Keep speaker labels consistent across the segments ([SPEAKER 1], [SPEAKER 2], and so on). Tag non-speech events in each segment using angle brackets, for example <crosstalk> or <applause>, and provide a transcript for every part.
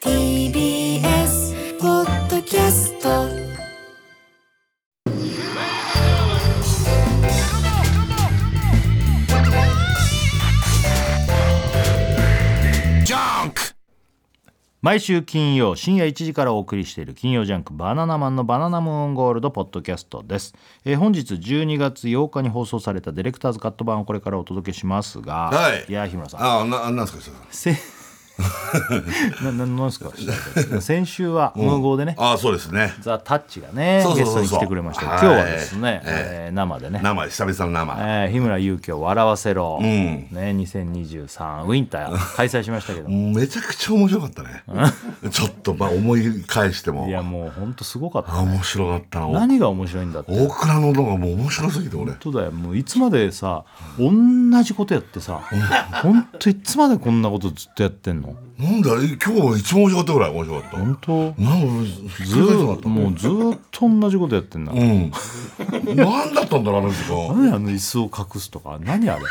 [SPEAKER 1] TBS ポッドキャスト
[SPEAKER 2] 毎週金曜深夜1時からお送りしている金曜ジャンクバナナマンのバナナムーンゴールドポッドキャストです、えー本日12月8日に放送されたディレクターズカット版をこれからお届けしますが、
[SPEAKER 3] はい
[SPEAKER 2] やー日村さん
[SPEAKER 3] ああ、な、なんすか、それ
[SPEAKER 2] せ <laughs> なななんです
[SPEAKER 3] <laughs>
[SPEAKER 2] か先週は無謀でね、
[SPEAKER 3] ああ、そうですね。
[SPEAKER 2] ザ・タッチがね
[SPEAKER 3] そうそうそうそう
[SPEAKER 2] ゲストに来てくれましたが
[SPEAKER 3] はい
[SPEAKER 2] 今日はですね、
[SPEAKER 3] え
[SPEAKER 2] えー生でね、
[SPEAKER 3] 生、久々の生。
[SPEAKER 2] えー日村勇紀を笑わせろ、
[SPEAKER 3] ん
[SPEAKER 2] ね、2023ウィンター開催しましたけども
[SPEAKER 3] めちゃくちゃ面白かった
[SPEAKER 2] <laughs>
[SPEAKER 3] ね。ちょっと、まあ、思い返しても
[SPEAKER 2] い。やもうほんとすごかった
[SPEAKER 3] あ面白かったな。
[SPEAKER 2] 何が面白いんだって
[SPEAKER 3] 大倉ののがもう面白すぎて、俺。
[SPEAKER 2] 本当だよもういつまでさ同じことやってさ本当いつまでこんなことずっとやってんの
[SPEAKER 3] なんだ、今日一番面白かったぐらい面白かった。なん
[SPEAKER 2] 本当
[SPEAKER 3] か、
[SPEAKER 2] ず
[SPEAKER 3] ずっ
[SPEAKER 2] ー
[SPEAKER 3] と。
[SPEAKER 2] もうずーっと同じことやってんな、
[SPEAKER 3] うん。何だったんだろう、あの時間。
[SPEAKER 2] 何あの椅子を隠すとか何あれ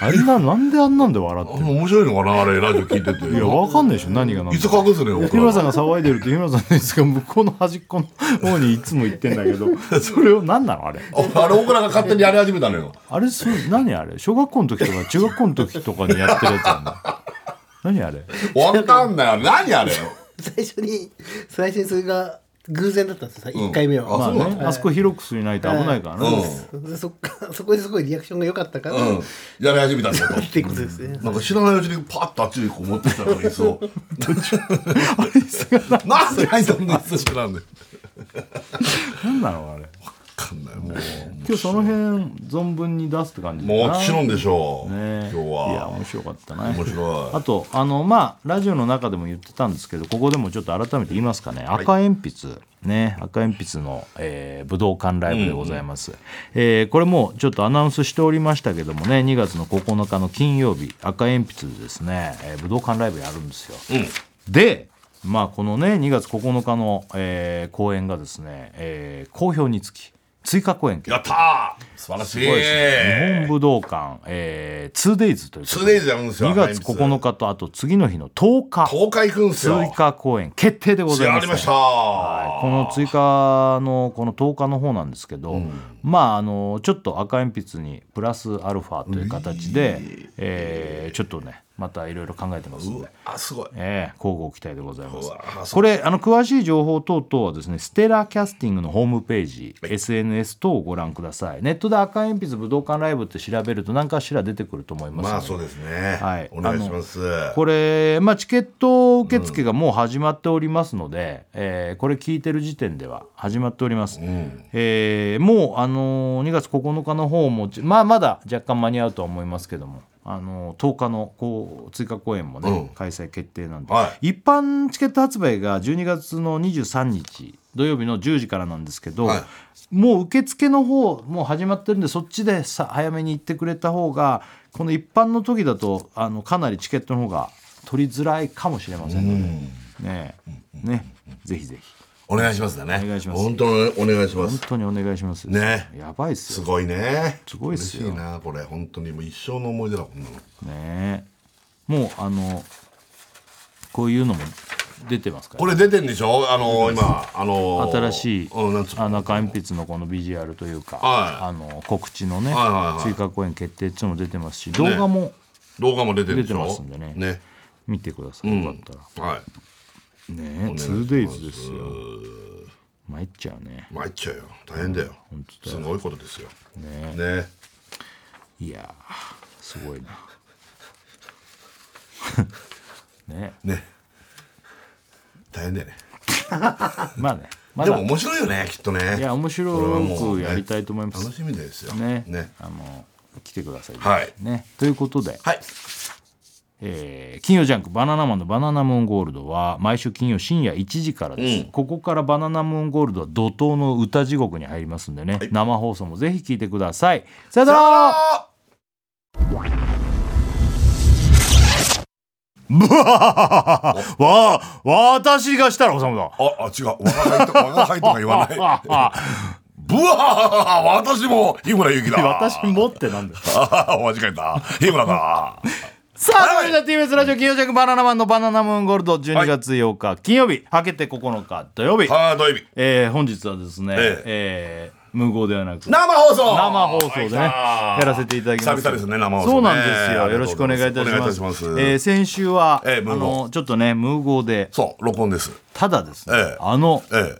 [SPEAKER 2] あれななんであんなんで笑っ
[SPEAKER 3] あ
[SPEAKER 2] てる
[SPEAKER 3] の面白いのかな、あれ、ラジオ聞いてて。
[SPEAKER 2] いやわかんないでしょ何が何だ
[SPEAKER 3] いつ隠すのよ
[SPEAKER 2] いや日村さんが騒いでると日村さんの椅子が向こうの端っこの方にいつも行ってんだけどそれを何なのあれ
[SPEAKER 3] ああれ、大倉が勝手にやり始めたのよ。
[SPEAKER 2] あれそう何あれ小学校の時とか中学校の時とかにやってるやつなんだ何あれ
[SPEAKER 3] わかんないあれ。何あれ。
[SPEAKER 4] 最初に最初にそれが偶然だったんですよ1回目は、
[SPEAKER 3] あ
[SPEAKER 2] まあ
[SPEAKER 3] そうな
[SPEAKER 2] ね
[SPEAKER 3] ん、
[SPEAKER 2] あそこ広くすいないと危ないからね、
[SPEAKER 3] うん。
[SPEAKER 4] でそっかそこですごいリアクションが良かったから、
[SPEAKER 3] うん
[SPEAKER 4] っ。
[SPEAKER 3] やり始めたんだよ。
[SPEAKER 4] ていうことですね、
[SPEAKER 3] なんか知らないうちにパッとあっちにこう持ってきたの椅子を。なんで入ったんだ椅子なんで。わ
[SPEAKER 2] なんなのあれ
[SPEAKER 3] かんないもう。
[SPEAKER 2] 今日その辺存分に出すって感じだな
[SPEAKER 3] もちろんでしょう。
[SPEAKER 2] ね
[SPEAKER 3] 今日
[SPEAKER 2] いや面
[SPEAKER 3] は。
[SPEAKER 2] 白かったね
[SPEAKER 3] 面白い
[SPEAKER 2] あとあのまあラジオの中でも言ってたんですけどここでもちょっと改めて言いますかね赤鉛筆、ね赤鉛筆の、えー武道館ライブでございます、えーこれもうちょっとアナウンスしておりましたけどもね2月の9日の金曜日赤鉛筆でですね、えー武道館ライブやるんですよ、でまあこのね2月9日の、えー公演がですね、えー好評につき追加公演決定
[SPEAKER 3] やったー。素晴らしい。
[SPEAKER 2] すごいですね日本武道館、えー、2days ということ
[SPEAKER 3] 2days やるんですよ
[SPEAKER 2] 2月9日とあと次の日の10日
[SPEAKER 3] 東海くんっすよ。
[SPEAKER 2] 追加公演決定でござい
[SPEAKER 3] や
[SPEAKER 2] ます、
[SPEAKER 3] りました。
[SPEAKER 2] はいこの追加のこの10日の方なんですけど、まああのちょっと赤鉛筆にプラスアルファという形で、えーちょっとねまたいろいろ考えてますんで
[SPEAKER 3] あすごい。
[SPEAKER 2] ええ、交互期待でございます
[SPEAKER 3] うわー。
[SPEAKER 2] これあの詳しい情報等々はですね、ステラキャスティングのホームページ、SNS 等をご覧ください。ネットで赤鉛筆武道館ライブって調べると何かしら出てくると思いますので。
[SPEAKER 3] まあそうですね。
[SPEAKER 2] はい
[SPEAKER 3] お願いします。
[SPEAKER 2] これ、まあ、チケット受付がもう始まっておりますので、えーこれ聞いてる時点では始まっております、えーもう、あのー2月9日の方も、まあ、まだ若干間に合うとは思いますけども、あのー10日のこう追加公演もね、
[SPEAKER 3] うん
[SPEAKER 2] 開催決定なんで、
[SPEAKER 3] は
[SPEAKER 2] 一般チケット発売が12月の23日土曜日の10時からなんですけど、
[SPEAKER 3] はい
[SPEAKER 2] もう受付の方もう始まってるんでそっちでさ早めに行ってくれた方がこの一般の時だとあのかなりチケットの方が取りづらいかもしれませんのでねえねぜひぜひ
[SPEAKER 3] お願いしますだね。
[SPEAKER 2] お願いします
[SPEAKER 3] 本当にお願いしま
[SPEAKER 2] 本
[SPEAKER 3] す。
[SPEAKER 2] 当にお願いします
[SPEAKER 3] ね
[SPEAKER 2] やばいっす
[SPEAKER 3] す
[SPEAKER 2] よ
[SPEAKER 3] ごいね。
[SPEAKER 2] すごいっすよ
[SPEAKER 3] 嬉しいなこれ本当にもう一生の思い出だこんなの。
[SPEAKER 2] ねえもうあのこういうのも出てますから
[SPEAKER 3] これ出てんでしょあの今あの
[SPEAKER 2] 新しい
[SPEAKER 3] うんなんつうの
[SPEAKER 2] あの赤鉛筆のこのビジュアルというか、
[SPEAKER 3] はい
[SPEAKER 2] あの告知のね、
[SPEAKER 3] はいはいはい
[SPEAKER 2] 追加公演決定っていうのも出てますし動画も
[SPEAKER 3] 動画も出てるでし
[SPEAKER 2] 出
[SPEAKER 3] ょ
[SPEAKER 2] てますんでね見てください、よかったら
[SPEAKER 3] はい
[SPEAKER 2] ねえ 2days ですよ参っちゃうね
[SPEAKER 3] 参っちゃうよ大変だよ、
[SPEAKER 2] 当
[SPEAKER 3] すごいことですよ
[SPEAKER 2] ね
[SPEAKER 3] ねね
[SPEAKER 2] いやーすごいな <laughs> ね
[SPEAKER 3] 大変だよね
[SPEAKER 2] まあねま
[SPEAKER 3] で
[SPEAKER 2] だ
[SPEAKER 3] も面白いよねきっとね
[SPEAKER 2] いや面白く
[SPEAKER 3] これはもうね
[SPEAKER 2] やりたいと思います
[SPEAKER 3] 楽しみですよ
[SPEAKER 2] ね
[SPEAKER 3] ね
[SPEAKER 2] あの来てください、
[SPEAKER 3] はい
[SPEAKER 2] ねということで、
[SPEAKER 3] はい
[SPEAKER 2] えー金曜ジャンク「バナナマンのバナナムーンゴールド」は毎週金曜深夜1時からです、
[SPEAKER 3] うん
[SPEAKER 2] ここから「バナナムーンゴールド」は怒涛の歌地獄に入りますんでね、生放送もぜひ聞いてくださいさよならブハわ私がしたらおさむだ
[SPEAKER 3] あ、あ、違う。我が輩と、我が輩とか言わない。ブワー私も日村ゆきだ。
[SPEAKER 2] <laughs> 私もってなんだよ
[SPEAKER 3] あー。間違えた。日村だ。
[SPEAKER 2] さあ、それでは TBS ラジオ金曜ジャンクバナナマンのバナナムーンゴールド12月8日、金曜日、はけて9日土曜日、
[SPEAKER 3] はあ、土曜日。
[SPEAKER 2] えー本日はですね、え
[SPEAKER 3] え
[SPEAKER 2] ー無効ではなく、
[SPEAKER 3] 生放送
[SPEAKER 2] 生放送でね、やらせていただきます。
[SPEAKER 3] 久々ですね、生放送、ね。
[SPEAKER 2] そうなんですよ。よろしくお願いいたし
[SPEAKER 3] お願いい
[SPEAKER 2] ま
[SPEAKER 3] た
[SPEAKER 2] す。
[SPEAKER 3] します。
[SPEAKER 2] えー先週は、
[SPEAKER 3] ええ無
[SPEAKER 2] あ
[SPEAKER 3] 言
[SPEAKER 2] の、ちょっとね、無効で、
[SPEAKER 3] そう、録音です。
[SPEAKER 2] ただですね、
[SPEAKER 3] ええ
[SPEAKER 2] あの、
[SPEAKER 3] え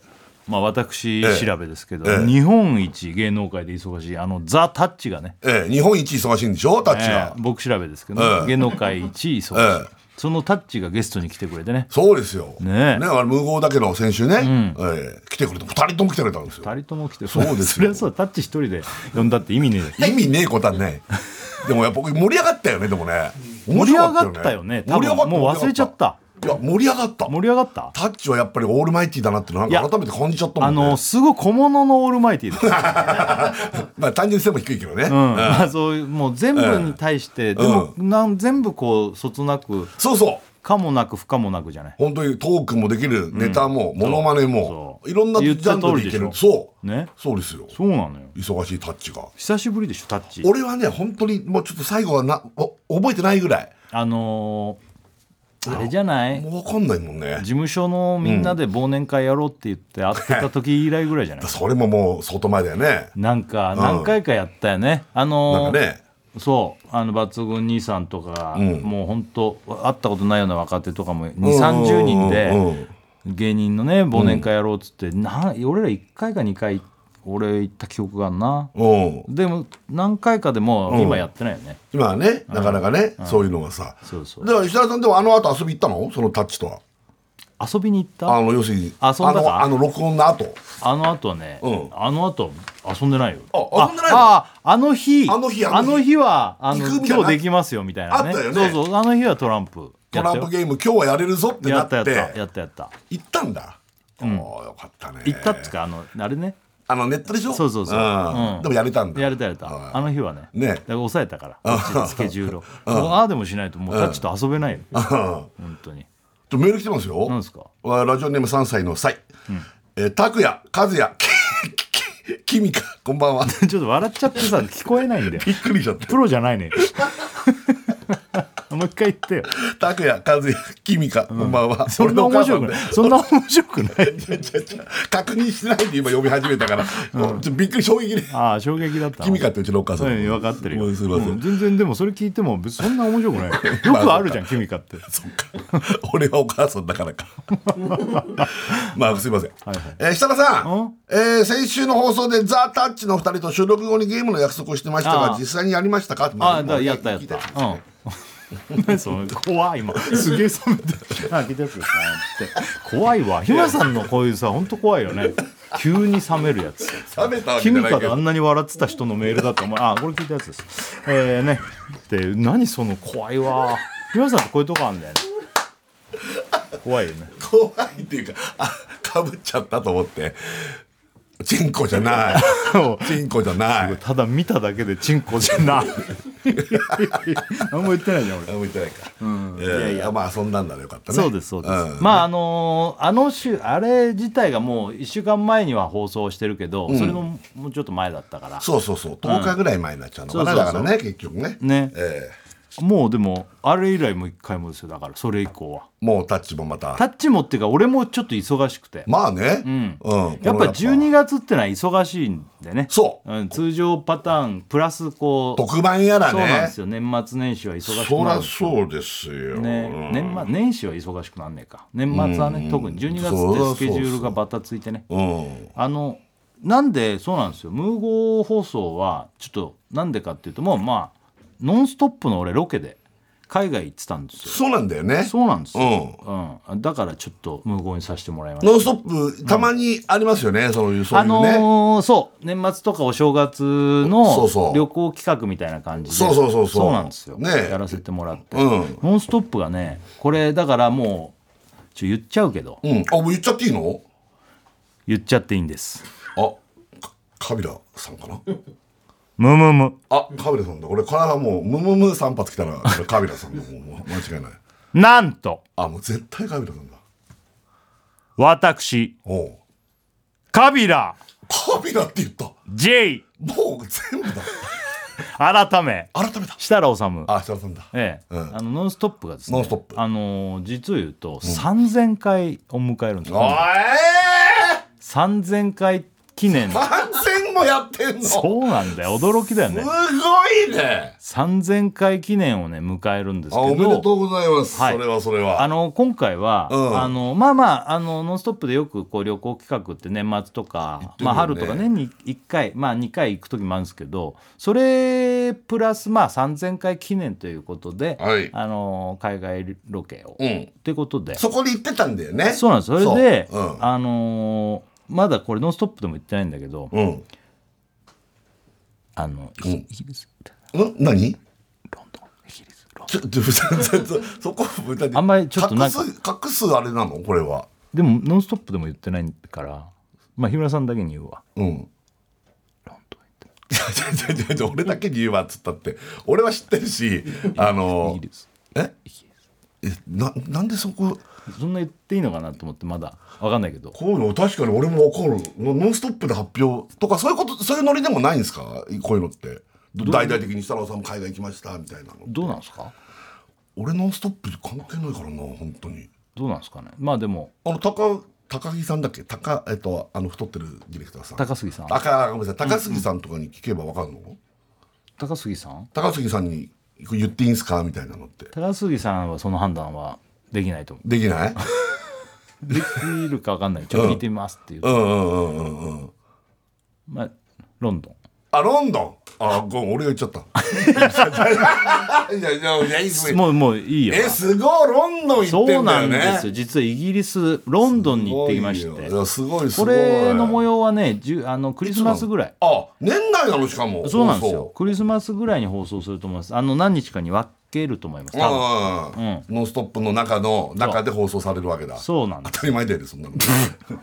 [SPEAKER 2] まあ、私
[SPEAKER 3] ええ
[SPEAKER 2] 調べですけど、
[SPEAKER 3] ええ
[SPEAKER 2] 日本一芸能界で忙しい、あの、ザ・タッチがね、
[SPEAKER 3] えええ日本一忙しいんでしょタッチ
[SPEAKER 2] え
[SPEAKER 3] が
[SPEAKER 2] え。僕調べですけど、
[SPEAKER 3] ええ
[SPEAKER 2] 芸能界一忙しい、
[SPEAKER 3] ええ
[SPEAKER 2] そのタッチがゲストに来てくれてね、
[SPEAKER 3] そうですよ。
[SPEAKER 2] ねえ
[SPEAKER 3] あれ無言だけど、先週ね、ええ来てくれた。二人とも来てくれたんですよ。
[SPEAKER 2] 二人とも来て
[SPEAKER 3] そうですよ
[SPEAKER 2] それはそうタッチ一人で呼んだって意味ねえ
[SPEAKER 3] 意味ねえこと
[SPEAKER 2] <laughs>
[SPEAKER 3] はね。でもやっぱ盛り上がったよね、でもね。
[SPEAKER 2] 盛
[SPEAKER 3] 面
[SPEAKER 2] り
[SPEAKER 3] 白
[SPEAKER 2] 上
[SPEAKER 3] か
[SPEAKER 2] がったよね多
[SPEAKER 3] 盛り
[SPEAKER 2] 分
[SPEAKER 3] 上がった。
[SPEAKER 2] もう忘れちゃった
[SPEAKER 3] いや、盛り上がった。
[SPEAKER 2] 盛り上がった
[SPEAKER 3] タッチはやっぱりオールマイティだなっていうのをなん
[SPEAKER 2] いや
[SPEAKER 3] か改めて感じちゃったも
[SPEAKER 2] あ
[SPEAKER 3] んね。
[SPEAKER 2] のすごい小物のオールマイティーです、
[SPEAKER 3] まあ単純に背も低いけどね。
[SPEAKER 2] うんまあ、 <laughs> そういうもう全部に対して、でもなん全部こうそつなく
[SPEAKER 3] そうそう。
[SPEAKER 2] かもなく不可もなくじゃない
[SPEAKER 3] 本当にトークもできる、ネタも、モノマネも
[SPEAKER 2] そ、う
[SPEAKER 3] いろんなジ
[SPEAKER 2] 言った
[SPEAKER 3] ャン
[SPEAKER 2] 通
[SPEAKER 3] ル
[SPEAKER 2] り
[SPEAKER 3] で
[SPEAKER 2] で
[SPEAKER 3] い
[SPEAKER 2] し
[SPEAKER 3] け
[SPEAKER 2] ょ
[SPEAKER 3] る。そう。
[SPEAKER 2] ね
[SPEAKER 3] そうですよ。
[SPEAKER 2] そうなのよ
[SPEAKER 3] 忙しいタッチが。
[SPEAKER 2] 久しぶりでしょタッチ
[SPEAKER 3] 俺はね、本当にもうちょっと最後はな、お覚えてないぐらい。
[SPEAKER 2] あのーあれじゃない
[SPEAKER 3] もうわかんないもんね
[SPEAKER 2] 事。務所のみんなで忘年会やろうって言って会ってた時以来ぐらいじゃない
[SPEAKER 3] それももう相当前だよね。
[SPEAKER 2] なんか
[SPEAKER 3] ん
[SPEAKER 2] 何回かやったよね、あ
[SPEAKER 3] な
[SPEAKER 2] のー
[SPEAKER 3] んかね。
[SPEAKER 2] そうあの抜群兄さんとか、
[SPEAKER 3] うん
[SPEAKER 2] もう本当会ったことないような若手とかも2
[SPEAKER 3] うん
[SPEAKER 2] 3 0人
[SPEAKER 3] うんう
[SPEAKER 2] で
[SPEAKER 3] ん
[SPEAKER 2] 芸人のね忘年会やろうっつって、な俺ら1回か2回俺行った記憶があるな
[SPEAKER 3] うん。
[SPEAKER 2] でも何回かでも
[SPEAKER 3] ん
[SPEAKER 2] 今やってないよね、
[SPEAKER 3] 今はね、なかなかね、そういうのがさ。
[SPEAKER 2] そうそう
[SPEAKER 3] だから石田さんでもあの後遊び行ったのそのタッチとは。
[SPEAKER 2] 遊びに行った
[SPEAKER 3] あ
[SPEAKER 2] あ
[SPEAKER 3] の、要するに、
[SPEAKER 2] あ
[SPEAKER 3] あ
[SPEAKER 2] 遊んだか
[SPEAKER 3] の、あの録音の後。
[SPEAKER 2] の後はね、
[SPEAKER 3] うん
[SPEAKER 2] あの後遊んでないよ
[SPEAKER 3] あ遊んでないの
[SPEAKER 2] あああの日
[SPEAKER 3] あの日あ
[SPEAKER 2] あ
[SPEAKER 3] の日
[SPEAKER 2] の日はあの
[SPEAKER 3] 行くみたいな
[SPEAKER 2] 今日できますよみたいなね
[SPEAKER 3] あったよね
[SPEAKER 2] そうそうあの日はトランプ
[SPEAKER 3] トランプゲーム今日はやれるぞって
[SPEAKER 2] や
[SPEAKER 3] な
[SPEAKER 2] ったよや
[SPEAKER 3] っ
[SPEAKER 2] ったやったや
[SPEAKER 3] て
[SPEAKER 2] ったやった
[SPEAKER 3] 行ったんだ、おーよかったね
[SPEAKER 2] 行ったっつうかあのあれね
[SPEAKER 3] あのネットでしょ
[SPEAKER 2] そうそうそう
[SPEAKER 3] うん
[SPEAKER 2] うん
[SPEAKER 3] でもやれたんだ
[SPEAKER 2] やれたやれた、
[SPEAKER 3] はい
[SPEAKER 2] あの日はね
[SPEAKER 3] ね
[SPEAKER 2] だから抑えたからこっちでスケジュールを、もうああでもしないともうタッチと遊べないよ、
[SPEAKER 3] うん
[SPEAKER 2] 本当に
[SPEAKER 3] ちょメール来てますよ
[SPEAKER 2] なんですか <laughs>
[SPEAKER 3] わラジオネーム3歳の歳、えー、拓也和也きき <laughs> きみかこんばんは
[SPEAKER 2] ちょっと笑っちゃってさ聞こえないん
[SPEAKER 3] <laughs>
[SPEAKER 2] だよ
[SPEAKER 3] びっくりしちゃって
[SPEAKER 2] プロじゃないねもう一回言って
[SPEAKER 3] <laughs>
[SPEAKER 2] よ
[SPEAKER 3] 拓也和也きみかこんばんは、
[SPEAKER 2] そんな面白くない <laughs> そんな面白くない
[SPEAKER 3] <laughs> 俺のお母さんで違う違う確認しないで今読み始めたから、もうちょっとびっくり衝撃で
[SPEAKER 2] ああ衝撃だったな
[SPEAKER 3] きみかってうちのお母さん、
[SPEAKER 2] うん分かってる
[SPEAKER 3] も
[SPEAKER 2] よ
[SPEAKER 3] うすいません、
[SPEAKER 2] うん全然でもそれ聞いても別にそんな面白
[SPEAKER 3] <laughs>
[SPEAKER 2] くないよよくあるじゃん君かって
[SPEAKER 3] そっか。俺はお母さんだか
[SPEAKER 2] <laughs>
[SPEAKER 3] らか。まあ、すいません。えー設楽さ
[SPEAKER 2] うん
[SPEAKER 3] ん、えー先週の放送でザ・タッチの2人と収録後にゲームの約束をしてました
[SPEAKER 2] ああ
[SPEAKER 3] が、実際にやりましたかって
[SPEAKER 2] ああだからやったやっ
[SPEAKER 3] 聞い
[SPEAKER 2] たうん <laughs> 何その怖い今すげえ冷めて <laughs> あ聞いたやつですねって怖いわ日村さんのこういうさ本当怖いよね急に冷めるやつ
[SPEAKER 3] 冷めたわけ
[SPEAKER 2] キ
[SPEAKER 3] じゃ
[SPEAKER 2] ミ
[SPEAKER 3] ない
[SPEAKER 2] カで
[SPEAKER 3] け
[SPEAKER 2] あ
[SPEAKER 3] ど。
[SPEAKER 2] んなに笑ってた人のメールだと思うあこれ聞いたやつですえー、ねで何その怖いわ日村さんってこういうとこあんだよね怖いよね
[SPEAKER 3] 怖いっていうか、あ、かぶっちゃったと思って。チンコじゃない。チンコじゃない。
[SPEAKER 2] ただ見ただけでチンコじゃない <laughs> 何も言ってないじゃん俺
[SPEAKER 3] あ、見てないか。えーまあ、遊んだんだらよかったね。
[SPEAKER 2] そうですそうです、
[SPEAKER 3] ん
[SPEAKER 2] まああのーあの週あれ自体がもう1週間前には放送してるけど、それのもうちょっと前だったから
[SPEAKER 3] そうそうそう。10日ぐらい前になっちゃうのかな。
[SPEAKER 2] そうそう
[SPEAKER 3] だ
[SPEAKER 2] そう
[SPEAKER 3] からね、結局ね。
[SPEAKER 2] ね
[SPEAKER 3] えー
[SPEAKER 2] もうでもあれ以来もう1回もですよだからそれ以降は
[SPEAKER 3] もうタッチもまた。
[SPEAKER 2] タッチもっていうか俺もちょっと忙しくて、
[SPEAKER 3] まあね。
[SPEAKER 2] ん
[SPEAKER 3] うん
[SPEAKER 2] やっぱ12月ってのは忙しいんでね、
[SPEAKER 3] そうん
[SPEAKER 2] 通常パターンプラスこう
[SPEAKER 3] 特番やらね。
[SPEAKER 2] そうなんですよ年末年始は忙しくなる
[SPEAKER 3] そりゃそうですよ。
[SPEAKER 2] ね、
[SPEAKER 3] うん
[SPEAKER 2] 年末年始は忙しくなんねえか年末はね特に12
[SPEAKER 3] そうそうそ
[SPEAKER 2] 月ってス
[SPEAKER 3] う
[SPEAKER 2] ケジュールがバタついてね
[SPEAKER 3] うん。
[SPEAKER 2] あのなんでそうなんですよ無謀放送はちょっとなんでかっていうともうまあ「ノンストップ!」の俺ロケで海外行ってたんですよ
[SPEAKER 3] そうなんだよね。
[SPEAKER 2] そうなんですよ、うんだからちょっと無言にさせてもらいました
[SPEAKER 3] ノンストップ、たまにありますよね、そういう、そう
[SPEAKER 2] あ
[SPEAKER 3] いうね。
[SPEAKER 2] のーそう年末とかお正月
[SPEAKER 3] そう
[SPEAKER 2] の
[SPEAKER 3] そう
[SPEAKER 2] 旅行企画みたいな感じで
[SPEAKER 3] そうそうそうそう
[SPEAKER 2] そうなんですよ、
[SPEAKER 3] ね
[SPEAKER 2] やらせてもらって「
[SPEAKER 3] うん
[SPEAKER 2] ノンストップ!」がねこれだからもうちょ言っちゃうけど
[SPEAKER 3] うん。あ、もう言っちゃっていいの
[SPEAKER 2] 言っちゃっていいんです
[SPEAKER 3] あ、かカビラさんかな
[SPEAKER 2] むむむ
[SPEAKER 3] あ、カビラさんだ。俺、体もう、ムムム3発来たら、これカビラさんだ。もう、もう間違いない。
[SPEAKER 2] なんと
[SPEAKER 3] あ、もう絶対カビラさんだ。
[SPEAKER 2] 私
[SPEAKER 3] おう
[SPEAKER 2] カビラ
[SPEAKER 3] カビラって言った。
[SPEAKER 2] J
[SPEAKER 3] もう全部だ。
[SPEAKER 2] 改め
[SPEAKER 3] 改めた。
[SPEAKER 2] 設楽治
[SPEAKER 3] あ、設楽さんだ。
[SPEAKER 2] ええ
[SPEAKER 3] うん
[SPEAKER 2] あの「ノンストップ!」がですね
[SPEAKER 3] ノンストップ
[SPEAKER 2] あのー実を言うと、3000回を迎えるんです
[SPEAKER 3] おい
[SPEAKER 2] よ3000回記
[SPEAKER 3] <laughs>
[SPEAKER 2] 念
[SPEAKER 3] 感染もやってんのすご
[SPEAKER 2] そうなんだよ驚きだよね
[SPEAKER 3] いね
[SPEAKER 2] 3000回記念をね迎えるんですけ
[SPEAKER 3] あ
[SPEAKER 2] ど
[SPEAKER 3] おめでとうございます、
[SPEAKER 2] はい
[SPEAKER 3] それはそれ
[SPEAKER 2] あ
[SPEAKER 3] は
[SPEAKER 2] の今回は、
[SPEAKER 3] うん
[SPEAKER 2] あのまあまあ「あのノンストップ!」でよくこう旅行企画って年末とか、
[SPEAKER 3] ってる
[SPEAKER 2] ま
[SPEAKER 3] よね
[SPEAKER 2] あ、春とか年に1回、まあ、2回行く時もあるんですけどそれプラス、まあ、3,000回記念ということで、
[SPEAKER 3] はい
[SPEAKER 2] あの海外ロケを、
[SPEAKER 3] う
[SPEAKER 2] っ
[SPEAKER 3] ん
[SPEAKER 2] てことで
[SPEAKER 3] そこに行ってたんだよね
[SPEAKER 2] そうなんですそれで、
[SPEAKER 3] そううん
[SPEAKER 2] あのーまだこれ「ノンストップ!」でも言ってないんだけど、
[SPEAKER 3] うん、
[SPEAKER 2] あのイギリス
[SPEAKER 3] うん、何
[SPEAKER 2] ロンドンイギリスロンドン
[SPEAKER 3] ちょちょちょちょそこだて
[SPEAKER 2] あんまりちょっとなんか
[SPEAKER 3] 隠す隠すあれなのこれは
[SPEAKER 2] でも「ノンストップ!」でも言ってないから、まあ、日村さんだけに言うわ
[SPEAKER 3] うん
[SPEAKER 2] ロンドン行って
[SPEAKER 3] いやちょちょちょちょ俺だけに言えばっつったって俺は知ってるしあの
[SPEAKER 2] イギリス
[SPEAKER 3] ええななんでそこ
[SPEAKER 2] そんな言っていいのかなと思ってまだわかんないけど
[SPEAKER 3] こういうの確かに俺も分かるノノンストップで発表とかそういうことそういうノリでもないんですかこういうのって大々的に設楽さんも海外行きましたみたいなの
[SPEAKER 2] どうなんですか
[SPEAKER 3] 俺ノンストップ関係ないからな本当に
[SPEAKER 2] どうなんですかねまあでも
[SPEAKER 3] あの高高木さんだっけ高えっとあの太ってるディレクターさん
[SPEAKER 2] 高杉さん
[SPEAKER 3] あかごめんなさい高杉さんとかに聞けば分かるの、
[SPEAKER 2] 高杉さん
[SPEAKER 3] 高杉さんに言っていいんすかみたいなのって
[SPEAKER 2] 高杉さんはその判断はできないと思
[SPEAKER 3] できない
[SPEAKER 2] うできるかわかんないちょっと聞いてみますっていう、
[SPEAKER 3] うんうんうんうんうん
[SPEAKER 2] まあロンドン
[SPEAKER 3] あロンドンあごめん俺が言っちゃったいやいやいやいいっすね
[SPEAKER 2] もうもういいよ
[SPEAKER 3] えすごいロンドン行
[SPEAKER 2] そ
[SPEAKER 3] って
[SPEAKER 2] うん
[SPEAKER 3] だ
[SPEAKER 2] な
[SPEAKER 3] よ
[SPEAKER 2] ん
[SPEAKER 3] ね
[SPEAKER 2] ですよ実はイギリスロンドンに行ってきまし
[SPEAKER 3] すごい
[SPEAKER 2] て
[SPEAKER 3] よいやすごいす
[SPEAKER 2] こ
[SPEAKER 3] ごい
[SPEAKER 2] れの模様はねじゅあのクリスマスぐらい
[SPEAKER 3] あ年内なのしかも
[SPEAKER 2] そうなんですよ
[SPEAKER 3] 放
[SPEAKER 2] クリスマスぐらいに放送すると思いますあの何日かに分けると思います
[SPEAKER 3] 送
[SPEAKER 2] 多分
[SPEAKER 3] うんうんうん「ノンストップ!」の中の中で放送されるわけだ
[SPEAKER 2] そうなんです
[SPEAKER 3] 当たり前だよねそんなの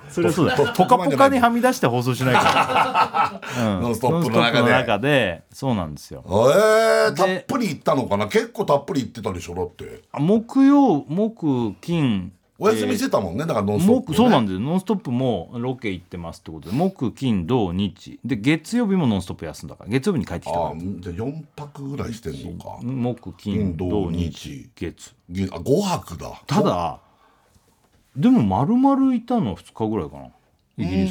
[SPEAKER 2] それはそうだよ。ポカポカにはみ出して放送しない
[SPEAKER 3] <laughs>
[SPEAKER 2] から。うん
[SPEAKER 3] ノンストップの中
[SPEAKER 2] ノ
[SPEAKER 3] で
[SPEAKER 2] ンストッでそうなんですよ。
[SPEAKER 3] えー、た
[SPEAKER 2] で
[SPEAKER 3] っぷり行ったのかな結構たっぷり行ってたでしょだって
[SPEAKER 2] 木曜、木、金。
[SPEAKER 3] お休みしてたもんねだから「ノンストップ、
[SPEAKER 2] 木
[SPEAKER 3] ね」
[SPEAKER 2] そうなんですよ「ノンストップ!」もロケ行ってますってことで木金土日で月曜日も「ノンストップ!」休んだから月曜日に帰ってきた
[SPEAKER 3] あ
[SPEAKER 2] か
[SPEAKER 3] あじゃあ4泊ぐらいしてんのから
[SPEAKER 2] 木金
[SPEAKER 3] 金土
[SPEAKER 2] 土
[SPEAKER 3] 日
[SPEAKER 2] 日月
[SPEAKER 3] げあ5泊だ
[SPEAKER 2] ただでも丸々いたのは2日ぐらいかなイギリ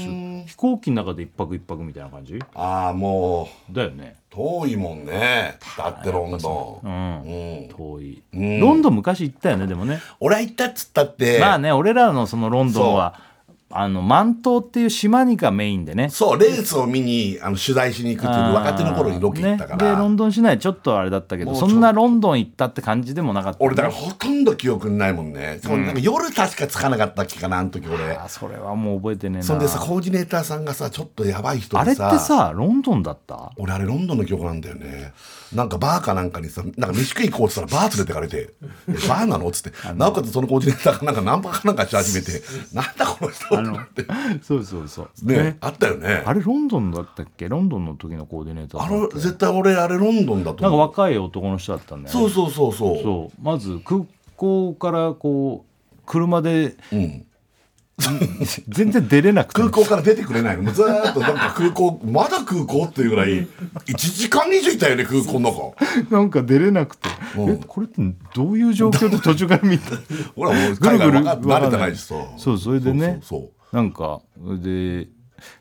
[SPEAKER 2] ス飛行機の中で1泊1泊みたいな感じ
[SPEAKER 3] ああもう
[SPEAKER 2] だよね
[SPEAKER 3] 遠いもんねだってロンド
[SPEAKER 2] う
[SPEAKER 3] ン、
[SPEAKER 2] ん
[SPEAKER 3] うん、
[SPEAKER 2] 遠い、
[SPEAKER 3] うん
[SPEAKER 2] ロンドン昔行ったよねでもね、
[SPEAKER 3] 俺は行ったっつったって
[SPEAKER 2] まあね俺らのそのロンドンはあのマン島っていう島にがメインでね
[SPEAKER 3] そうレースを見にあの取材しに行くっていう若手の頃にロケ行ったか
[SPEAKER 2] ね、で
[SPEAKER 3] ら、
[SPEAKER 2] ロンドン市内ちょっとあれだったけど
[SPEAKER 3] もうちょ
[SPEAKER 2] そんなロンドン行ったって感じでもなかった、
[SPEAKER 3] 俺だからほとんど記憶にないもんね、そうなんか夜確かつかなかったっけかなあの時俺
[SPEAKER 2] あそれはもう覚えてねえな
[SPEAKER 3] そんでさコーディネーターさんがさちょっとやばい人
[SPEAKER 2] あれっ
[SPEAKER 3] で
[SPEAKER 2] て
[SPEAKER 3] さ
[SPEAKER 2] さロンドンだった
[SPEAKER 3] 俺あれロンドンの記憶なんだよねなんかバーかなんかにさなんか飯食い行こうっつったらバー連れてかれて「えバーなの?」っつってなおかつそのコーディネーターがなんかナンパかなんかし始めて「なんだこの人」ってなって
[SPEAKER 2] そうそうそう
[SPEAKER 3] ねあったよね
[SPEAKER 2] あれロンドンだったっけロンドンの時のコーディネーター
[SPEAKER 3] あ
[SPEAKER 2] だ
[SPEAKER 3] れ
[SPEAKER 2] っけ
[SPEAKER 3] 絶対俺あれロンドンだと
[SPEAKER 2] なんか
[SPEAKER 3] 思う
[SPEAKER 2] 若い男の人だったんだよね
[SPEAKER 3] そうそうそうそう
[SPEAKER 2] そうまず空港からこう車で
[SPEAKER 3] うん、
[SPEAKER 2] 全然出れなくて
[SPEAKER 3] 空港から出てくれないのもうずーっとなんか空港まだ空港っていうぐらい1時間以上いたよね空港の中
[SPEAKER 2] なんか出れなくて、
[SPEAKER 3] うん
[SPEAKER 2] えこれってどういう状況で途中から見た
[SPEAKER 3] ほらもう <laughs> 海外分かっ
[SPEAKER 2] ぐるぐる
[SPEAKER 3] 慣れてないしさ
[SPEAKER 2] そうそれでね
[SPEAKER 3] そうそう
[SPEAKER 2] なんかで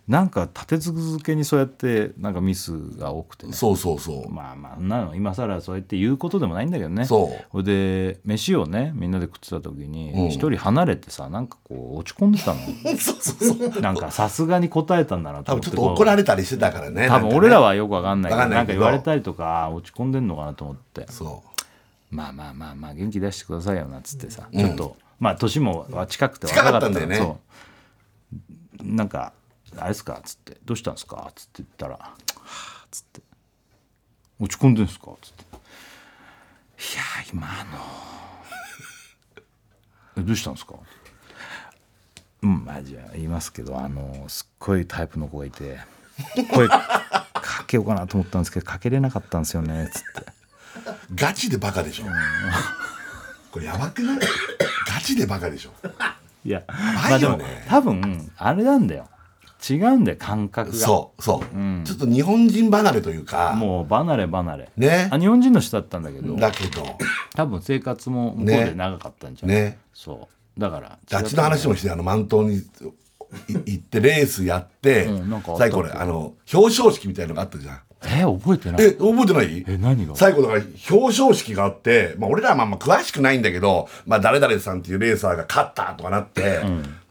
[SPEAKER 2] なんか立て続けにそうやってなんかミスが多くてね
[SPEAKER 3] そうそうそうそう
[SPEAKER 2] まあまあそんなの今更そうやって言うことでもないんだけどね
[SPEAKER 3] そう
[SPEAKER 2] ほいで飯をねみんなで食ってた時
[SPEAKER 3] うん
[SPEAKER 2] に一人離れてさなんかこう落ち込ん
[SPEAKER 3] <laughs>
[SPEAKER 2] でたの
[SPEAKER 3] そうそ
[SPEAKER 2] <laughs>
[SPEAKER 3] うそう
[SPEAKER 2] なんかさすがに答えたんだなと
[SPEAKER 3] 多
[SPEAKER 2] 思
[SPEAKER 3] 分
[SPEAKER 2] っ
[SPEAKER 3] ち
[SPEAKER 2] て
[SPEAKER 3] ょっと怒ら
[SPEAKER 2] れ
[SPEAKER 3] れたりしてたから
[SPEAKER 2] 多
[SPEAKER 3] ね
[SPEAKER 2] 分
[SPEAKER 3] なんかね
[SPEAKER 2] 俺らはよくわかんないけど
[SPEAKER 3] わかんない
[SPEAKER 2] なん
[SPEAKER 3] け
[SPEAKER 2] か
[SPEAKER 3] ど
[SPEAKER 2] 言われたりとか落ち込んでんのかなと思って
[SPEAKER 3] そ
[SPEAKER 2] まあまあまあまあ元気出してくださいよなっつってさ、ちょっとまあ年も近くて
[SPEAKER 3] 近かったん
[SPEAKER 2] の
[SPEAKER 3] だよね
[SPEAKER 2] そうなんか「あれですか?」っつって「どうしたんですか?」っつって言ったらはあ「つって「落ち込んでんすか?」っつって「いやー今あのえどうしたんですか?」うんまあじゃあ言いますけどあのすっごいタイプの子がいて声かけようかなと思ったんですけどかけれなかったんですよねっつって
[SPEAKER 3] ガチでバカでしょ <laughs> これやばくないガチでバカでしょ
[SPEAKER 2] いや、
[SPEAKER 3] な
[SPEAKER 2] まあ
[SPEAKER 3] い
[SPEAKER 2] で
[SPEAKER 3] よ
[SPEAKER 2] も
[SPEAKER 3] ね
[SPEAKER 2] 多分あれなんだよ違うんだよ感覚が
[SPEAKER 3] そうそう、ちょっと日本人離れというか
[SPEAKER 2] もう離れ離れ、
[SPEAKER 3] ね
[SPEAKER 2] あ日本人の人だったんだけど
[SPEAKER 3] だけど
[SPEAKER 2] 多分生活も向こうで長かったんじゃない、
[SPEAKER 3] ね
[SPEAKER 2] そうだから
[SPEAKER 3] ガチの話もしてあの満島にい行ってレースやって、
[SPEAKER 2] うんなんかあったっ
[SPEAKER 3] 最
[SPEAKER 2] け
[SPEAKER 3] 後俺あの表彰式みたいのがあったじゃん
[SPEAKER 2] え覚えてない
[SPEAKER 3] え覚えてない
[SPEAKER 2] え何が
[SPEAKER 3] 最後だから表彰式があって、まあ、俺らはまあまあ詳しくないんだけど、まあ、誰々さんっていうレーサーが勝ったとかなって、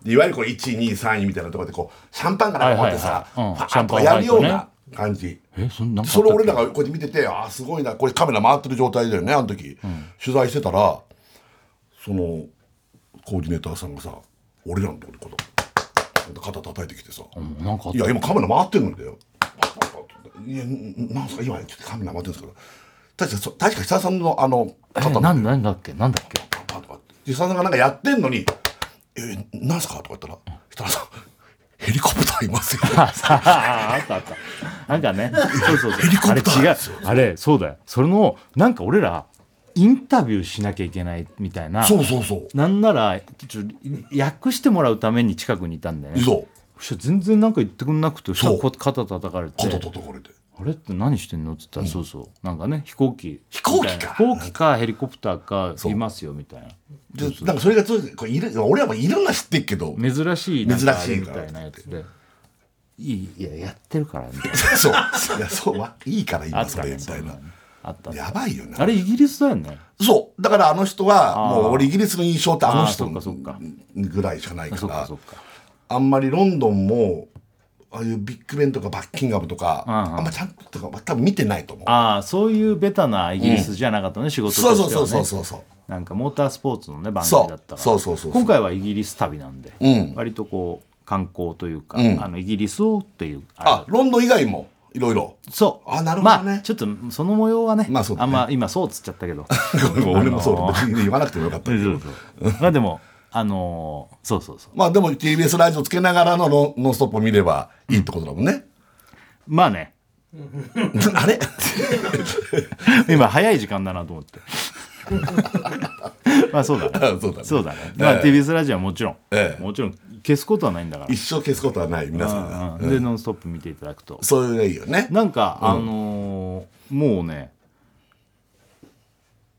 [SPEAKER 3] いわゆるこう123位みたいなところでこうシャンパンかなんか持ってさ
[SPEAKER 2] はいはいはいうん
[SPEAKER 3] ファーッと
[SPEAKER 2] シャンパン
[SPEAKER 3] やるよう
[SPEAKER 2] ファイ
[SPEAKER 3] な感じ。
[SPEAKER 2] えそんなんかあ
[SPEAKER 3] そ
[SPEAKER 2] った
[SPEAKER 3] れ
[SPEAKER 2] っけ
[SPEAKER 3] 俺らがこうやって見ててああすごいなこれカメラ回ってる状態だよねあの時、取材してたらそのコーディネーターさんがさ俺らのとこでこう肩叩いてきてさ「
[SPEAKER 2] うんなんかあっ
[SPEAKER 3] い
[SPEAKER 2] た
[SPEAKER 3] や今カメラ回ってるんだよ」いやんなんすか今ちょっとカメラ回ってるんですけど確かそ確か久田さんのあの肩
[SPEAKER 2] え
[SPEAKER 3] の
[SPEAKER 2] なんなんだっけなんだっけ
[SPEAKER 3] パンパンとかって久田さんがなんかやってんのに「えなんすか?」とか言ったら設楽さんヘリコプターいま
[SPEAKER 2] <laughs>
[SPEAKER 3] すよ
[SPEAKER 2] あさああったあったなんかねそうそう
[SPEAKER 3] ヘリ
[SPEAKER 2] そ
[SPEAKER 3] コ
[SPEAKER 2] うあれ
[SPEAKER 3] プター
[SPEAKER 2] 違うあれそうだよそれのなんか俺らインタビューしなきゃいけないみたいな
[SPEAKER 3] そうそうそう
[SPEAKER 2] なんならちょ訳してもらうために近くにいたんだよね
[SPEAKER 3] そう
[SPEAKER 2] そしたら全然なんか言ってくんなくてそしたら
[SPEAKER 3] そう
[SPEAKER 2] こう肩叩かれて
[SPEAKER 3] 肩叩かれて。
[SPEAKER 2] あれって何してんの?」っつったら「そうそうなんかね飛行機
[SPEAKER 3] 飛行機か
[SPEAKER 2] 飛行機かヘリコプターか
[SPEAKER 3] そう
[SPEAKER 2] いますよ」みたいな
[SPEAKER 3] でなんかそれが通じてこれいる俺らもいるのは知ってっけど
[SPEAKER 2] 珍しいなんかあれ
[SPEAKER 3] 珍しい
[SPEAKER 2] み
[SPEAKER 3] から
[SPEAKER 2] たいなやつで「いいいややってるから」みたいな
[SPEAKER 3] <laughs> そういやそうわいいから
[SPEAKER 2] あ
[SPEAKER 3] 今
[SPEAKER 2] っ
[SPEAKER 3] そ
[SPEAKER 2] た
[SPEAKER 3] れ
[SPEAKER 2] ね
[SPEAKER 3] みたいな
[SPEAKER 2] そんのあったあった
[SPEAKER 3] やばいよな
[SPEAKER 2] あれイギリスだよね
[SPEAKER 3] そうだからあの人は
[SPEAKER 2] あー
[SPEAKER 3] もう俺イギリスの印象ってあの人
[SPEAKER 2] あーそっかそっか
[SPEAKER 3] ぐらいしかない
[SPEAKER 2] あそ
[SPEAKER 3] か
[SPEAKER 2] っからそっか
[SPEAKER 3] あんまりロンドンもああいうビッグベンとかバッキンガムとか
[SPEAKER 2] うんうん
[SPEAKER 3] あんまちゃんととか多分見てないと思う
[SPEAKER 2] ああそういうベタなイギリスじゃなかったね、仕事として
[SPEAKER 3] そ
[SPEAKER 2] は、
[SPEAKER 3] う
[SPEAKER 2] ね、
[SPEAKER 3] そうそうそうそうそう
[SPEAKER 2] なんかモータースポーツのね番組だったから
[SPEAKER 3] そうそうそうそうそう
[SPEAKER 2] 今回はイギリス旅なんで、
[SPEAKER 3] ん
[SPEAKER 2] 割とこう観光というか、
[SPEAKER 3] うん
[SPEAKER 2] あのイギリスをっていうあれだ
[SPEAKER 3] あロンドン以外もいろいろ
[SPEAKER 2] そう
[SPEAKER 3] あなるほどね
[SPEAKER 2] まあ、ちょっとその模様はね,、
[SPEAKER 3] まあそうだね
[SPEAKER 2] んま今そうっつっちゃったけど
[SPEAKER 3] <laughs> 俺もそう
[SPEAKER 2] あの
[SPEAKER 3] だ
[SPEAKER 2] ー
[SPEAKER 3] 別に言わなくてもよかったけど
[SPEAKER 2] そうそうまあでもあのーそうそうそう
[SPEAKER 3] まあでも TBS ラジオつけながらのノンノンストップを見ればいいってことだもんね
[SPEAKER 2] まあね
[SPEAKER 3] あれ <laughs>
[SPEAKER 2] 今早い時間だなと思って <laughs> まあそうだね
[SPEAKER 3] そうだね
[SPEAKER 2] そうだね、まあ、TBS ラジオはもちろん、
[SPEAKER 3] ええ
[SPEAKER 2] もちろん消すことはないんだから
[SPEAKER 3] 一生消すことはない皆さんが、
[SPEAKER 2] うんで「ノンストップ!」見ていただくと
[SPEAKER 3] それがいいよね
[SPEAKER 2] なんか、あのーもうね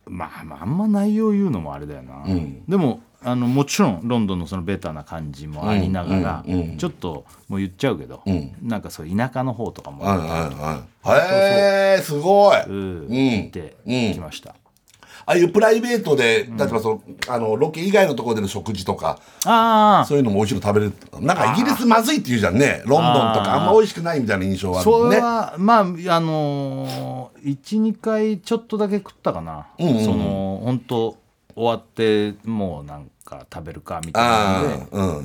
[SPEAKER 2] まあまああんま内容言うのもあれだよな、でもあのもちろんロンドンのそのベタな感じもありながら、ちょっともう言っちゃうけど、なんかそう田舎の方とかも
[SPEAKER 3] うんうんうんへえすごい、
[SPEAKER 2] うん
[SPEAKER 3] うん
[SPEAKER 2] 行ってきました、
[SPEAKER 3] ああいうプライベートで例えばその、あのロケ以外のところでの食事とか
[SPEAKER 2] あ
[SPEAKER 3] そういうのも美味しいの食べれるなんかイギリスまずいって言うじゃんねロンドンとかあんま美味しくないみたいな印象は
[SPEAKER 2] あ
[SPEAKER 3] あるも
[SPEAKER 2] そ
[SPEAKER 3] ん
[SPEAKER 2] れ
[SPEAKER 3] ね
[SPEAKER 2] は、まああのー、12回ちょっとだけ食ったかな、
[SPEAKER 3] んうんうん
[SPEAKER 2] その本当終わってもうなんか食べるかみたいなので
[SPEAKER 3] ああ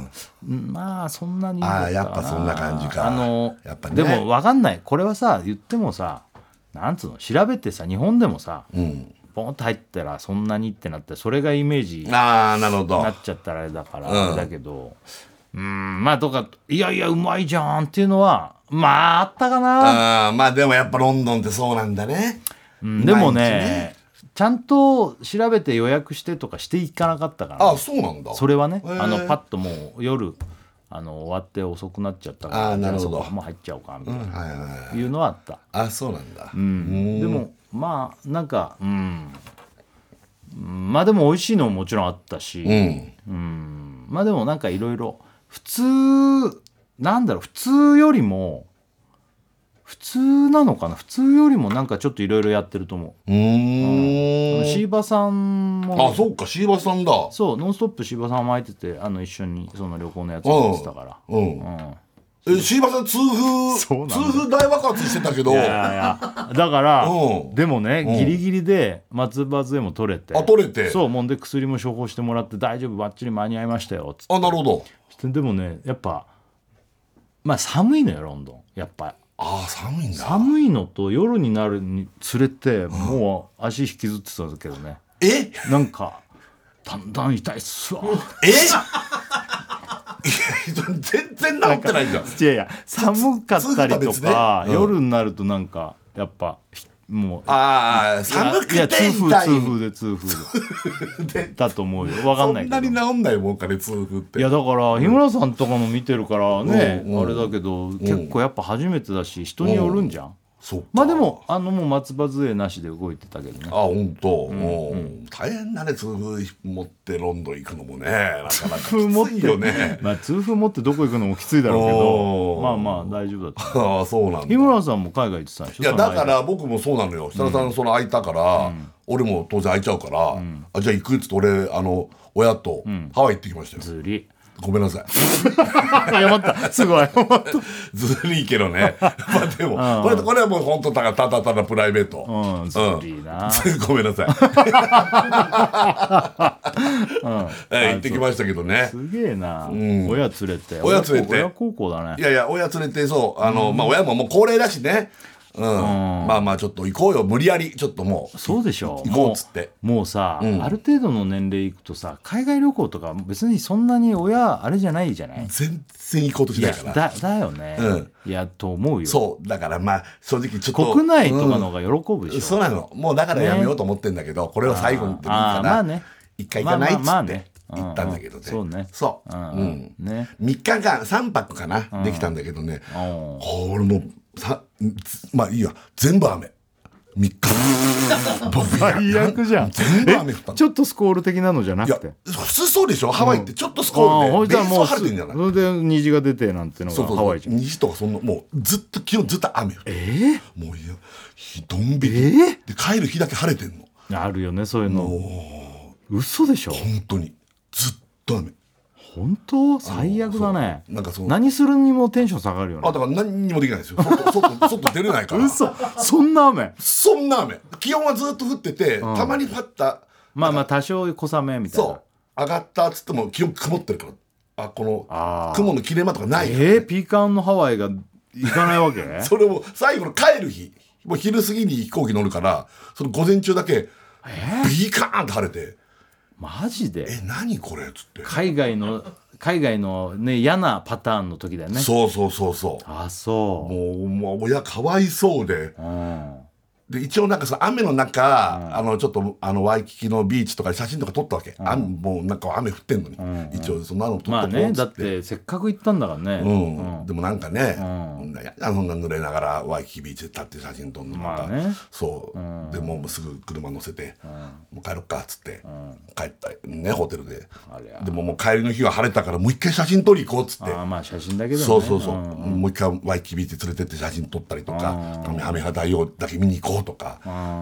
[SPEAKER 3] うん
[SPEAKER 2] まあそんなにだ
[SPEAKER 3] あ
[SPEAKER 2] たか
[SPEAKER 3] ー
[SPEAKER 2] な
[SPEAKER 3] やっぱそんな感じか
[SPEAKER 2] あの
[SPEAKER 3] やっぱね
[SPEAKER 2] でも分かんないこれはさ言ってもさなんつうの調べてさ日本でもさ、
[SPEAKER 3] うん
[SPEAKER 2] ポンと入ったらそんなにってなってそれがイメージにな
[SPEAKER 3] ああなるほど
[SPEAKER 2] っちゃったらあれだから、
[SPEAKER 3] ん
[SPEAKER 2] あれだけどうーんまあとかいやいやうまいじゃんっていうのはまああったかな、
[SPEAKER 3] あーまあでもやっぱロンドンってそうなんだね、
[SPEAKER 2] うんでもね
[SPEAKER 3] 毎日ね
[SPEAKER 2] ちゃんと調べて予約してとかしていかなかったから
[SPEAKER 3] ああそうなんだ
[SPEAKER 2] それはね、
[SPEAKER 3] へー
[SPEAKER 2] あのパッともう夜あの終わって遅くなっちゃったから
[SPEAKER 3] あーなるほど
[SPEAKER 2] じゃあそこもう入っちゃおうかみたいな、
[SPEAKER 3] はいはいはい
[SPEAKER 2] いうのはあった、
[SPEAKER 3] あそうなんだ、
[SPEAKER 2] うんでもまあなんかうんうんまあでも美味しいのももちろんあったし、
[SPEAKER 3] うん
[SPEAKER 2] うんまあでもなんかいろいろ普通なんだろう普通よりも普通なのかな普通よりもなんかちょっといろいろやってると思
[SPEAKER 3] うー
[SPEAKER 2] う、
[SPEAKER 3] ん
[SPEAKER 2] シーバさんも
[SPEAKER 3] あそうかシーバさんだ
[SPEAKER 2] そう「ノンストップ!」シーバさんも入っててあの一緒にその旅行のやつをやってたから、
[SPEAKER 3] う
[SPEAKER 2] う
[SPEAKER 3] ん
[SPEAKER 2] ん、
[SPEAKER 3] え椎葉さん痛
[SPEAKER 2] そうなん
[SPEAKER 3] 風
[SPEAKER 2] だ
[SPEAKER 3] 痛風大爆発してたけど
[SPEAKER 2] いやいやだから
[SPEAKER 3] うん
[SPEAKER 2] でもね
[SPEAKER 3] ん
[SPEAKER 2] ギリギリで松葉杖も取れて
[SPEAKER 3] あ取れて
[SPEAKER 2] そうもんで薬も処方してもらって大丈夫ばっちり間に合いましたよつっ
[SPEAKER 3] あなるほど
[SPEAKER 2] てでもねやっぱまあ寒いのよロンドンやっぱ
[SPEAKER 3] ああ寒いんだ
[SPEAKER 2] 寒いのと夜になるにつれてもう足引きずってたんだけどね
[SPEAKER 3] え <laughs>
[SPEAKER 2] なんかだんだん痛いっすわ
[SPEAKER 3] えいや全然治ってないじゃん
[SPEAKER 2] いやいや寒かったりと
[SPEAKER 3] 痛風とは
[SPEAKER 2] か、
[SPEAKER 3] 別ねうん
[SPEAKER 2] 夜になるとなんかやっぱひもう
[SPEAKER 3] ああ
[SPEAKER 2] いや
[SPEAKER 3] 寒く
[SPEAKER 2] いや
[SPEAKER 3] て
[SPEAKER 2] 痛風
[SPEAKER 3] 痛い
[SPEAKER 2] 痛風で痛風
[SPEAKER 3] <laughs>
[SPEAKER 2] でだと思うよ分かんないけど
[SPEAKER 3] そんなに治んないもんかね痛風って
[SPEAKER 2] いやだから日村さんとかも見てるからね、
[SPEAKER 3] うんうん
[SPEAKER 2] あれだけど、結構やっぱ初めてだし人によるんじゃん、
[SPEAKER 3] そっか
[SPEAKER 2] まあでもあのもう松葉杖なしで動いてたけどね
[SPEAKER 3] あ本当、もう大変だね痛風持ってロンドン行くのもねなかなかきついよね
[SPEAKER 2] <laughs> まあ痛風持ってどこ行くのもきついだろうけど
[SPEAKER 3] おー
[SPEAKER 2] まあまあ大丈夫だった
[SPEAKER 3] <laughs> ああそうなんだ
[SPEAKER 2] 日村さんも海外行ってたんでしょ
[SPEAKER 3] いや
[SPEAKER 2] その
[SPEAKER 3] だ
[SPEAKER 2] 間
[SPEAKER 3] から僕もそうなのよ設楽さんその空いたから、俺も当然空いちゃうから、あじゃあ行くっつって俺あの親とハワイ行ってきましたよ、
[SPEAKER 2] ずり
[SPEAKER 3] ごめん
[SPEAKER 2] <laughs>
[SPEAKER 3] なさい
[SPEAKER 2] 謝
[SPEAKER 3] <laughs>
[SPEAKER 2] ったすごい謝った
[SPEAKER 3] ずるいけど
[SPEAKER 2] <laughs>
[SPEAKER 3] ねまあでも、これこれはもう本当だからただただプライベート、
[SPEAKER 2] うんずりー
[SPEAKER 3] <laughs>
[SPEAKER 2] な
[SPEAKER 3] ごめんなさい、え行ってきましたけどね
[SPEAKER 2] すげえな、親連れて
[SPEAKER 3] 親連れて
[SPEAKER 2] 親孝行だ
[SPEAKER 3] い
[SPEAKER 2] ね
[SPEAKER 3] やいや親連れてそうあの、まあ親ももう高齢だしねうん、まあまあちょっと行こうよ無理やりちょっともう
[SPEAKER 2] そうでしょ
[SPEAKER 3] 行こうっつって
[SPEAKER 2] もうもうさ、ある程度の年齢いくとさ海外旅行とか別にそんなに親あれじゃないじゃない
[SPEAKER 3] 全然行こうとし
[SPEAKER 2] い
[SPEAKER 3] な
[SPEAKER 2] や
[SPEAKER 3] いから
[SPEAKER 2] だだよね、
[SPEAKER 3] うん
[SPEAKER 2] いやと思うよ
[SPEAKER 3] そうだからまあ正直ちょっと
[SPEAKER 2] 国内とかの方が喜ぶ
[SPEAKER 3] うん
[SPEAKER 2] でし
[SPEAKER 3] そ
[SPEAKER 2] ょ、
[SPEAKER 3] うなのもうだからやめようと思ってんだけど、これを最後にってもいい
[SPEAKER 2] あ
[SPEAKER 3] か
[SPEAKER 2] ー
[SPEAKER 3] な、
[SPEAKER 2] まあね
[SPEAKER 3] 一回行かないっつって、
[SPEAKER 2] まあまあまあねうん
[SPEAKER 3] 行ったんだけどね、
[SPEAKER 2] そうね
[SPEAKER 3] そう、
[SPEAKER 2] う
[SPEAKER 3] うん
[SPEAKER 2] んね
[SPEAKER 3] ね、3日間3泊かな、できたんだけどね、
[SPEAKER 2] うん
[SPEAKER 3] これもうさまあいいや全部雨3日僕
[SPEAKER 2] <laughs> 最悪じゃん
[SPEAKER 3] 全部雨降った
[SPEAKER 2] え
[SPEAKER 3] の
[SPEAKER 2] ちょっとスコール的なのじゃない
[SPEAKER 3] や
[SPEAKER 2] くて
[SPEAKER 3] 普通そうでしょハワイってちょっとス
[SPEAKER 2] あ
[SPEAKER 3] コール
[SPEAKER 2] ー
[SPEAKER 3] で、
[SPEAKER 2] ほいじ
[SPEAKER 3] ベ
[SPEAKER 2] ゃあ
[SPEAKER 3] ース
[SPEAKER 2] も
[SPEAKER 3] は
[SPEAKER 2] う
[SPEAKER 3] 晴れてんじゃない
[SPEAKER 2] それで虹が出てなんての
[SPEAKER 3] そう
[SPEAKER 2] が
[SPEAKER 3] そう
[SPEAKER 2] ハ
[SPEAKER 3] そ
[SPEAKER 2] ワ
[SPEAKER 3] う
[SPEAKER 2] イじゃん
[SPEAKER 3] 西とかそんなもうずっと気温ずっと雨よ、もういやひどんびり、で帰る日だけ晴れてんの
[SPEAKER 2] あるよねそういうの嘘でしょ
[SPEAKER 3] 本当にずっと雨
[SPEAKER 2] 本当最悪だね
[SPEAKER 3] そうなんかその
[SPEAKER 2] 何するにもテンション下がるよね
[SPEAKER 3] あだから何にもできないですよ外外外出れないから
[SPEAKER 2] 嘘そんな雨
[SPEAKER 3] そんな雨気温はずっと降ってて、たまにパッた
[SPEAKER 2] まあまあ多少小雨みたいな
[SPEAKER 3] そう上がったっつっても気温曇ってるからあこ
[SPEAKER 2] あー
[SPEAKER 3] の雲の切れ間とかないから
[SPEAKER 2] えー、ピーカンのハワイが行かないわけ
[SPEAKER 3] それを最後の帰る日もう昼過ぎに飛行機乗るからその午前中だけビーカーンって晴れて
[SPEAKER 2] マジ
[SPEAKER 3] 「え
[SPEAKER 2] で
[SPEAKER 3] 何これ?」っつって、
[SPEAKER 2] 海外の海外のね嫌なパターンの時だよね
[SPEAKER 3] そうそうそうそう
[SPEAKER 2] あそ
[SPEAKER 3] もうもう親かわいそうで
[SPEAKER 2] う、うん、
[SPEAKER 3] で一応なんかさ雨の中、あのちょっとあのワイキキのビーチとかで写真とか撮ったわけ、あん、もうなんか雨降ってんのに、一応そんなの撮
[SPEAKER 2] ま
[SPEAKER 3] っ
[SPEAKER 2] あ
[SPEAKER 3] とこう
[SPEAKER 2] ね
[SPEAKER 3] っつ
[SPEAKER 2] だ
[SPEAKER 3] っ。
[SPEAKER 2] っててせっかく行ったんだからね、
[SPEAKER 3] うんでもなんかね、
[SPEAKER 2] ん
[SPEAKER 3] そんなやだそんな濡れながらワイキキビーチで立って写真撮るのま
[SPEAKER 2] ま
[SPEAKER 3] た、
[SPEAKER 2] あね
[SPEAKER 3] そう、でもうすぐ車乗せて、もう帰ろっかっつって、帰ったねホテルで
[SPEAKER 2] ありゃ
[SPEAKER 3] でももう帰りの日は晴れたからもう一回写真撮り行こうっつって
[SPEAKER 2] あーまあ写真だけでも、ね、
[SPEAKER 3] そうそうそう、
[SPEAKER 2] ん
[SPEAKER 3] もう一回ワイキビーチ連れてって写真撮ったりとかハメハ大王だけ見に行こうとか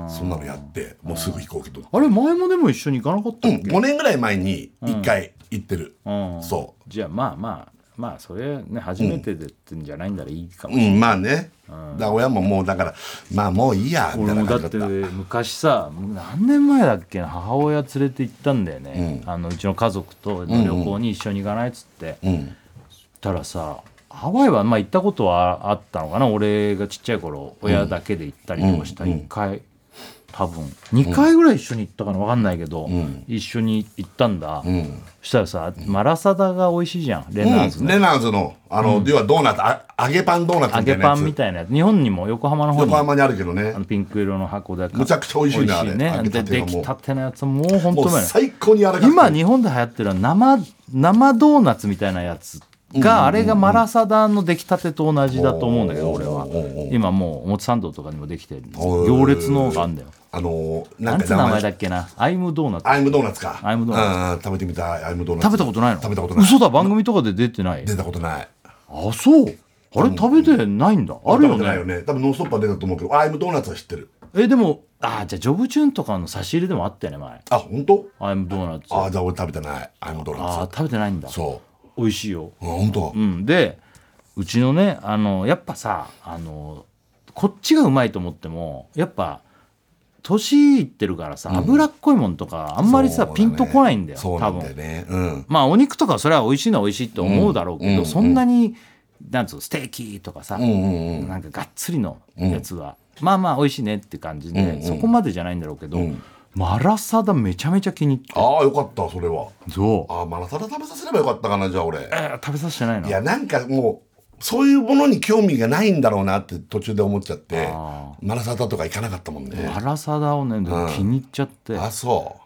[SPEAKER 3] そんなのやってもうすぐ飛行機と
[SPEAKER 2] あれ前もでも一緒に行かなかったっけ、
[SPEAKER 3] 5年ぐらい前に一回行ってる、
[SPEAKER 2] うん
[SPEAKER 3] そ
[SPEAKER 2] じゃあまあまあまあそれね初めてでってんじゃないんだらいいかも
[SPEAKER 3] う、うん、まあね、だから親ももうだからまあもういいやみ
[SPEAKER 2] 俺
[SPEAKER 3] たいな
[SPEAKER 2] もだ
[SPEAKER 3] 感
[SPEAKER 2] っ
[SPEAKER 3] じだってた
[SPEAKER 2] 昔さ何年前だっけな母親連れて行ったんだよね、うあのうちの家族と旅行に一緒に行かないっつって、
[SPEAKER 3] うん
[SPEAKER 2] たらさハワイはまあ行ったことはあったのかな俺がちっちゃい頃親だけで行ったりとかした、1回多分2回ぐらい一緒に行ったかな分かんないけど、一緒に行ったんだ、そしたらさマラサダが美味しいじゃんレナーズ
[SPEAKER 3] うん
[SPEAKER 2] の、
[SPEAKER 3] レナーズのあの、要はドーナツあ揚げパンドーナツ
[SPEAKER 2] 揚
[SPEAKER 3] みた
[SPEAKER 2] げ
[SPEAKER 3] いなや
[SPEAKER 2] パ
[SPEAKER 3] つ
[SPEAKER 2] ンみたいなやつ日本にも横浜の方に
[SPEAKER 3] 横
[SPEAKER 2] も
[SPEAKER 3] 浜にあるけどね
[SPEAKER 2] あのピンク色の箱だから
[SPEAKER 3] むちゃくちゃ美味しいね
[SPEAKER 2] ね
[SPEAKER 3] あれ
[SPEAKER 2] で
[SPEAKER 3] 揚げたて
[SPEAKER 2] 出
[SPEAKER 3] がもう
[SPEAKER 2] 来たてのやつもう本当
[SPEAKER 3] も
[SPEAKER 2] う
[SPEAKER 3] う
[SPEAKER 2] まいの
[SPEAKER 3] 最高に柔らかくて
[SPEAKER 2] 今日本で流行ってるのは生生ドーナツみたいなやつがあれがマラサダの出来たてと同じだと思うんだけど俺は今もうおもちサンドとかにもできてる
[SPEAKER 3] おー
[SPEAKER 2] 行列のがあんだよ
[SPEAKER 3] あのー
[SPEAKER 2] な
[SPEAKER 3] な
[SPEAKER 2] んん
[SPEAKER 3] か
[SPEAKER 2] つう名前だっけなアイムドーナツ
[SPEAKER 3] アイムドーナツか
[SPEAKER 2] アイムドーナ
[SPEAKER 3] ツ食べてみたアイムドーナツ
[SPEAKER 2] 食べたことないの
[SPEAKER 3] 食べたことない
[SPEAKER 2] 嘘だ番組とかで出てない
[SPEAKER 3] 出たことない
[SPEAKER 2] あそうあれ食べてないんだある
[SPEAKER 3] 食べ
[SPEAKER 2] よ
[SPEAKER 3] てないよ
[SPEAKER 2] ね
[SPEAKER 3] ね多分ノンストップは出たと思うけどアイムドーナツは知ってる
[SPEAKER 2] えでもあじゃあジョブチューンとかの差し入れでもあったよね前
[SPEAKER 3] あ本当
[SPEAKER 2] アイムドーナツ
[SPEAKER 3] あじゃあ俺食べてないアイムドー
[SPEAKER 2] あ
[SPEAKER 3] ナ
[SPEAKER 2] ー食べてないんだ
[SPEAKER 3] ツそ
[SPEAKER 2] 美味しいよ
[SPEAKER 3] うあ本当
[SPEAKER 2] うん、でうちのねあのやっぱさあのこっちがうまいと思ってもやっぱ年いってるからさ脂っこいもんとかあんまりさ、
[SPEAKER 3] そうだね
[SPEAKER 2] ピンとこないんだよ
[SPEAKER 3] そうな
[SPEAKER 2] 多
[SPEAKER 3] んだ
[SPEAKER 2] 分
[SPEAKER 3] よね。うん。
[SPEAKER 2] まあお肉とかそれは美味しいのは美味しいと思うだろうけど、
[SPEAKER 3] うん
[SPEAKER 2] そんなになんつうのステーキとかさ、
[SPEAKER 3] うんうんうん。
[SPEAKER 2] なんかがっつりのやつは、まあまあ美味しいねって感じで、
[SPEAKER 3] うんうん
[SPEAKER 2] そこまでじゃないんだろうけど、
[SPEAKER 3] うん
[SPEAKER 2] マラサダめちゃめちゃ気に入って
[SPEAKER 3] ああ、よかった、それは。
[SPEAKER 2] そう
[SPEAKER 3] ああ、マラサダ食べさせればよかったかな、じゃあ俺。
[SPEAKER 2] えー食べさせてないの
[SPEAKER 3] いや、なんかもう、そういうものに興味がないんだろうなって途中で思っちゃって
[SPEAKER 2] あ、
[SPEAKER 3] マラサダとか行かなかったもんね
[SPEAKER 2] マ。ラサダをねでも気に入っちゃって、
[SPEAKER 3] あ、そ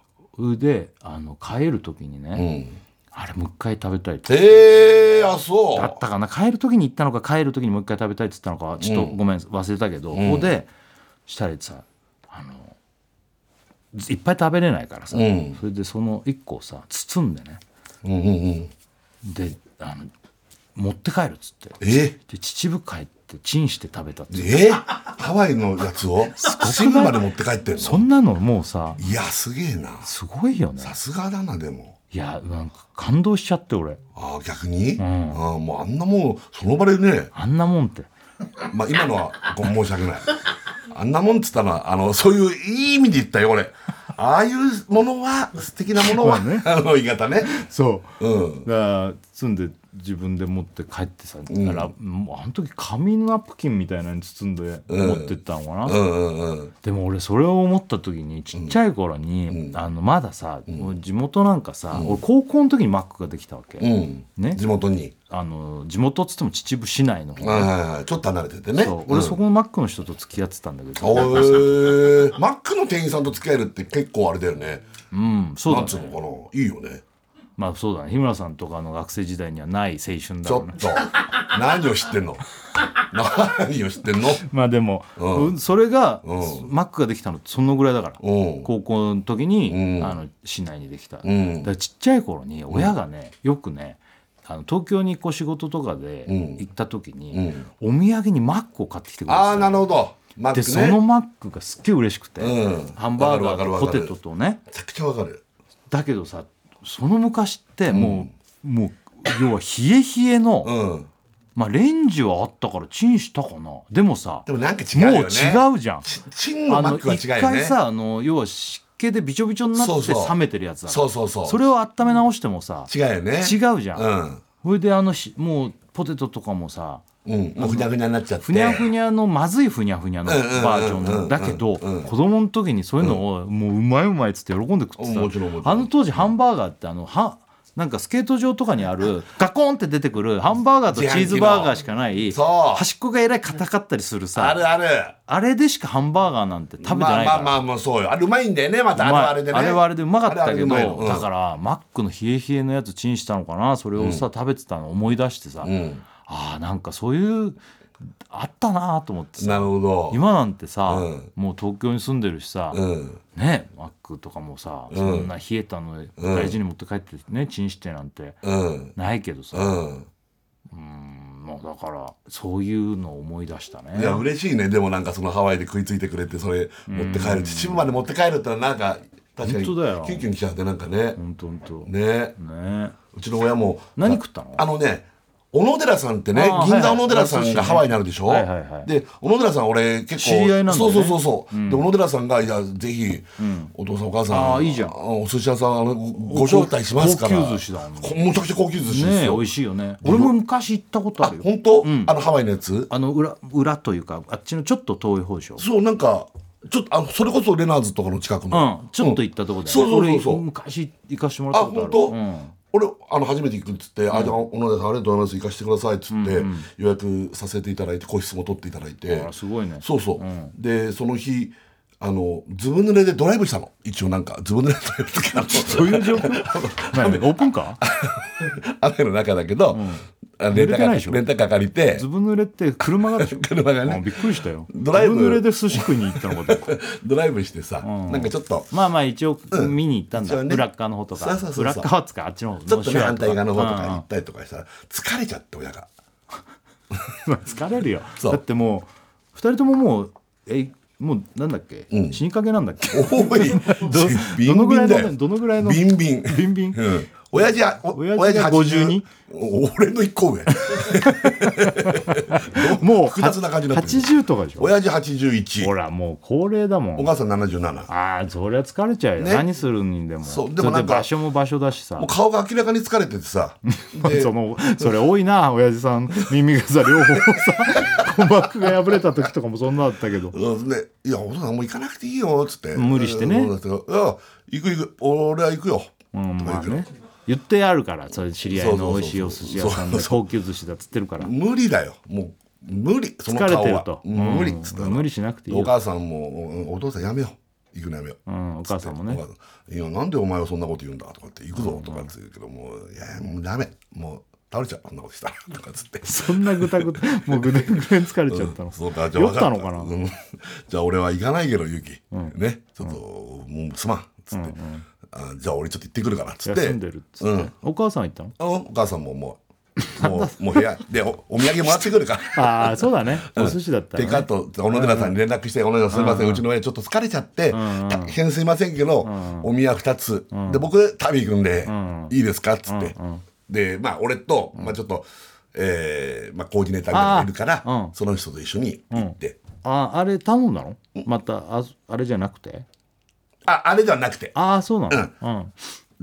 [SPEAKER 2] であの帰る時にね、
[SPEAKER 3] う。うん。
[SPEAKER 2] あれもう一回食べたいって
[SPEAKER 3] ええあ、そう。
[SPEAKER 2] だったかな帰る時に行ったのか帰る時にもう一回食べたいって言ったのかちょっとごめん、忘れたけど、ここでしたらさあのいっぱい食べれないからさ、
[SPEAKER 3] うん
[SPEAKER 2] それでその1個をさ包んでね
[SPEAKER 3] うんうんうん。
[SPEAKER 2] であの持って帰るっつって
[SPEAKER 3] え
[SPEAKER 2] で秩父帰ってチンして食べたって
[SPEAKER 3] えハワイのやつを新まで持って帰ってん
[SPEAKER 2] そ
[SPEAKER 3] の
[SPEAKER 2] んなのもうさ
[SPEAKER 3] いや、すげえな。
[SPEAKER 2] すごいよね
[SPEAKER 3] さすがだな、でも。
[SPEAKER 2] いやなんか感動しちゃって俺
[SPEAKER 3] ああ、逆に、
[SPEAKER 2] ん
[SPEAKER 3] ああ、もうあんなもん、その場でね、
[SPEAKER 2] あんなもんって
[SPEAKER 3] まあ今のはご申し訳ない。あんなもんっつったのは、あの、そういういい意味で言ったよ、俺。ああいうものは、素敵なものは、
[SPEAKER 2] まあね
[SPEAKER 3] あの言い方ね。
[SPEAKER 2] そう
[SPEAKER 3] うん。
[SPEAKER 2] だから包んで自分で持って帰ってさだから、もうあの時紙ナプキンみたいなのに包んで持ってったのかな、
[SPEAKER 3] うんうんうん。
[SPEAKER 2] でも俺それを思った時にちっちゃい頃に、あのまださ、もう地元なんかさ、俺高校の時にマックができたわけ、
[SPEAKER 3] うん。
[SPEAKER 2] ね
[SPEAKER 3] 地元に。
[SPEAKER 2] あの地元っつっても秩父市内の方、
[SPEAKER 3] はいはいはい。ちょっと離れててね。
[SPEAKER 2] そう俺そこのマックの人と付き合ってたんだけど、
[SPEAKER 3] おーマックの店員さんと付き合えるって結構あれだよね。
[SPEAKER 2] うんそう
[SPEAKER 3] なんつ
[SPEAKER 2] だ
[SPEAKER 3] う
[SPEAKER 2] ね
[SPEAKER 3] のかな。いいよね。
[SPEAKER 2] まあそうだね日村さんとかの学生時代にはない青春だ
[SPEAKER 3] ち
[SPEAKER 2] ろ
[SPEAKER 3] ょ
[SPEAKER 2] うね
[SPEAKER 3] っと。何を知ってんの何を知ってんの
[SPEAKER 2] まあでも、
[SPEAKER 3] う
[SPEAKER 2] それが、
[SPEAKER 3] うん
[SPEAKER 2] マックができたのってそのぐらいだから、
[SPEAKER 3] うん。
[SPEAKER 2] 高校の時に、
[SPEAKER 3] うん
[SPEAKER 2] あの市内にできた、
[SPEAKER 3] うん
[SPEAKER 2] だからちっちゃい頃に親がね、よくねあの東京にこう仕事とかで
[SPEAKER 3] うん
[SPEAKER 2] 行った時
[SPEAKER 3] う
[SPEAKER 2] に、
[SPEAKER 3] ん。
[SPEAKER 2] お土産にマックを買ってきてくれて
[SPEAKER 3] あ
[SPEAKER 2] た
[SPEAKER 3] あ、
[SPEAKER 2] の
[SPEAKER 3] なるほど。マック
[SPEAKER 2] で
[SPEAKER 3] ね。
[SPEAKER 2] そのマックがすっげえ嬉しくて、
[SPEAKER 3] うん
[SPEAKER 2] ハンバー
[SPEAKER 3] わ
[SPEAKER 2] ガ
[SPEAKER 3] かる
[SPEAKER 2] ー
[SPEAKER 3] わ
[SPEAKER 2] とポ
[SPEAKER 3] かるわかる
[SPEAKER 2] テトとね
[SPEAKER 3] めちゃくちゃわかる。
[SPEAKER 2] だけどさその昔ってもう、もう要は冷え冷えの、
[SPEAKER 3] うん。
[SPEAKER 2] まあレンジはあったからチンしたかなでもさ
[SPEAKER 3] でもなんか違うよね。
[SPEAKER 2] もう違うじゃん
[SPEAKER 3] ちチンのマックは違
[SPEAKER 2] 一
[SPEAKER 3] うよね。
[SPEAKER 2] 回さあの要は湿気でびちょびちょにな
[SPEAKER 3] そ
[SPEAKER 2] っ
[SPEAKER 3] う
[SPEAKER 2] て
[SPEAKER 3] そう
[SPEAKER 2] 冷めてるやつだから
[SPEAKER 3] そうそうそう。
[SPEAKER 2] それを温め直してもさ
[SPEAKER 3] 違うよね。
[SPEAKER 2] 違うじゃん、
[SPEAKER 3] うん。
[SPEAKER 2] それであのしもうポテトとかもさ
[SPEAKER 3] うん。もうふにゃふにゃになっちゃって。
[SPEAKER 2] ふにゃふにゃのまずいふにゃふにゃの
[SPEAKER 3] うんうんうんうん
[SPEAKER 2] バージョンなんだけど子供の時にそういうのをもううまいうまいっつって喜んで食ってた
[SPEAKER 3] もちろんもちろ
[SPEAKER 2] あ
[SPEAKER 3] ん
[SPEAKER 2] の当時ハンバーガーってあのはなんかスケート場とかにあるガコンって出てくるハンバーガーとチーズバーガーしかない
[SPEAKER 3] そう
[SPEAKER 2] 端っこがえらい硬かったりするさ
[SPEAKER 3] あるある。
[SPEAKER 2] あれでしかハンバーガーなんて食べてないか
[SPEAKER 3] まあ
[SPEAKER 2] ら、
[SPEAKER 3] まあまあまあそうよ。あれうまいんだよね、またあれはあれでね。
[SPEAKER 2] まああれはあれでうまかったけど
[SPEAKER 3] あれはうまいのうん
[SPEAKER 2] だからマックの冷え冷えのやつチンしたのかなそれをさ、食べてたの思い出してさ、
[SPEAKER 3] ん
[SPEAKER 2] ああなんかそういうあったなと思ってさ
[SPEAKER 3] なるほど。
[SPEAKER 2] 今なんてさ、
[SPEAKER 3] うん
[SPEAKER 2] もう東京に住んでるしさ、
[SPEAKER 3] うん。
[SPEAKER 2] ねマックとかもさ、そんな冷えたの大事に持って帰ってねチンしてなんて
[SPEAKER 3] うん。
[SPEAKER 2] ないけどさ、
[SPEAKER 3] うん。
[SPEAKER 2] うんもうだからそういうのを思い出したね
[SPEAKER 3] いや嬉しいねでもなんかそのハワイで食いついてくれてそれ持って帰る秩父まで持って帰るってのはなんか確かに
[SPEAKER 2] 本当だよ
[SPEAKER 3] キュンキュンしちゃってなんかね
[SPEAKER 2] ほんとほんとね
[SPEAKER 3] ねうちの親も
[SPEAKER 2] 何食ったの
[SPEAKER 3] あのね小野寺さんってね
[SPEAKER 2] あー
[SPEAKER 3] 銀座
[SPEAKER 2] はいは
[SPEAKER 3] 小
[SPEAKER 2] い
[SPEAKER 3] 野寺さんがハワイになるでしょ、
[SPEAKER 2] はいはいはい
[SPEAKER 3] で小野寺さん俺結構
[SPEAKER 2] 知り合いなんだよね
[SPEAKER 3] そうそうそうそう、で小野寺さんが「いやぜひお父さんお母さん、
[SPEAKER 2] あーいいじゃん
[SPEAKER 3] お寿司屋さんあのごご招待しますから」
[SPEAKER 2] 高級寿司だもん
[SPEAKER 3] こむちゃくちゃ高級寿司で
[SPEAKER 2] ね
[SPEAKER 3] す
[SPEAKER 2] え
[SPEAKER 3] よ、
[SPEAKER 2] 美味しいよね俺も昔行ったことあるよ
[SPEAKER 3] 本当、あのハワイのやつ
[SPEAKER 2] あの裏裏というかあっちのちょっと遠い方でしょ
[SPEAKER 3] そうなんかちょっとあのそれこそレナーズとかの近く
[SPEAKER 2] う
[SPEAKER 3] の、
[SPEAKER 2] んちょっと行ったとこだ
[SPEAKER 3] そう
[SPEAKER 2] よ
[SPEAKER 3] そう
[SPEAKER 2] ね
[SPEAKER 3] そうそう
[SPEAKER 2] 俺昔行かしてもら
[SPEAKER 3] あ
[SPEAKER 2] ったことあ
[SPEAKER 3] 本
[SPEAKER 2] る
[SPEAKER 3] 当、
[SPEAKER 2] うん
[SPEAKER 3] 俺あの初めて行くっつって「あじゃあ小野寺さんありがとうございます行かせてください」っつって、予約させていただいて個室も取っていただいて
[SPEAKER 2] あらすごいね
[SPEAKER 3] そうそう、でその日あのずぶ濡れでドライブしたの一応なんかずぶ濡れでドライブした
[SPEAKER 2] <laughs>
[SPEAKER 3] の
[SPEAKER 2] どういう状況何オープンカー
[SPEAKER 3] 雨の中だけど、あのレン
[SPEAKER 2] 濡れて
[SPEAKER 3] タカ
[SPEAKER 2] ないでし
[SPEAKER 3] ー
[SPEAKER 2] ょ
[SPEAKER 3] レンタカー借りて
[SPEAKER 2] ずぶ濡れって車がでしょ
[SPEAKER 3] <laughs> 車が
[SPEAKER 2] あ
[SPEAKER 3] ね
[SPEAKER 2] びっくりしたよ
[SPEAKER 3] ドライブ
[SPEAKER 2] ずぶ濡れで寿司食いに行ったのかと
[SPEAKER 3] <laughs> ドライブしてさ、なんかちょっと
[SPEAKER 2] まあまあ一応見に行ったんだ
[SPEAKER 3] 一応ね
[SPEAKER 2] 裏っ側の方とか
[SPEAKER 3] そうそうそうそう
[SPEAKER 2] 裏っ側っつうかあっちの方
[SPEAKER 3] ちょっとね
[SPEAKER 2] シュア
[SPEAKER 3] 反対側の方とか
[SPEAKER 2] うんう
[SPEAKER 3] 行
[SPEAKER 2] ん
[SPEAKER 3] ったりとかしたら疲れちゃって親が
[SPEAKER 2] まあ疲れるよ
[SPEAKER 3] そう
[SPEAKER 2] だってもう2人とももうえもうなんだっけ、
[SPEAKER 3] うん
[SPEAKER 2] 死にかけなんだっけ
[SPEAKER 3] おい
[SPEAKER 2] ど
[SPEAKER 3] ビンビンだよ
[SPEAKER 2] どのぐらいのどのぐらいの
[SPEAKER 3] ビンビン
[SPEAKER 2] ビンビン
[SPEAKER 3] うん親父は、お
[SPEAKER 2] 親父が52
[SPEAKER 3] お俺の一個上。
[SPEAKER 2] もう
[SPEAKER 3] 複雑な感じになってる
[SPEAKER 2] 80とかでしょ
[SPEAKER 3] 親父81
[SPEAKER 2] ほ。らもう高齢だも
[SPEAKER 3] お
[SPEAKER 2] ん
[SPEAKER 3] 母さん77。
[SPEAKER 2] ああそりゃ疲れちゃうよ、
[SPEAKER 3] ね
[SPEAKER 2] 何するにでも
[SPEAKER 3] そうで
[SPEAKER 2] だ
[SPEAKER 3] もな
[SPEAKER 2] っ
[SPEAKER 3] ん
[SPEAKER 2] て
[SPEAKER 3] か
[SPEAKER 2] 場所も場所だしさ
[SPEAKER 3] もう
[SPEAKER 2] <laughs>
[SPEAKER 3] 顔が明らかに疲れててさ。で
[SPEAKER 2] そのそれ多いな親父さん耳がさ両方
[SPEAKER 3] <laughs>
[SPEAKER 2] さ鼓膜が破れた時とかもそんなだったけど
[SPEAKER 3] うんで「いやお父さんもう行かなくていいよ」っつって
[SPEAKER 2] 無理してね
[SPEAKER 3] うんそうだっていや行く行く俺は行くよ」
[SPEAKER 2] うん
[SPEAKER 3] とか
[SPEAKER 2] まあ
[SPEAKER 3] 言うけど
[SPEAKER 2] ね言ってあるからそれ知り合いの美味しいお寿司屋さんで
[SPEAKER 3] そうそうそうそう
[SPEAKER 2] 高級寿司だっつってるから
[SPEAKER 3] 無理だよもう無理その
[SPEAKER 2] 疲れ
[SPEAKER 3] 顔
[SPEAKER 2] てる
[SPEAKER 3] は
[SPEAKER 2] と
[SPEAKER 3] うん無理っつっ
[SPEAKER 2] う
[SPEAKER 3] たら
[SPEAKER 2] ん無理しなくていい
[SPEAKER 3] お
[SPEAKER 2] よ、
[SPEAKER 3] 母さんもうん「お父さんやめよう行くのやめよう」
[SPEAKER 2] うん、お母さんもね
[SPEAKER 3] お母さんいやなんでお前はそんなこと言うんだ」とかって「行くぞ」とかって言うけどもう「いやもうダメもう倒れちゃうこんなことしたら」 <laughs> とかっつって。
[SPEAKER 2] そんなぐたぐたもうぐでんぐでん疲れちゃったの、
[SPEAKER 3] そうか、じゃあ
[SPEAKER 2] 酔っ
[SPEAKER 3] 分
[SPEAKER 2] た
[SPEAKER 3] か
[SPEAKER 2] のかな、
[SPEAKER 3] うんじゃあ俺は行かないけど、ゆうき。ね。ちょっと、もうすまん。つって。あじゃあ俺ちょっと行ってくるから。つって。
[SPEAKER 2] 休んでるっつって、
[SPEAKER 3] うん
[SPEAKER 2] お母さん行ったの
[SPEAKER 3] うんお母さんももう、もう、もう部屋でおお土産もらってく
[SPEAKER 2] <laughs>
[SPEAKER 3] るから。
[SPEAKER 2] ああそうだねお寿司だったら、
[SPEAKER 3] で
[SPEAKER 2] ね、
[SPEAKER 3] かと小野寺さんに連絡して「小野寺すみませんうちの親ちょっと疲れちゃって大変すいませんけどお宮2つで僕旅行くんでいいですか?」っつってでまあ俺とまあちょっとえーまあコーディネーターみたいなのがいるか
[SPEAKER 2] あーう
[SPEAKER 3] ら
[SPEAKER 2] ん
[SPEAKER 3] その人と一緒に行って
[SPEAKER 2] ああれ頼んだのまたああれじゃなくて
[SPEAKER 3] ああれではなくて
[SPEAKER 2] ああそうなのうん、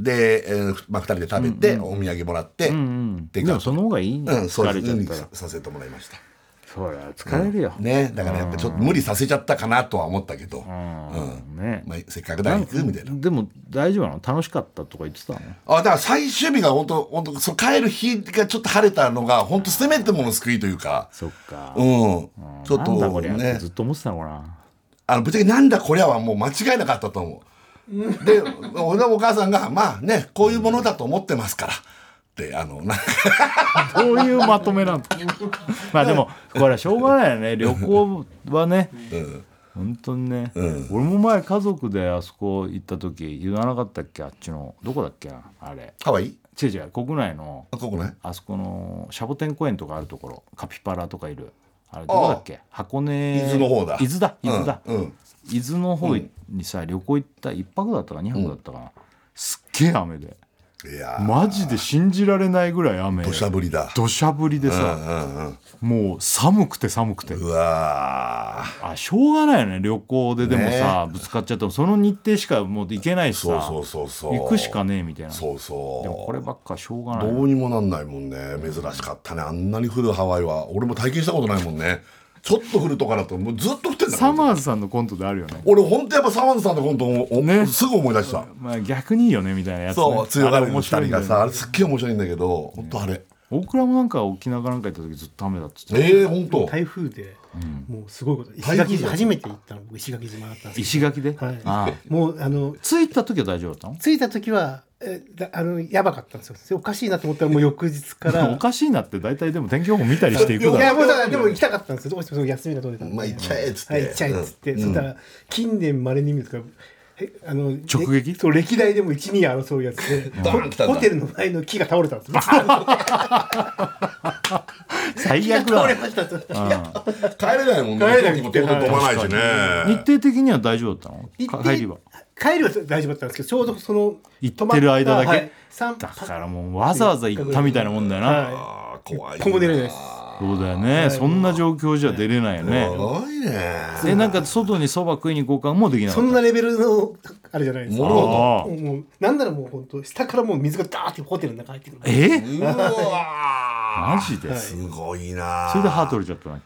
[SPEAKER 3] で、えーまあ、2人で食べて、お土産もらって、
[SPEAKER 2] うん、
[SPEAKER 3] で
[SPEAKER 2] で
[SPEAKER 3] か
[SPEAKER 2] もその方がいいね、
[SPEAKER 3] うん、そう
[SPEAKER 2] 疲
[SPEAKER 3] で
[SPEAKER 2] れ
[SPEAKER 3] す
[SPEAKER 2] ちゃった
[SPEAKER 3] うん
[SPEAKER 2] ら
[SPEAKER 3] させてもらいました
[SPEAKER 2] そりゃ疲れるよ、
[SPEAKER 3] ねだからやっぱちょっと無理させちゃったかなとは思ったけど、
[SPEAKER 2] うんね
[SPEAKER 3] まあ、せっかくだから行くみたいな
[SPEAKER 2] でも大丈夫なの楽しかったとか言ってたの
[SPEAKER 3] あだから最終日が本当本当その帰る日がちょっと晴れたのが本当せめてもの救いというか
[SPEAKER 2] そっか、
[SPEAKER 3] うんちょっ
[SPEAKER 2] なんだ
[SPEAKER 3] と
[SPEAKER 2] こりゃ、
[SPEAKER 3] ね
[SPEAKER 2] ずっと思ってたのかな
[SPEAKER 3] あのぶっちゃけなんだこりゃはもう間違いなかったと思うで <laughs> 俺のお母さんがまあねこういうものだと思ってますからってあのなんか
[SPEAKER 2] どういうまとめ
[SPEAKER 3] <laughs>
[SPEAKER 2] なんだまあでもこれはしょうがないよね旅行はね、本当にね、俺も前家族であそこ行った時言わなかったっけあっちのどこだっけなあれ
[SPEAKER 3] ハワイ
[SPEAKER 2] 違う違う国内の
[SPEAKER 3] あここね
[SPEAKER 2] あそこのシャボテン公園とかあるところカピパラとかいるあれどこだっけ箱根
[SPEAKER 3] 伊豆の方だ
[SPEAKER 2] 伊豆だ伊豆だ、
[SPEAKER 3] うんうん
[SPEAKER 2] 伊豆の方にさ、旅行行った一泊だったか二泊だったかな、すっげえ雨で
[SPEAKER 3] いやー
[SPEAKER 2] マジで信じられないぐらい雨
[SPEAKER 3] 土砂降りだ。
[SPEAKER 2] 土砂降りで
[SPEAKER 3] う
[SPEAKER 2] さ、
[SPEAKER 3] んうんうん
[SPEAKER 2] もう寒くて寒くて
[SPEAKER 3] うわー
[SPEAKER 2] あしょうがないよね旅行ででもさ、
[SPEAKER 3] ね
[SPEAKER 2] ぶつかっちゃってもその日程しかもう行けないし
[SPEAKER 3] そう
[SPEAKER 2] さ
[SPEAKER 3] そうそうそう。
[SPEAKER 2] 行くしかねえみたいな
[SPEAKER 3] そうそう。
[SPEAKER 2] でもこればっかしょうがない
[SPEAKER 3] どうにもなんないもんね。珍しかったね。あんなに降るハワイは、俺も体験したことないもんね。ちょっと降るとかだと、もうずっと降ってんだか
[SPEAKER 2] サ
[SPEAKER 3] ら。
[SPEAKER 2] マーズさんのコントであるよね
[SPEAKER 3] 俺ほんとやっぱサマンズさんのコントを、お
[SPEAKER 2] ね
[SPEAKER 3] すぐ思い出した。
[SPEAKER 2] まあ逆にいいよねみたいなやつ、ね、
[SPEAKER 3] そう、強が
[SPEAKER 2] あ
[SPEAKER 3] る
[SPEAKER 2] れ
[SPEAKER 3] 二
[SPEAKER 2] 面白い
[SPEAKER 3] 人
[SPEAKER 2] んだ
[SPEAKER 3] が
[SPEAKER 2] よ
[SPEAKER 3] さ、あ
[SPEAKER 2] ね
[SPEAKER 3] れすっげえ面白いんだけど、ほんとあれ。
[SPEAKER 2] 大倉もなんか沖縄かなんか行った時ずっと雨だっつって
[SPEAKER 3] ええ、ほんと。
[SPEAKER 4] 台風で、もうすごいこと石
[SPEAKER 3] 台風
[SPEAKER 4] 垣
[SPEAKER 3] だ
[SPEAKER 4] 島初めて行ったの僕石垣島だったんです
[SPEAKER 2] 石垣で、
[SPEAKER 4] けど、はい、
[SPEAKER 2] ああ
[SPEAKER 4] もうあの
[SPEAKER 2] 着いた時は大丈夫だっ
[SPEAKER 4] 着いた時はえだあのやばかったんですよそれおかしいなと思ったらもう翌日か
[SPEAKER 2] たの
[SPEAKER 4] ら
[SPEAKER 3] <laughs>
[SPEAKER 2] おかしいなって大体でも天気予報見たりしていく
[SPEAKER 4] い
[SPEAKER 2] だ
[SPEAKER 4] や
[SPEAKER 2] ろ
[SPEAKER 4] もうだからでも行きたかったんですよどうしてもその休みが取れたんで
[SPEAKER 3] まあ行っちゃえっつって
[SPEAKER 4] はい行っちゃえっつって、そしたら近年まれに見るとかえあの
[SPEAKER 2] 直撃
[SPEAKER 4] れそう歴代でも12位争うやつで
[SPEAKER 3] バーン来たんだ
[SPEAKER 4] ホホテルの前の木が倒れたんですよ
[SPEAKER 2] 最悪
[SPEAKER 4] <laughs> 倒れ
[SPEAKER 2] だ
[SPEAKER 4] ましたと
[SPEAKER 3] 帰れないもんね。
[SPEAKER 4] 帰れない
[SPEAKER 3] 飛行機も当然飛ばないし
[SPEAKER 2] 日
[SPEAKER 3] ね。
[SPEAKER 2] 程的には大丈夫だっ
[SPEAKER 4] 行
[SPEAKER 2] た
[SPEAKER 4] っ
[SPEAKER 2] の
[SPEAKER 4] て
[SPEAKER 2] 帰りは
[SPEAKER 4] 帰りは大丈夫だったんですけどちょうどその
[SPEAKER 2] 行ってる間だけ
[SPEAKER 4] 泊まったはい三
[SPEAKER 2] だからもうわざわざ行ったみたいなもんだよな、
[SPEAKER 4] は
[SPEAKER 3] ああ、怖い。
[SPEAKER 4] 一個も出れないです
[SPEAKER 2] そうだよね、そんな状況じゃ出れないよね
[SPEAKER 3] す、ごいね。
[SPEAKER 2] えなんか外にそば食いに行こうかもできない
[SPEAKER 4] そんなレベルのあれじゃないです
[SPEAKER 3] 物事
[SPEAKER 4] もうもうなんならもう本当下からもう水がダーってホテルの中入ってくる
[SPEAKER 2] え
[SPEAKER 3] うわ
[SPEAKER 2] マジで、
[SPEAKER 4] は
[SPEAKER 3] ー
[SPEAKER 4] い
[SPEAKER 3] すごいな
[SPEAKER 2] それで
[SPEAKER 3] <laughs>
[SPEAKER 2] 歯取れちゃったな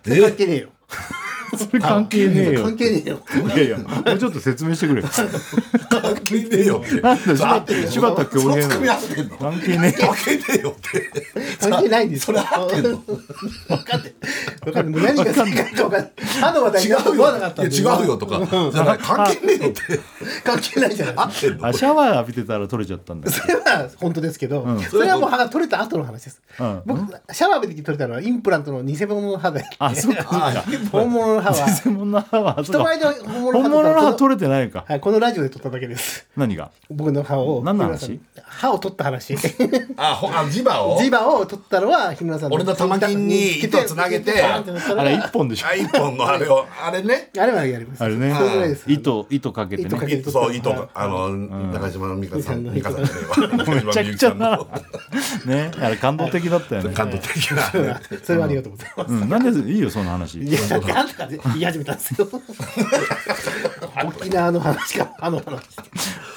[SPEAKER 4] それ関係ねえよ
[SPEAKER 2] それ関係ねえよ
[SPEAKER 4] 関係ねえよ
[SPEAKER 2] いやいやもうちょっと説明してくれなん
[SPEAKER 3] 関係ねえよって。
[SPEAKER 2] で柴田柴田恭平
[SPEAKER 3] その組み
[SPEAKER 2] の
[SPEAKER 3] 合わせてんの
[SPEAKER 2] 関係ねえ
[SPEAKER 3] 関係ねえよって。
[SPEAKER 4] 関係ないんです
[SPEAKER 3] それ合ってんの
[SPEAKER 4] 分かって分かってもう何が正解とか歯の話題
[SPEAKER 3] 違う
[SPEAKER 4] だと思わなかった
[SPEAKER 3] よ。
[SPEAKER 4] んで
[SPEAKER 3] いや違うよとか。じゃない関係ねえよって。
[SPEAKER 4] 関係ないじゃない
[SPEAKER 3] 合ってんの
[SPEAKER 2] あシャワー浴びてたら取れちゃったんだ
[SPEAKER 4] それは本当ですけど、それはもう歯が取れた後の話です、
[SPEAKER 2] うん
[SPEAKER 4] 僕シャワーで取れたのはインプラントの偽物の歯で
[SPEAKER 2] あそっかそっか
[SPEAKER 4] 本物のの歯は
[SPEAKER 2] 偽物の歯は
[SPEAKER 4] 人前で本物の歯
[SPEAKER 2] 本物の歯取れてないか
[SPEAKER 4] はいこのラジオで撮っただけです
[SPEAKER 2] 何が
[SPEAKER 4] 僕の歯を
[SPEAKER 2] 何の話
[SPEAKER 4] 日村さん歯を取った話
[SPEAKER 3] あほあ磁場を
[SPEAKER 4] <laughs> 磁場を取ったのは日村さんの
[SPEAKER 3] 俺の玉金に糸つなげて
[SPEAKER 4] バーンってなった
[SPEAKER 2] あ
[SPEAKER 4] ら
[SPEAKER 2] れ一本でしょ
[SPEAKER 3] あ一本のあれをあれね
[SPEAKER 4] あれはやります
[SPEAKER 2] あれね
[SPEAKER 4] それぐらいです
[SPEAKER 2] 糸糸かけて
[SPEAKER 4] 糸か
[SPEAKER 2] ね
[SPEAKER 4] け
[SPEAKER 3] いそう糸があの、中島美香さん美
[SPEAKER 4] 美
[SPEAKER 3] 香
[SPEAKER 4] 香
[SPEAKER 3] さ
[SPEAKER 4] さ
[SPEAKER 3] ん
[SPEAKER 4] ん
[SPEAKER 3] じゃねえわ中島みゆきさ
[SPEAKER 4] の
[SPEAKER 3] んの
[SPEAKER 2] ねあれ感動的だったよね
[SPEAKER 3] 感動的なあれ
[SPEAKER 4] それはありがとうございます
[SPEAKER 2] うんなんでいいよその話
[SPEAKER 4] いやだってあんたがね言い始めたんですよ沖縄の話かあの話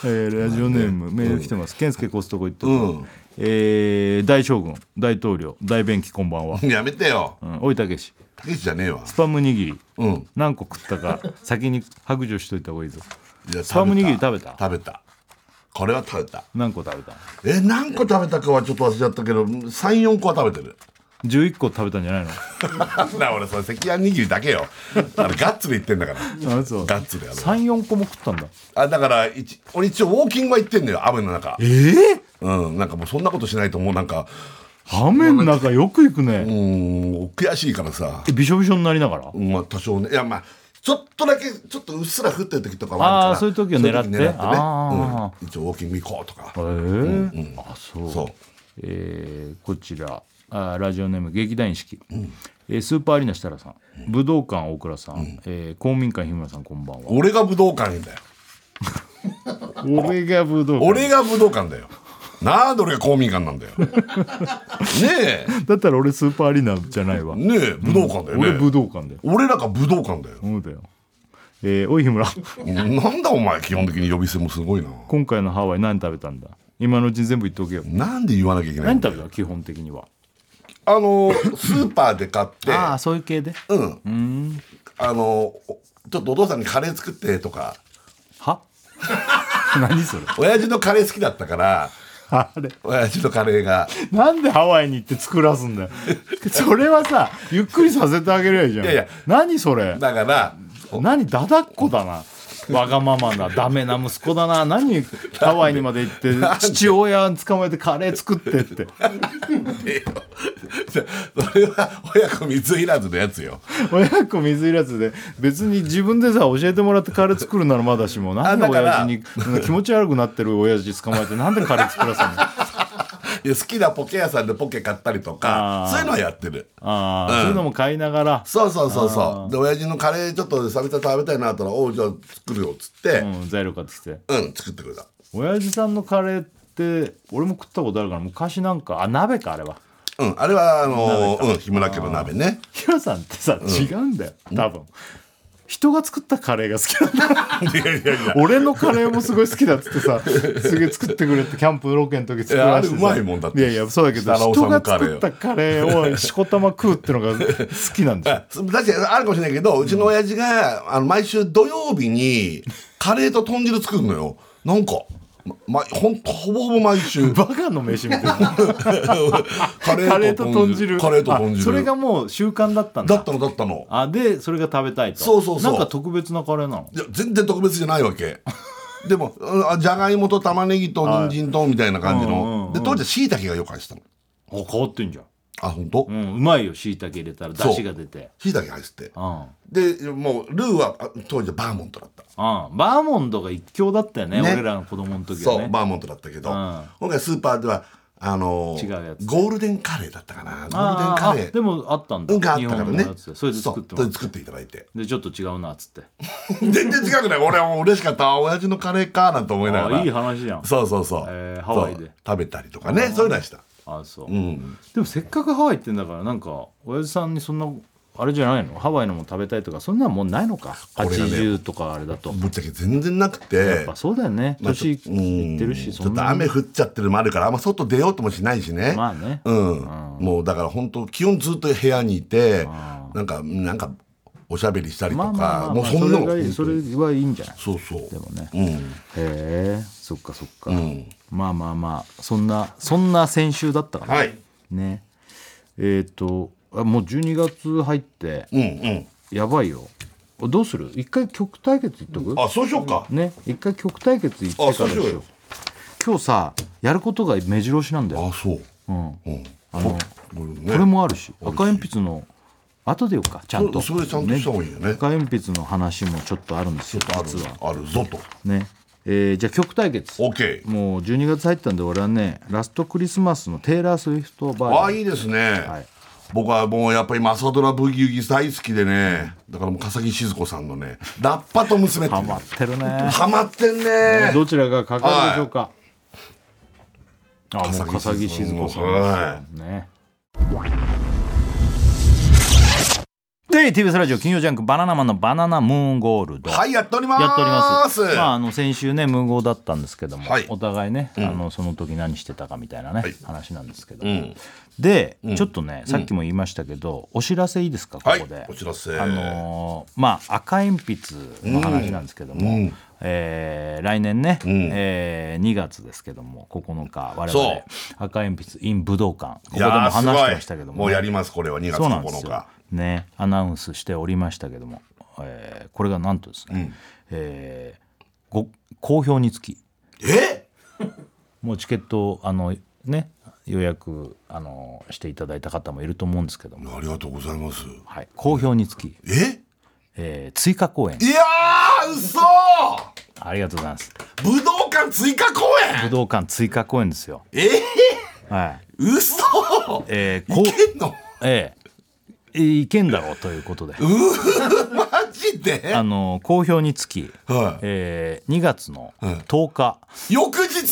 [SPEAKER 2] えーラジオネームメール来てます健介コストコ行ってる、えー大将軍大統領大便器こんばんは
[SPEAKER 3] やめてよ
[SPEAKER 2] うんおいたけした
[SPEAKER 3] けしじゃねえわ
[SPEAKER 2] スパム握り、
[SPEAKER 3] うん
[SPEAKER 2] 何個食ったか先に白状しといた方がいいぞ
[SPEAKER 3] いや
[SPEAKER 2] スパム握り食べた
[SPEAKER 3] 食べたこれは食べた
[SPEAKER 2] 何個食べた
[SPEAKER 3] え何個食べたかはちょっと忘れちゃったけど34個は食べてる <laughs>
[SPEAKER 2] ?11 個食べたんじゃないの
[SPEAKER 3] なんだ俺それ赤飯握りだけよあれガッツで言ってんだから
[SPEAKER 2] あそう
[SPEAKER 3] ガッツでやる
[SPEAKER 2] 34個も食ったんだ
[SPEAKER 3] あだから一俺一応ウォーキングは行ってんだよ雨の中ええうんなんかもうそんなことしないともうなんか
[SPEAKER 2] 雨の中よく行く
[SPEAKER 3] う
[SPEAKER 2] ね、
[SPEAKER 3] ーん悔しいからさ
[SPEAKER 2] びしょびしょになりながら、
[SPEAKER 3] まあ多少ねいやまあちょっとだけちょっとうっすら降ってる時とかはあるから
[SPEAKER 2] あーそういう時を狙って
[SPEAKER 3] そういう時狙
[SPEAKER 2] あ
[SPEAKER 3] ね、うん、一応ウォーキング行こうとか
[SPEAKER 2] えーあそう
[SPEAKER 3] そう
[SPEAKER 2] えーこちらあーラジオネーム劇団四季、えースーパーアリーナ設楽さん、武道館大倉さん、えー公民館日村さんこんばんは
[SPEAKER 3] 俺が武道館だよ
[SPEAKER 2] 俺が武道館
[SPEAKER 3] 俺が武道館だよなんで俺が公民館なん
[SPEAKER 2] <laughs>
[SPEAKER 3] だよねえ
[SPEAKER 2] だったら俺スーパーアリーナじゃないわ、
[SPEAKER 3] ねえ武道館だよね、
[SPEAKER 2] 俺武道館だよ
[SPEAKER 3] 俺らが武道館だよ
[SPEAKER 2] そうだよえーおい日村
[SPEAKER 3] なんだお前基本的に呼び捨てもすごいな
[SPEAKER 2] 今回のハワイ何食べたんだ今のうちに全部言っておけよ
[SPEAKER 3] なんで言わなきゃいけない
[SPEAKER 2] 何
[SPEAKER 3] んだ
[SPEAKER 2] 食べ
[SPEAKER 3] よ
[SPEAKER 2] た基本的には
[SPEAKER 3] あのスーパーで買って
[SPEAKER 2] ああそういう系で
[SPEAKER 3] うんあのおちょっとお父さんにカレー作ってとか
[SPEAKER 2] <laughs> は何それ
[SPEAKER 3] 親父のカレー好きだったから
[SPEAKER 2] あれ
[SPEAKER 3] 親父のカレーが
[SPEAKER 2] なんでハワイに行って作らすんだよそれはさゆっくりさせてあげりゃいいじゃん
[SPEAKER 3] いやいや
[SPEAKER 2] 何それ
[SPEAKER 3] だから
[SPEAKER 2] 何だだっこだなわがままなダメな息子だな何ハワイにまで行って父親捕まえてカレー作ってって
[SPEAKER 3] それは親子水入らずのやつよ
[SPEAKER 2] 親子水入らずで別に自分でさ教えてもらってカレー作るならまだしもなんで
[SPEAKER 3] あだか
[SPEAKER 2] 親
[SPEAKER 3] ら
[SPEAKER 2] 父にうん気持ち悪くなってる親父捕まえてなんでカレー作らせんのあ
[SPEAKER 3] いや好きなポケ屋さんでポケ買ったりと
[SPEAKER 2] あ
[SPEAKER 3] か
[SPEAKER 2] ー
[SPEAKER 3] そういうのはやってる
[SPEAKER 2] あ、そういうのも買いながら
[SPEAKER 3] そうそうそうそうで親父のカレーちょっと久々食べたいなとらおうじゃあ作るよっつって
[SPEAKER 2] うん材料買ってきて
[SPEAKER 3] うん、作ってくれた
[SPEAKER 2] 親父さんのカレーって俺も食ったことあるから昔なんかあ鍋かあれは
[SPEAKER 3] うんあれはあのーうん日村家の鍋ね
[SPEAKER 2] ヒロさんってさ、違うんだよ多分人が作ったカレーが好きなんだ
[SPEAKER 3] いやいやいや
[SPEAKER 2] 俺のカレーもすごい好きだっつって
[SPEAKER 3] <laughs>
[SPEAKER 2] さすげえ作ってくれってキャンプロケの時作らせてさ
[SPEAKER 3] いやあれうまいもんだって
[SPEAKER 2] いやいやそうだけど
[SPEAKER 3] 設楽
[SPEAKER 2] 人
[SPEAKER 3] 統
[SPEAKER 2] が
[SPEAKER 3] のカレー
[SPEAKER 2] 作ったカレーをしこたま食うってのが好きなんだよ
[SPEAKER 3] あ確かにあるかもしれないけどうちの親父が、あの毎週土曜日にカレーと豚汁作るのよなんか、まま、ほんとほぼほぼ
[SPEAKER 2] <laughs>
[SPEAKER 3] 毎週
[SPEAKER 2] バカの飯みたいな
[SPEAKER 3] カ
[SPEAKER 2] カレーと豚汁
[SPEAKER 3] カレーと豚汁
[SPEAKER 2] あそれがもう習慣だったんだ
[SPEAKER 3] だったのだったの
[SPEAKER 2] あでそれが食べたいと
[SPEAKER 3] そうそうそう
[SPEAKER 2] なんか特別なカレーなの
[SPEAKER 3] いや全然特別じゃないわけ <laughs> でもうんあじゃがいもと玉ねぎと人参とみたいな感じの、
[SPEAKER 2] うんうんうん
[SPEAKER 3] で当時はしいたけが予感したの
[SPEAKER 2] あ変わってんじゃん
[SPEAKER 3] あ本当
[SPEAKER 2] うん、うまいよ椎茸入れたら出汁が出て
[SPEAKER 3] しいたけ入ってて
[SPEAKER 2] うん、うん、
[SPEAKER 3] でもうルーはあ当時はバーモントだった
[SPEAKER 2] バーモンドが一強だったよね
[SPEAKER 3] ね
[SPEAKER 2] 俺らの子供の時は
[SPEAKER 3] そ
[SPEAKER 2] ね
[SPEAKER 3] うバーモントだったけど、
[SPEAKER 2] うん
[SPEAKER 3] 今回スーパーではあのー
[SPEAKER 2] 違うやつ
[SPEAKER 3] ゴールデンカレーだったかなゴールデン
[SPEAKER 2] あー
[SPEAKER 3] カレ
[SPEAKER 2] あで
[SPEAKER 3] ー
[SPEAKER 2] もあったんだ、
[SPEAKER 3] うんがあったから
[SPEAKER 2] 日本
[SPEAKER 3] ね
[SPEAKER 2] のやつでそれで作っても
[SPEAKER 3] そ
[SPEAKER 2] ら
[SPEAKER 3] うそれ
[SPEAKER 2] っ
[SPEAKER 3] で作っていただいて
[SPEAKER 2] でちょっと違うなっつって
[SPEAKER 3] 全然違くない俺はもう嬉しかったあ親父のカレーかなんて思いなが
[SPEAKER 2] あ
[SPEAKER 3] ら
[SPEAKER 2] いい話じゃん
[SPEAKER 3] そうそうそう、
[SPEAKER 2] えーハワイで
[SPEAKER 3] そう食べたりとかねそういうのはした
[SPEAKER 2] あそう、
[SPEAKER 3] うん
[SPEAKER 2] でもせっかくハワイ行ってんだからなんか親父さんにそんなあれじゃないのハワイのもん食べたいとかそんなもんないのか
[SPEAKER 3] これがね
[SPEAKER 2] 80とかあれだと
[SPEAKER 3] ぶっちゃけ全然なく
[SPEAKER 2] やってぱそうだよね
[SPEAKER 3] まあ
[SPEAKER 2] 年い
[SPEAKER 3] ちょうん
[SPEAKER 2] 行ってるし
[SPEAKER 3] ち
[SPEAKER 2] そ
[SPEAKER 3] ょっ
[SPEAKER 2] ん
[SPEAKER 3] と
[SPEAKER 2] な
[SPEAKER 3] 雨降っちゃってるのもあるからあんま外出ようともしないしね、
[SPEAKER 2] まあね
[SPEAKER 3] うんもうだから本当基本ずっと部屋にいてなんかなんかおしゃべりしたりと
[SPEAKER 2] まあまあま
[SPEAKER 3] か
[SPEAKER 2] あま
[SPEAKER 3] もう
[SPEAKER 2] あ
[SPEAKER 3] そ
[SPEAKER 2] そ
[SPEAKER 3] んな
[SPEAKER 2] れ
[SPEAKER 3] の
[SPEAKER 2] がいいそれはいいんじゃない
[SPEAKER 3] そうそう
[SPEAKER 2] でもね
[SPEAKER 3] うん
[SPEAKER 2] へえそっかそっか、まあまあまあそんなそんな先週だったから
[SPEAKER 3] はい
[SPEAKER 2] ねえっ、とあもう12月入って
[SPEAKER 3] うんうん
[SPEAKER 2] やばいよどうする一回曲対決いっとく
[SPEAKER 3] あそうしようか、
[SPEAKER 2] ね一回曲対決いってから
[SPEAKER 3] あそうしようよ
[SPEAKER 2] 今日さやることが目白押しなんだよ、
[SPEAKER 3] あそう
[SPEAKER 2] うん、こ
[SPEAKER 3] うんあのこ
[SPEAKER 2] れ
[SPEAKER 3] れ
[SPEAKER 2] もあるし赤鉛筆の後でよっかちゃんと
[SPEAKER 3] そそれちゃんとした方がいいよね
[SPEAKER 2] 赤鉛筆の話もちょっとあるんです
[SPEAKER 3] ちょ
[SPEAKER 2] よ
[SPEAKER 3] っとある
[SPEAKER 2] 実は
[SPEAKER 3] あるぞと
[SPEAKER 2] ねえーじゃあ曲対決
[SPEAKER 3] OK
[SPEAKER 2] もう12月入ったんで俺はねラストクリスマスのテイラー・スウィフト
[SPEAKER 3] あ
[SPEAKER 2] バ
[SPEAKER 3] あ
[SPEAKER 2] ージョン
[SPEAKER 3] いいですね、
[SPEAKER 2] はい
[SPEAKER 3] 僕はもうやっぱり朝ドラブギウギ大好きでねだからもう笠木静子さんのね「ラッパと娘」ってい
[SPEAKER 2] ハ
[SPEAKER 3] う
[SPEAKER 2] マってるね
[SPEAKER 3] ハマってんね
[SPEAKER 2] どちらがかかるでしょうかあもう笠
[SPEAKER 3] 笠
[SPEAKER 2] 木
[SPEAKER 3] 木
[SPEAKER 2] 静
[SPEAKER 3] 静
[SPEAKER 2] 子
[SPEAKER 3] 子
[SPEAKER 2] さ
[SPEAKER 3] さ
[SPEAKER 2] んで
[SPEAKER 3] ん
[SPEAKER 2] すよねで TBS ラジオ金曜ジャンク「バナナマンのバナナムーンゴールド」
[SPEAKER 3] はいやっております
[SPEAKER 2] やっております。まあ、
[SPEAKER 3] ま
[SPEAKER 2] あの先週ね、無言だったんですけども、
[SPEAKER 3] はい
[SPEAKER 2] お互いね、あのその時何してたかみたいなね、
[SPEAKER 3] はい
[SPEAKER 2] 話なんですけど。
[SPEAKER 3] ん
[SPEAKER 2] で、ちょっとね、さっきも言いましたけど、お知らせいいですか、こ
[SPEAKER 3] はい
[SPEAKER 2] こで。
[SPEAKER 3] お知らせ
[SPEAKER 2] あのーまあ、赤鉛筆の話なんですけども。えー来年ね、えー2月ですけども9日我
[SPEAKER 3] そ
[SPEAKER 2] 々
[SPEAKER 3] う
[SPEAKER 2] 赤鉛筆 in 武道館ここ
[SPEAKER 3] い
[SPEAKER 2] で
[SPEAKER 3] や
[SPEAKER 2] も
[SPEAKER 3] ー
[SPEAKER 2] 話してましたけど
[SPEAKER 3] す
[SPEAKER 2] もね、
[SPEAKER 3] ごいもうやりますこれは2月
[SPEAKER 2] そうなんです
[SPEAKER 3] 9
[SPEAKER 2] よ
[SPEAKER 3] 日。
[SPEAKER 2] ね、アナウンスしておりましたけども、えーこれがなんとですね、えーご好評につき
[SPEAKER 3] え
[SPEAKER 2] もうチケットをあのね予約あのしていただいた方もいると思うんですけども、
[SPEAKER 3] ありがとうございます
[SPEAKER 2] はい、好評につき、
[SPEAKER 3] え
[SPEAKER 2] えー追加公演
[SPEAKER 3] いやー嘘
[SPEAKER 2] ありがとうございます
[SPEAKER 3] 武道館追加公
[SPEAKER 2] 武
[SPEAKER 3] 演
[SPEAKER 2] 道館追加公演ですよ
[SPEAKER 3] えー、
[SPEAKER 2] はい
[SPEAKER 3] 嘘
[SPEAKER 2] えー、こ
[SPEAKER 3] いうけんの
[SPEAKER 2] ええいけんだろうということで
[SPEAKER 3] マジで
[SPEAKER 2] あの好評につき、
[SPEAKER 3] はい
[SPEAKER 2] えー2月の10日、
[SPEAKER 3] 翌日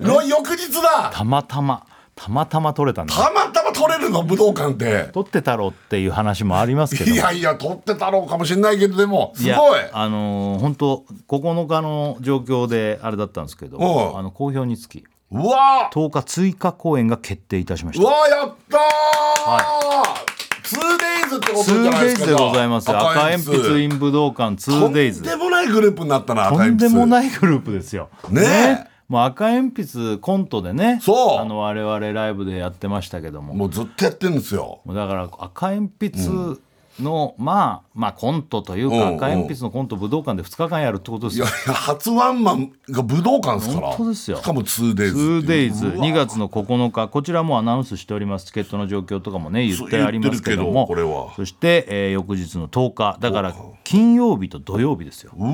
[SPEAKER 3] の翌日だ
[SPEAKER 2] たまたまたまたま取れたんだ
[SPEAKER 3] たまたま取れるの武道館って
[SPEAKER 2] 取ってたろうっていう話もありますけど
[SPEAKER 3] いやいや取ってたろうかもしれないけどでもす
[SPEAKER 2] いや
[SPEAKER 3] ごい
[SPEAKER 2] あのー本当9日の状況であれだったんですけど
[SPEAKER 3] おう
[SPEAKER 2] あの好評につき
[SPEAKER 3] うわー
[SPEAKER 2] 10日追加公演が決定いたしまし
[SPEAKER 3] う
[SPEAKER 2] た
[SPEAKER 3] わーやったー、ツーデイズってことじゃないです
[SPEAKER 2] 2days
[SPEAKER 3] か
[SPEAKER 2] でございます赤鉛筆イン武道館
[SPEAKER 3] とん
[SPEAKER 2] 2days
[SPEAKER 3] でもないグループになったな
[SPEAKER 2] とんでも
[SPEAKER 3] い
[SPEAKER 2] ないグループですよ
[SPEAKER 3] ねえ
[SPEAKER 2] もう赤鉛筆コントでね
[SPEAKER 3] そう
[SPEAKER 2] あの我々ライブでやってましたけども
[SPEAKER 3] もうずっとやってるんですよ
[SPEAKER 2] もうだから赤鉛筆の、まあまあコントというか
[SPEAKER 3] うんうん
[SPEAKER 2] 赤鉛筆のコント武道館で2日間やるってことです
[SPEAKER 3] いや
[SPEAKER 2] よ
[SPEAKER 3] いや初ワンマンが武道館ですから
[SPEAKER 2] 本当ですよ
[SPEAKER 3] しかも 2days っていう
[SPEAKER 2] 2days2
[SPEAKER 3] うわ
[SPEAKER 2] 月の9日こちらもアナウンスしておりますチケットの状況とかもね言ってありますけども
[SPEAKER 3] そう言ってるけどこれは
[SPEAKER 2] そして、えー翌日の10日だから金曜日と土曜日ですよ
[SPEAKER 3] うわ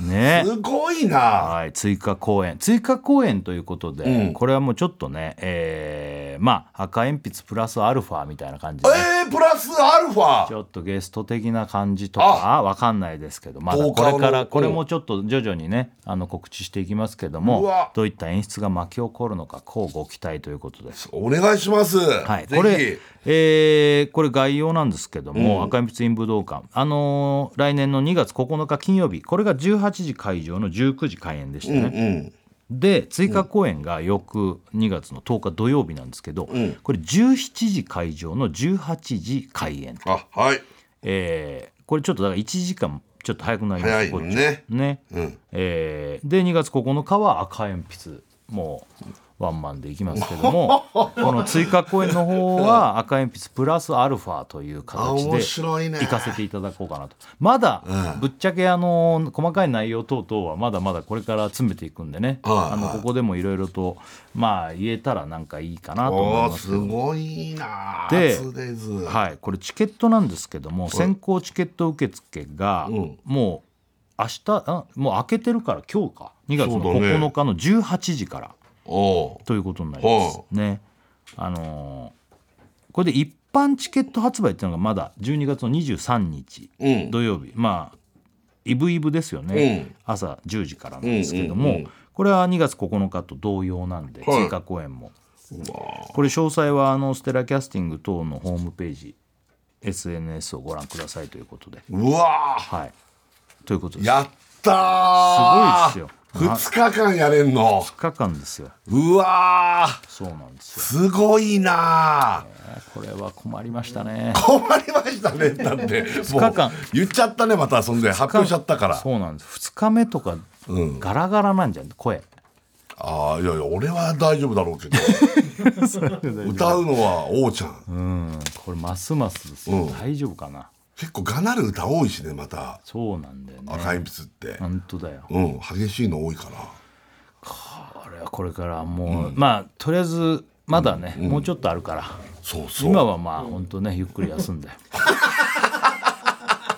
[SPEAKER 3] ー
[SPEAKER 2] ね
[SPEAKER 3] すごいな
[SPEAKER 2] はい、追加公演追加公演ということで、
[SPEAKER 3] ん
[SPEAKER 2] これはもうちょっとね、えーまあ赤鉛筆プラスアルファみたいな感じで、
[SPEAKER 3] えー、プラスアルフ
[SPEAKER 2] ち
[SPEAKER 3] ァ
[SPEAKER 2] ょっとゲスト的な感じとかわかんないですけどまだ
[SPEAKER 3] どう
[SPEAKER 2] こ
[SPEAKER 3] かな
[SPEAKER 2] れから
[SPEAKER 3] うん
[SPEAKER 2] これもちょっと徐々にねあの告知していきますけども
[SPEAKER 3] うわ
[SPEAKER 2] どういった演出が巻き起こるのかこうご期待ということです。
[SPEAKER 3] お願いします、
[SPEAKER 2] はい、
[SPEAKER 3] ぜひ
[SPEAKER 2] これ、えーこれ概要なんですけども、
[SPEAKER 3] うん
[SPEAKER 2] 赤鉛筆院武道館、あのー来年の2月9日金曜日これが18時会場の19時開演でしたね、
[SPEAKER 3] うん
[SPEAKER 2] で追加公演が翌2月の10日土曜日なんですけど、これ17時会場の18時開演、
[SPEAKER 3] あはい
[SPEAKER 2] えーこれちょっとだから1時間ちょっと早くなります
[SPEAKER 3] 早い
[SPEAKER 2] こっち
[SPEAKER 3] ね
[SPEAKER 2] ね、
[SPEAKER 3] うん
[SPEAKER 2] えーで2月9日は赤鉛筆もうワンマンでいきますけど
[SPEAKER 3] <laughs>
[SPEAKER 2] もこの追加公演の方は赤鉛筆プラスアルファという
[SPEAKER 3] あ
[SPEAKER 2] 形
[SPEAKER 3] 面
[SPEAKER 2] で
[SPEAKER 3] 白いね
[SPEAKER 2] 行かせていただこうかなとまだ
[SPEAKER 3] うん
[SPEAKER 2] ぶっちゃけあの細かい内容等々はまだまだこれから詰めていくんでね
[SPEAKER 3] はい
[SPEAKER 2] あのここでもいろいろとまあ言えたらなんかいいかなと思い
[SPEAKER 3] お
[SPEAKER 2] ま
[SPEAKER 3] ー
[SPEAKER 2] す
[SPEAKER 3] すごいな
[SPEAKER 2] で
[SPEAKER 3] 2days
[SPEAKER 2] はい、これチケットなんですけども先行チケット受付が
[SPEAKER 3] ん
[SPEAKER 2] もう明日あもう開けてるから今日か2月の
[SPEAKER 3] そうだね
[SPEAKER 2] 9日の18時から
[SPEAKER 3] おー
[SPEAKER 2] ということになりますね。あのーこれで一般チケット発売っていうのがまだ12月の23日
[SPEAKER 3] うん
[SPEAKER 2] 土曜日、まあイブイブですよね、
[SPEAKER 3] うん
[SPEAKER 2] 朝10時からなんですけども、
[SPEAKER 3] うんうんうん
[SPEAKER 2] これは2月9日と同様なんで、
[SPEAKER 3] はい
[SPEAKER 2] 追加公演も
[SPEAKER 3] うわ
[SPEAKER 2] これ詳細はあのステラキャスティング等のホームページ SNS をご覧くださいということで
[SPEAKER 3] ーうわー
[SPEAKER 2] はいということです
[SPEAKER 3] やった
[SPEAKER 2] すごい
[SPEAKER 3] ー
[SPEAKER 2] っすよ
[SPEAKER 3] 2日間やれんの
[SPEAKER 2] 2日間ですよ
[SPEAKER 3] うわー
[SPEAKER 2] そうなんですよ
[SPEAKER 3] すごいなー
[SPEAKER 2] これは困りましたね
[SPEAKER 3] 困りましたねだって2
[SPEAKER 2] 日間
[SPEAKER 3] 言っちゃったねまたそんで発表しちゃったから
[SPEAKER 2] そうなんです2日目とかガラガラなんじゃん声
[SPEAKER 3] ああいやいや俺は大丈夫だろうけど歌うのは王ちゃん、
[SPEAKER 2] うんこれますますですよ
[SPEAKER 3] うん
[SPEAKER 2] 大丈夫かな
[SPEAKER 3] 結構がなる歌多いしねまた
[SPEAKER 2] そうなんだよね
[SPEAKER 3] 赤鉛筆って、
[SPEAKER 2] 本当だよ
[SPEAKER 3] うん激しいの多いから
[SPEAKER 2] これはこれからもうまあとりあえずまだねもうちょっとあるから
[SPEAKER 3] そうそう
[SPEAKER 2] 今はまあ本当ねゆっくり休
[SPEAKER 3] <laughs>
[SPEAKER 2] んで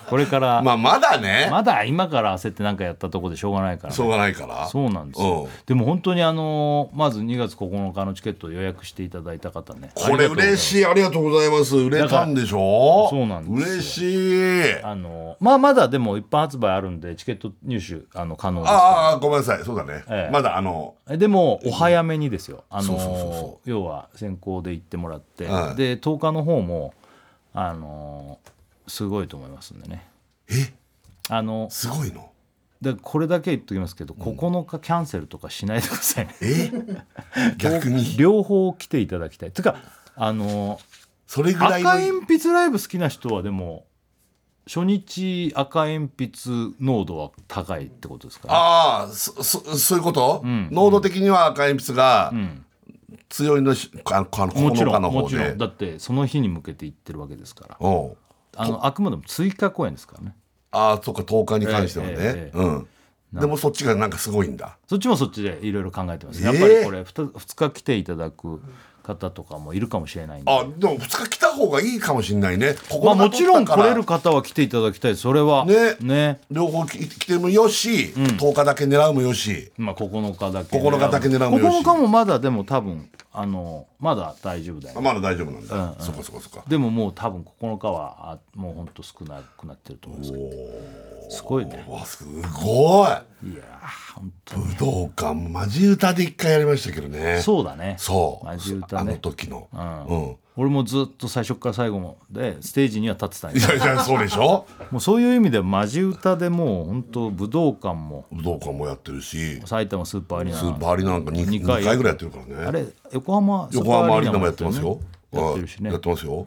[SPEAKER 2] これから、
[SPEAKER 3] まあまだね、
[SPEAKER 2] まだ今から焦って何かやったとこでしょうがないからね、
[SPEAKER 3] しょうがないから
[SPEAKER 2] そうなんですよ、
[SPEAKER 3] うん
[SPEAKER 2] でも本当にあのーまず2月9日のチケットを予約していただいた方ね
[SPEAKER 3] これ嬉
[SPEAKER 2] い
[SPEAKER 3] しいありがとうございます売れたんでしょ
[SPEAKER 2] だからそうなんですよ
[SPEAKER 3] 嬉しい
[SPEAKER 2] あのーまあまだでも一般発売あるんでチケット入手あの可能ですから
[SPEAKER 3] ああごめんなさいそうだね、
[SPEAKER 2] ええ
[SPEAKER 3] まだあの
[SPEAKER 2] えでもお早めにですよ、あ
[SPEAKER 3] そうそうそう
[SPEAKER 2] の
[SPEAKER 3] そ
[SPEAKER 2] 要は先行で行ってもらって、
[SPEAKER 3] はい
[SPEAKER 2] で10日の方もあのすごいと思いますんでね
[SPEAKER 3] え
[SPEAKER 2] あの
[SPEAKER 3] すごいの
[SPEAKER 2] でこれだけ言っときますけど、9日キャンセルとかしないでください
[SPEAKER 3] え逆に
[SPEAKER 2] 両方来ていただきたいていうかあの
[SPEAKER 3] それぐら
[SPEAKER 2] 赤
[SPEAKER 3] いの
[SPEAKER 2] 鉛筆ライブ好きな人はでも初日赤鉛筆濃度は高いってことですかね
[SPEAKER 3] ああそそそういうこと、濃度的には赤鉛筆が強いのし、あのこの
[SPEAKER 2] もち
[SPEAKER 3] ほの
[SPEAKER 2] ろ
[SPEAKER 3] か
[SPEAKER 2] ん
[SPEAKER 3] の
[SPEAKER 2] も
[SPEAKER 3] 方
[SPEAKER 2] ちろん
[SPEAKER 3] で
[SPEAKER 2] だってその日に向けて行ってるわけですから
[SPEAKER 3] うん
[SPEAKER 2] あのあくまでも追加公演ですからね
[SPEAKER 3] ああそっか10日に関してはね、
[SPEAKER 2] ええええ
[SPEAKER 3] うんでもそっちがなんかすごいんだ
[SPEAKER 2] そっちもそっちでいろいろ考えてます。
[SPEAKER 3] え
[SPEAKER 2] や
[SPEAKER 3] ー
[SPEAKER 2] っぱりこれ 2, 日来ていただく方とかもいるかもしれないんで。
[SPEAKER 3] あでも2日来た方がいいかもしれないねここ
[SPEAKER 2] まあ
[SPEAKER 3] が
[SPEAKER 2] もちろん来れ
[SPEAKER 3] 取
[SPEAKER 2] る
[SPEAKER 3] ったか
[SPEAKER 2] 方は来ていただきたい。それは
[SPEAKER 3] ね
[SPEAKER 2] ね
[SPEAKER 3] ら両方き来てもよし、10日だけ狙うもよし
[SPEAKER 2] まあ9日だけ
[SPEAKER 3] 9日だけ狙うもよし
[SPEAKER 2] 9日もまだでも多分あのまだ大丈夫だ
[SPEAKER 3] あ
[SPEAKER 2] よ。
[SPEAKER 3] まだ大丈夫なんだ、
[SPEAKER 2] うんうん
[SPEAKER 3] そこそこそこ
[SPEAKER 2] でももう多分9日はあもうほんと少なくなってると思うんですけど。すごいね。
[SPEAKER 3] わすごい
[SPEAKER 2] いやー本当
[SPEAKER 3] 武道館マジ歌で一回やりましたけどね
[SPEAKER 2] そうだね。
[SPEAKER 3] そう
[SPEAKER 2] マジ歌
[SPEAKER 3] あの
[SPEAKER 2] ね。
[SPEAKER 3] 時の
[SPEAKER 2] 俺もずっと最初から最後までステージには立ってたん
[SPEAKER 3] い
[SPEAKER 2] よ
[SPEAKER 3] やいやそうでしょ
[SPEAKER 2] もうそういう意味ではマジ歌でもう本当武道館も
[SPEAKER 3] 武道館もやってるし
[SPEAKER 2] 埼玉スーパーアリーナ
[SPEAKER 3] スーパーアリーナなんか 2,
[SPEAKER 2] 二回
[SPEAKER 3] 回ぐらいやってるからね
[SPEAKER 2] あれ横浜スー
[SPEAKER 3] 横
[SPEAKER 2] パ
[SPEAKER 3] 浜
[SPEAKER 2] ー
[SPEAKER 3] ア
[SPEAKER 2] アリ
[SPEAKER 3] リ
[SPEAKER 2] ーナ
[SPEAKER 3] ーナ
[SPEAKER 2] も
[SPEAKER 3] も
[SPEAKER 2] や
[SPEAKER 3] や
[SPEAKER 2] っるねやって
[SPEAKER 3] っててますよ
[SPEAKER 2] るしね
[SPEAKER 3] やってますよ、
[SPEAKER 2] うん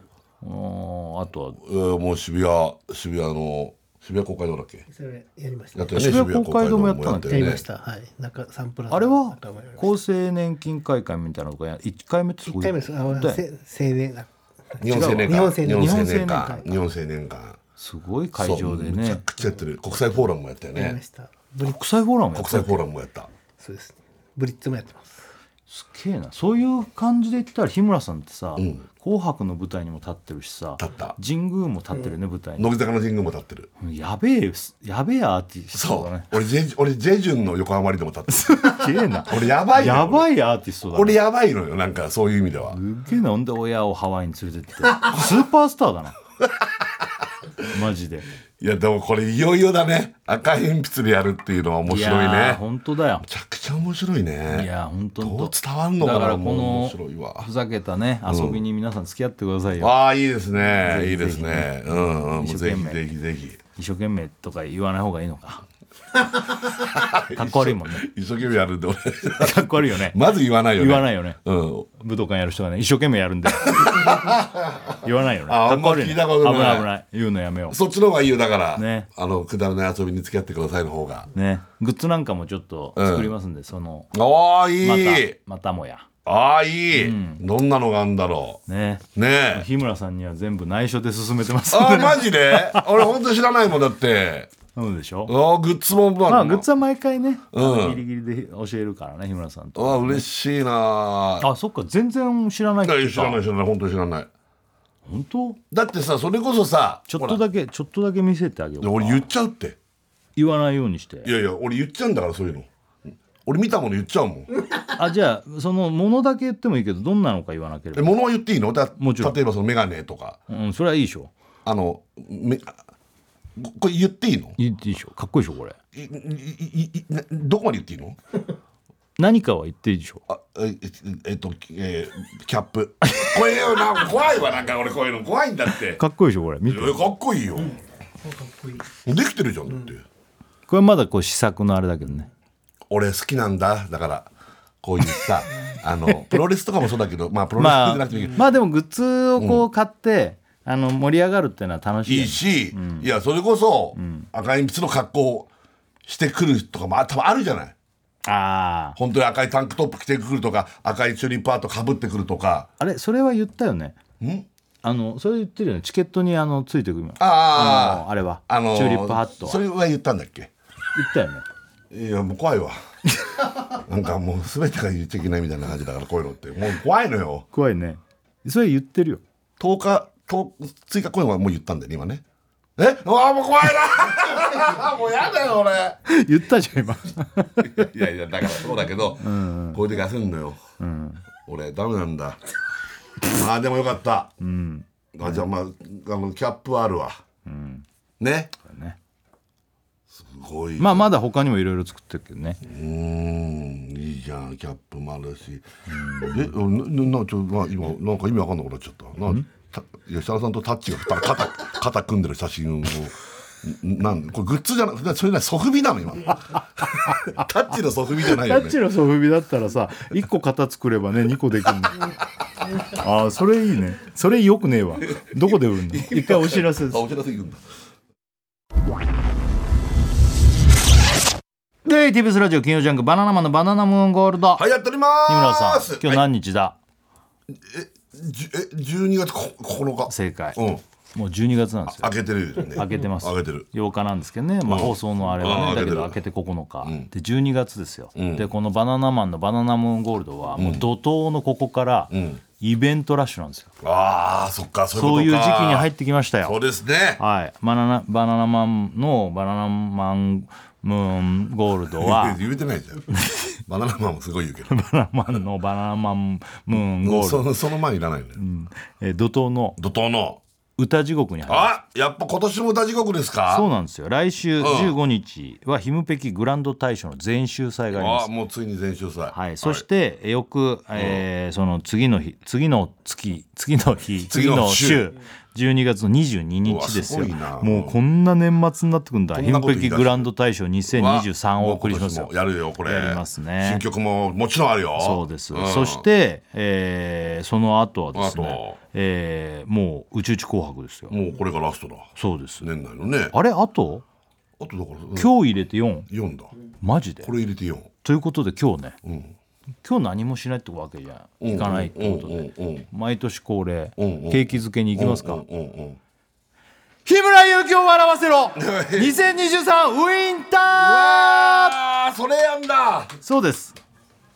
[SPEAKER 2] あとは
[SPEAKER 3] えーもう渋谷渋谷の渋谷公会堂だっけ
[SPEAKER 4] それやりました
[SPEAKER 3] や
[SPEAKER 4] や
[SPEAKER 3] ってるね
[SPEAKER 2] 渋谷公会堂もやったの
[SPEAKER 3] 渋谷公
[SPEAKER 4] り
[SPEAKER 3] よ
[SPEAKER 4] ましたはい中サンプラザ
[SPEAKER 2] あれは
[SPEAKER 4] 中もやりました
[SPEAKER 2] 厚生年金会館みたいなのが1回目ってすごい
[SPEAKER 4] 一回目ですあの
[SPEAKER 2] だ
[SPEAKER 4] せ
[SPEAKER 2] よ
[SPEAKER 4] 青年だ
[SPEAKER 3] 日本青年
[SPEAKER 4] 違うわ
[SPEAKER 3] 館
[SPEAKER 4] 日
[SPEAKER 2] 本青年
[SPEAKER 3] 青年
[SPEAKER 2] 館
[SPEAKER 3] 館日本青年館
[SPEAKER 2] すごい会場で
[SPEAKER 3] そうめちゃ
[SPEAKER 2] ね
[SPEAKER 3] くちゃやってる国際フォーラムもやったよ
[SPEAKER 4] やりま
[SPEAKER 3] ね
[SPEAKER 4] したブリッ
[SPEAKER 2] 国際フォーラムやっ
[SPEAKER 3] 国
[SPEAKER 2] た
[SPEAKER 3] 際フォーラムもやった
[SPEAKER 4] そうですねブリッツもやってます
[SPEAKER 2] すっげえなそういう感じで言ったら日村さんってさ「紅白」の舞台にも立ってるしさ
[SPEAKER 3] 立った
[SPEAKER 2] 神宮も立ってるね舞台に
[SPEAKER 3] 乃木坂の神宮も立ってる
[SPEAKER 2] やべえやべえアーティス
[SPEAKER 3] そ
[SPEAKER 2] ト
[SPEAKER 3] う、
[SPEAKER 2] だね
[SPEAKER 3] 俺ジェ俺ジェジュンの横浜リーでも立ってる
[SPEAKER 2] <laughs> すっげえな
[SPEAKER 3] 俺やばいのよ
[SPEAKER 2] やばいアーティストだね
[SPEAKER 3] 俺やばいのよなんかそういう意味では
[SPEAKER 2] すっげえなほんで親をハワイに連れてってスーパースターだなマジで
[SPEAKER 3] いやでもこれいよいよだね赤鉛筆でやるっていうのは面白い
[SPEAKER 2] やー
[SPEAKER 3] ねめ
[SPEAKER 2] 本当だよ
[SPEAKER 3] ちゃくちゃ面白い
[SPEAKER 2] い
[SPEAKER 3] ね
[SPEAKER 2] やー本当
[SPEAKER 3] どう
[SPEAKER 2] 本
[SPEAKER 3] 伝わ
[SPEAKER 2] 当
[SPEAKER 3] るの
[SPEAKER 2] だ
[SPEAKER 3] か
[SPEAKER 2] か
[SPEAKER 3] な
[SPEAKER 2] ら
[SPEAKER 3] も
[SPEAKER 2] こ
[SPEAKER 3] う
[SPEAKER 2] の
[SPEAKER 3] 面白いわ
[SPEAKER 2] ふざけたね遊びに皆さん付き合ってくださいよ
[SPEAKER 3] ああいいですね
[SPEAKER 2] ぜひ
[SPEAKER 3] いいですねうんうんもう
[SPEAKER 2] 一生
[SPEAKER 3] ぜ
[SPEAKER 2] 懸
[SPEAKER 3] ひ
[SPEAKER 2] 命
[SPEAKER 3] ぜひぜひ
[SPEAKER 2] 一生懸命とか言わない方がいいの
[SPEAKER 3] <laughs>
[SPEAKER 2] かかっこ悪いもんね
[SPEAKER 3] 一生懸命やるんで俺
[SPEAKER 2] かっこ悪いよね
[SPEAKER 3] まず言わないよね
[SPEAKER 2] 言わないよね
[SPEAKER 3] うん
[SPEAKER 2] 武道館やる人がね一生懸命やるん
[SPEAKER 3] <laughs>
[SPEAKER 2] で言わないよね
[SPEAKER 3] あ
[SPEAKER 2] かっこ悪いね
[SPEAKER 3] あんま聞いたことない
[SPEAKER 2] 危ない危ない言うのやめよ
[SPEAKER 3] そっちの方がいいよだから、
[SPEAKER 2] ね
[SPEAKER 3] あのくだらない遊びに付き合ってくださいの方が
[SPEAKER 2] うねグッズなんかもちょっと作りますんで、その
[SPEAKER 3] ああい
[SPEAKER 2] また
[SPEAKER 3] い、
[SPEAKER 2] またもや
[SPEAKER 3] ああいい、どんなのがあんだろ
[SPEAKER 2] ね
[SPEAKER 3] うねえ
[SPEAKER 2] <laughs> 日村さんには全部内緒で進めてます
[SPEAKER 3] あ
[SPEAKER 2] ん
[SPEAKER 3] あ、
[SPEAKER 2] でね
[SPEAKER 3] マジで俺本当知らないもんだって。
[SPEAKER 2] そうでしょ
[SPEAKER 3] ああ、グッズも、ま
[SPEAKER 2] まあグッズは毎回ね、あの
[SPEAKER 3] うん
[SPEAKER 2] ギリギリで教えるからね日村さん
[SPEAKER 3] ああ、
[SPEAKER 2] と
[SPEAKER 3] 嬉しいなあ。
[SPEAKER 2] あそっか全然知らない
[SPEAKER 3] い
[SPEAKER 2] って
[SPEAKER 3] や
[SPEAKER 2] 言
[SPEAKER 3] い
[SPEAKER 2] って
[SPEAKER 3] や知
[SPEAKER 2] た
[SPEAKER 3] らない、知らない、本当に知らない。
[SPEAKER 2] 本当
[SPEAKER 3] だってさ、それこそさ、
[SPEAKER 2] ちょっ
[SPEAKER 3] ほ
[SPEAKER 2] と
[SPEAKER 3] ら
[SPEAKER 2] だけちょっとだけ見せてあげようか
[SPEAKER 3] 俺言っちゃうって。
[SPEAKER 2] 言わないようにして
[SPEAKER 3] いやいや、俺言っちゃうんだから、そういうの。俺見たもの言っちゃうもん。
[SPEAKER 2] あじゃあそのものだけ言ってもいいけどどんなのか言わなけれ
[SPEAKER 3] え、
[SPEAKER 2] ば
[SPEAKER 3] 物は言っていいのだ
[SPEAKER 2] もちろん
[SPEAKER 3] 例えばそのメガネとか、
[SPEAKER 2] うんそれはいいでしょ
[SPEAKER 3] あの、めここれ言っていいの
[SPEAKER 2] いいいいでしょかっこいいでしょこれ
[SPEAKER 3] いいいいいなどこまで言っていいの
[SPEAKER 2] 何かは言っていいでしょ
[SPEAKER 3] あえええっと、えーキャップ。これよな、怖いわ、なんか俺こういうの怖いんだって。
[SPEAKER 2] かっこいいでしょこれ見て
[SPEAKER 3] えかっこいいよ、できてるじゃんだって、
[SPEAKER 2] これまだこう試作のあれだけどね
[SPEAKER 3] 俺好きなんだだからこういうさあのプロレスとかもそうだけどまあプロレスじ
[SPEAKER 2] ま
[SPEAKER 3] ゃな
[SPEAKER 2] あ
[SPEAKER 3] くてもいいけど、
[SPEAKER 2] まあでもグッズをこう買って、あの盛り上がるっていうのは楽しいよ
[SPEAKER 3] い
[SPEAKER 2] ね
[SPEAKER 3] いし、いやそれこそ、赤鉛筆の格好してくるとかもあ多分あるじゃない
[SPEAKER 2] ああ
[SPEAKER 3] 本当に赤いタンクトップ着てくるとか赤いチュリーパートかぶってくるとか
[SPEAKER 2] あれそれは言ったよね
[SPEAKER 3] ん
[SPEAKER 2] あのそれ言ってるよねチケットにあのついてくるの
[SPEAKER 3] あ
[SPEAKER 2] あ
[SPEAKER 3] あ
[SPEAKER 2] のあれは
[SPEAKER 3] あの
[SPEAKER 2] チューリップハットは
[SPEAKER 3] それは言ったんだっけ
[SPEAKER 2] 言ったよね
[SPEAKER 3] いやもう怖いわ <laughs> なんかもう全てが言っちゃいけないみたいな感じだからこういうのってもう怖いのよ
[SPEAKER 2] 怖いねそれ言ってるよ
[SPEAKER 3] <laughs> 10日10追加公演はもう言ったんだよね今ねえうわもう怖いな <laughs> もうやだよ俺
[SPEAKER 2] 言ったじゃん今
[SPEAKER 3] いやいやだからそうだけど、こういう時焦るのよ、俺ダメなんだまあでもよかった、あじゃあまああのキャップはあるわ、ね
[SPEAKER 2] ね
[SPEAKER 3] すご
[SPEAKER 2] <laughs>
[SPEAKER 3] い、
[SPEAKER 2] まあまだ他にもいろいろ作ってるけどね
[SPEAKER 3] うーんいいじゃんキャップもあるしえなななちょまあ今なんか意味わかんなくなっちゃったなた吉田さんとタッチが肩肩 <laughs> 肩組んでる写真をなんこれグッズじゃなくてそれなソフビなの
[SPEAKER 2] <laughs>
[SPEAKER 3] 今タッチのソフビじゃない
[SPEAKER 2] タ
[SPEAKER 3] よ
[SPEAKER 2] ッ
[SPEAKER 3] ね
[SPEAKER 2] チのソフビだったらさ1個型作ればね2個でき
[SPEAKER 3] <laughs>
[SPEAKER 2] るのああそれいいねそれよくねえわどこで売るの一回お知らせです
[SPEAKER 3] あお知らせいくんだ
[SPEAKER 2] で TBS ラジオ金曜ジャンク「バナナマンのバナナムーンゴールド」
[SPEAKER 3] はいやっておりま
[SPEAKER 2] 日村さ
[SPEAKER 3] ーす
[SPEAKER 2] ん今日何日だ、
[SPEAKER 3] じゅえ12月こ9日
[SPEAKER 2] 正解
[SPEAKER 3] うん
[SPEAKER 2] もう12月なんですよ
[SPEAKER 3] 開けてるよね
[SPEAKER 2] 開けてます
[SPEAKER 3] 開けてる
[SPEAKER 2] 8日なんですけどね、まあ、
[SPEAKER 3] うん
[SPEAKER 2] 放送のあれはね
[SPEAKER 3] うん
[SPEAKER 2] だけど
[SPEAKER 3] 開
[SPEAKER 2] 開け
[SPEAKER 3] け
[SPEAKER 2] て9日、
[SPEAKER 3] ん
[SPEAKER 2] で12月ですよ、
[SPEAKER 3] ん
[SPEAKER 2] でこの「バナナマンのバナナムーンゴールド」はもう怒涛のここから
[SPEAKER 3] ん
[SPEAKER 2] イベントラッシュなんですよ、
[SPEAKER 3] ああそっかそういうこと
[SPEAKER 2] そうい
[SPEAKER 3] か
[SPEAKER 2] う時期に入ってきましたよ
[SPEAKER 3] そうですね
[SPEAKER 2] はい、バナナバナナマンのバナナマンムーンゴールドは
[SPEAKER 3] 言え <laughs> てないじ
[SPEAKER 2] <laughs>
[SPEAKER 3] ゃんバナナマンもすごい言うけど
[SPEAKER 2] バナナマンのバナナマンムーンゴールド、
[SPEAKER 3] そのその前いらないよね、
[SPEAKER 2] えー怒涛の
[SPEAKER 3] 怒涛の
[SPEAKER 2] 歌地獄に入る
[SPEAKER 3] あやっぱ今年も歌地獄ですか
[SPEAKER 2] そう
[SPEAKER 3] う
[SPEAKER 2] なんですよ来週15日はヒムペキグランド大賞の全集祭がありま
[SPEAKER 3] あ
[SPEAKER 2] す
[SPEAKER 3] もうついに全勝祭
[SPEAKER 2] はい、そして、え翌、えーその次の日次の月次の日
[SPEAKER 3] 次
[SPEAKER 2] 次
[SPEAKER 3] の
[SPEAKER 2] の
[SPEAKER 3] 週
[SPEAKER 2] 週12月の22日ですよ
[SPEAKER 3] うわすごいな
[SPEAKER 2] もうこんな年末になってくんだ
[SPEAKER 3] こん
[SPEAKER 2] ヒ
[SPEAKER 3] な
[SPEAKER 2] ム
[SPEAKER 3] こと
[SPEAKER 2] ペ
[SPEAKER 3] 言い出
[SPEAKER 2] キ
[SPEAKER 3] す
[SPEAKER 2] グランド大賞
[SPEAKER 3] は
[SPEAKER 2] 2023をお送りします
[SPEAKER 3] も
[SPEAKER 2] よ
[SPEAKER 3] う今年もやるよこれ
[SPEAKER 2] やりますね
[SPEAKER 3] 新曲ももちろんあるよ
[SPEAKER 2] そうです、
[SPEAKER 3] ん
[SPEAKER 2] そして、えーその後はです
[SPEAKER 3] あ
[SPEAKER 2] ね
[SPEAKER 3] と、
[SPEAKER 2] えーもう「宇宙ち紅白」ですよ、
[SPEAKER 3] もうこれがラストだ
[SPEAKER 2] そうです、
[SPEAKER 3] 年内のねあ
[SPEAKER 2] あれあと
[SPEAKER 3] とだから今
[SPEAKER 2] 今日入れて4
[SPEAKER 3] 日4だ
[SPEAKER 2] マジで
[SPEAKER 3] これ入れて4
[SPEAKER 2] ということで今日ね、
[SPEAKER 3] ん
[SPEAKER 2] 今日何もしないってわけじゃんいかないってことで、
[SPEAKER 3] うんうんうん
[SPEAKER 2] 毎年恒例、
[SPEAKER 3] んうん
[SPEAKER 2] 景気づけに行きますか、
[SPEAKER 3] うんうんうん
[SPEAKER 2] 日村勇紀を笑わせ <laughs> ろ2023ウインター
[SPEAKER 3] あーそれやんだ
[SPEAKER 2] そうです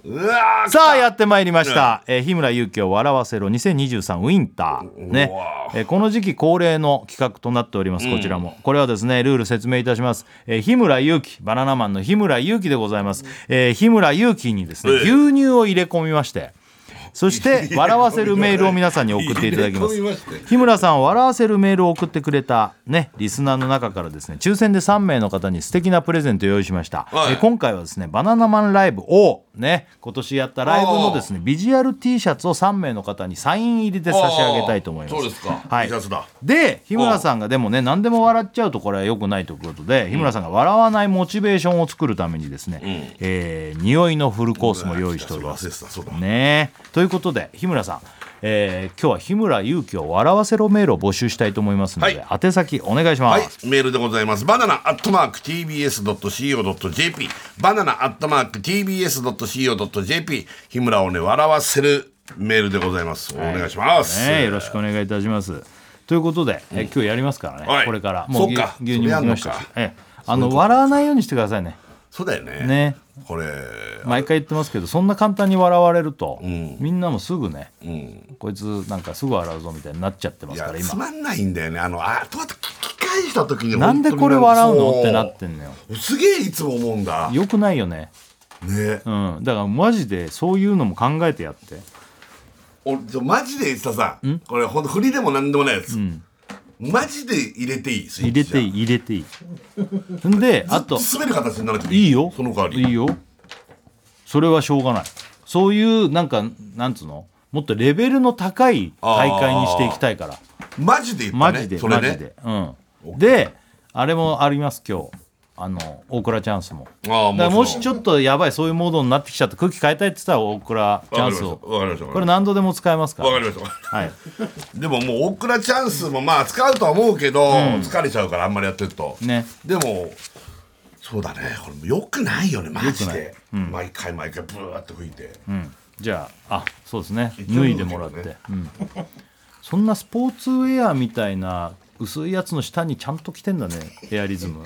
[SPEAKER 3] うわー
[SPEAKER 2] さあやってまいりました、えー日村勇紀を笑わせろ2023ウィンターね
[SPEAKER 3] うわ、
[SPEAKER 2] えーこの時期恒例の企画となっておりますこちらも、これはですねルール説明いたします、えー日村勇紀バナナマンの日村勇紀でございます、えー日村勇紀にですね、
[SPEAKER 3] ええ
[SPEAKER 2] 牛乳を入れ込みましてそして笑わせるメールを皆さんに送っていただきます
[SPEAKER 3] 入れ込みまして
[SPEAKER 2] 日村さんを笑わせるメールを送ってくれた、ね、リスナーの中からですね抽選で3名の方に素敵なプレゼントを用意しました、
[SPEAKER 3] はい
[SPEAKER 2] えー今回はですね「バナナマンライブを」ね今年やったライブのですねビジュアル T シャツを3名の方にサイン入りで差し上げたいと思います
[SPEAKER 3] そうですか、
[SPEAKER 2] はい
[SPEAKER 3] いいシャツだ
[SPEAKER 2] で日村さんがでもね何でも笑っちゃうとこれは良くないということで日村さんが笑わないモチベーションを作るためにですね、えー匂いのフルコースも用意しております
[SPEAKER 3] 忘れてたそうだ
[SPEAKER 2] ねえということで日村さん、えー今日は日村勇紀を笑わせろメールを募集したいと思いますので、
[SPEAKER 3] は
[SPEAKER 2] 宛先お願いしま
[SPEAKER 3] はい
[SPEAKER 2] す、、
[SPEAKER 3] メールでございます。バナナアットマーク TBS.CO.JP。バナナアットマーク TBS.CO.JP。日村をね、笑わせるメールでございます。お願いします。
[SPEAKER 2] ねえよろしくお願いいたしますということで、えー今日やりますからね、
[SPEAKER 3] はい
[SPEAKER 2] これから
[SPEAKER 3] そっ
[SPEAKER 2] 牛
[SPEAKER 3] か
[SPEAKER 2] 牛乳も来ました
[SPEAKER 3] それやん
[SPEAKER 2] しえ
[SPEAKER 3] のか、
[SPEAKER 2] えあの笑わないようにしてくださいね
[SPEAKER 3] そうだよね。
[SPEAKER 2] ね
[SPEAKER 3] これ、
[SPEAKER 2] 毎回言ってますけどそんな簡単に笑われると、みんなもすぐね、こいつなんかすぐ笑うぞみたいになっちゃってま
[SPEAKER 3] い
[SPEAKER 2] すか
[SPEAKER 3] や
[SPEAKER 2] ら、
[SPEAKER 3] つ
[SPEAKER 2] 今
[SPEAKER 3] まんないんだよね。あの、あとあと聞き返した時に
[SPEAKER 2] なんでこれ笑うのってなって
[SPEAKER 3] ん
[SPEAKER 2] んのよ
[SPEAKER 3] すげえいつも思うんだ。
[SPEAKER 2] よくないよね、
[SPEAKER 3] ね
[SPEAKER 2] うん、だからマジでそういうのも考えてやって
[SPEAKER 3] 俺ちょマジで石田さんこれほんと振りでもなんでもないやつ、マジで入れていいスイッ
[SPEAKER 2] 入れ
[SPEAKER 3] チじ
[SPEAKER 2] て
[SPEAKER 3] ゃん
[SPEAKER 2] いい入れていいんであと
[SPEAKER 3] 滑る形になるけど
[SPEAKER 2] いいよ
[SPEAKER 3] その代わり
[SPEAKER 2] いいよそれはしょうがないそういうなんかなんつうのもっとレベルの高い大会にしていきたいから
[SPEAKER 3] マジで言った
[SPEAKER 2] マ
[SPEAKER 3] ね
[SPEAKER 2] ジで、
[SPEAKER 3] それ
[SPEAKER 2] マ
[SPEAKER 3] ね
[SPEAKER 2] ジで、うん、であれもあります今日あの大倉チャンスも
[SPEAKER 3] ああ
[SPEAKER 2] だから
[SPEAKER 3] も
[SPEAKER 2] も
[SPEAKER 3] うその
[SPEAKER 2] しちょっとやばいそういうモードになってきちゃって空気変えたいって言ったら大倉チャンスを
[SPEAKER 3] わかりましたわ
[SPEAKER 2] これ
[SPEAKER 3] かりまし
[SPEAKER 2] 何度でも使えますか
[SPEAKER 3] た
[SPEAKER 2] ら
[SPEAKER 3] わかりましたわかりまし
[SPEAKER 2] はい、
[SPEAKER 3] たでももう大倉チャンスもまあ使うとは思うけど、疲れちゃうからあんまりやってると
[SPEAKER 2] ね
[SPEAKER 3] でもそうだねこれよくないよねマジ
[SPEAKER 2] 良くな
[SPEAKER 3] で、毎回毎回ブーって吹いて、
[SPEAKER 2] うん、じゃああそうですね
[SPEAKER 3] 一応
[SPEAKER 2] 脱いでもらって、
[SPEAKER 3] 脱いで
[SPEAKER 2] うん、そんなスポーツウェアみたいな薄いやつの下にちゃんと着てんだねエアリズム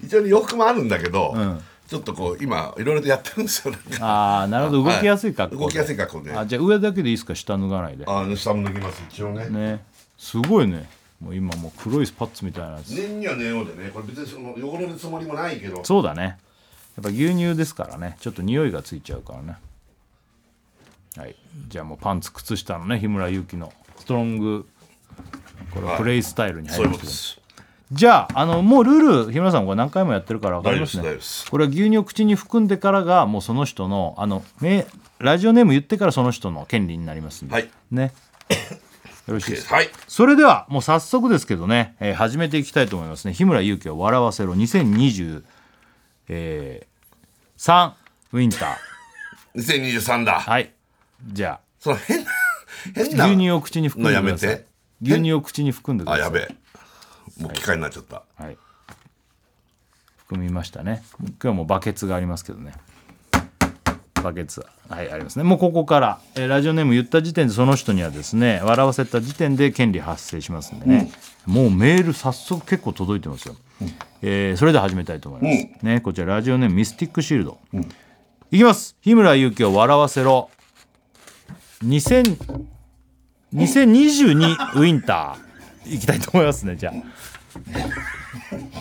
[SPEAKER 3] 非常に欲もあるんだけど、
[SPEAKER 2] ん
[SPEAKER 3] ちょっとこう今いろいろとやってるんですよなんか
[SPEAKER 2] ああなるほど
[SPEAKER 3] はい
[SPEAKER 2] 動きやすい格好で
[SPEAKER 3] 動きやすい格好で
[SPEAKER 2] あじゃあ上だけでいいですか下脱がないで
[SPEAKER 3] あの下も脱ぎます一応ね
[SPEAKER 2] ねすごいねもう今もう黒いスパッツみたいなやつ
[SPEAKER 3] 念には念をでねこれ別にその汚れるつもりもないけど
[SPEAKER 2] そうだねやっぱ牛乳ですからねちょっと匂いがついちゃうからねはいじゃあもうパンツ靴下のね日村勇紀のストロングこれはプレイスタイルに入
[SPEAKER 3] そう
[SPEAKER 2] り
[SPEAKER 3] いう
[SPEAKER 2] ま
[SPEAKER 3] こ
[SPEAKER 2] す
[SPEAKER 3] と
[SPEAKER 2] け
[SPEAKER 3] で
[SPEAKER 2] ど
[SPEAKER 3] す
[SPEAKER 2] じゃああのもうルール日村さんこれ何回もやってるから分かります
[SPEAKER 3] 大丈夫
[SPEAKER 2] ね
[SPEAKER 3] です大丈夫です
[SPEAKER 2] これは牛乳を口に含んでからがもうその人のあのめラジオネーム言ってからその人の権利になりますんで、
[SPEAKER 3] はい
[SPEAKER 2] <laughs> ねよろしいですか
[SPEAKER 3] はい
[SPEAKER 2] それではもう早速ですけどね、えー始めていきたいと思いますね日村勇紀を笑わせろ2023、えー3ウィンタ
[SPEAKER 3] 2023だ、
[SPEAKER 2] ーはいじゃ
[SPEAKER 3] その変な変
[SPEAKER 2] あ
[SPEAKER 3] な
[SPEAKER 2] 牛乳を口に含んでく
[SPEAKER 3] のや
[SPEAKER 2] だ
[SPEAKER 3] め
[SPEAKER 2] さい
[SPEAKER 3] て
[SPEAKER 2] 牛乳を口に含んでくだ
[SPEAKER 3] あ
[SPEAKER 2] さい
[SPEAKER 3] やべえもう機械になっちゃった、
[SPEAKER 2] はい含みましたね今日はもうバケツがありますけどねバケツはいありますねもうここから、えーラジオネーム言った時点でその人にはですね笑わせた時点で権利発生しますんでね、もうメール早速結構届いてますよ、えーそれでは始めたいと思います、ねこちらラジオネームミスティックシールド、いきます日村勇紀を笑わせろ2000 2022ウィンターいきたいと思いますねじゃあ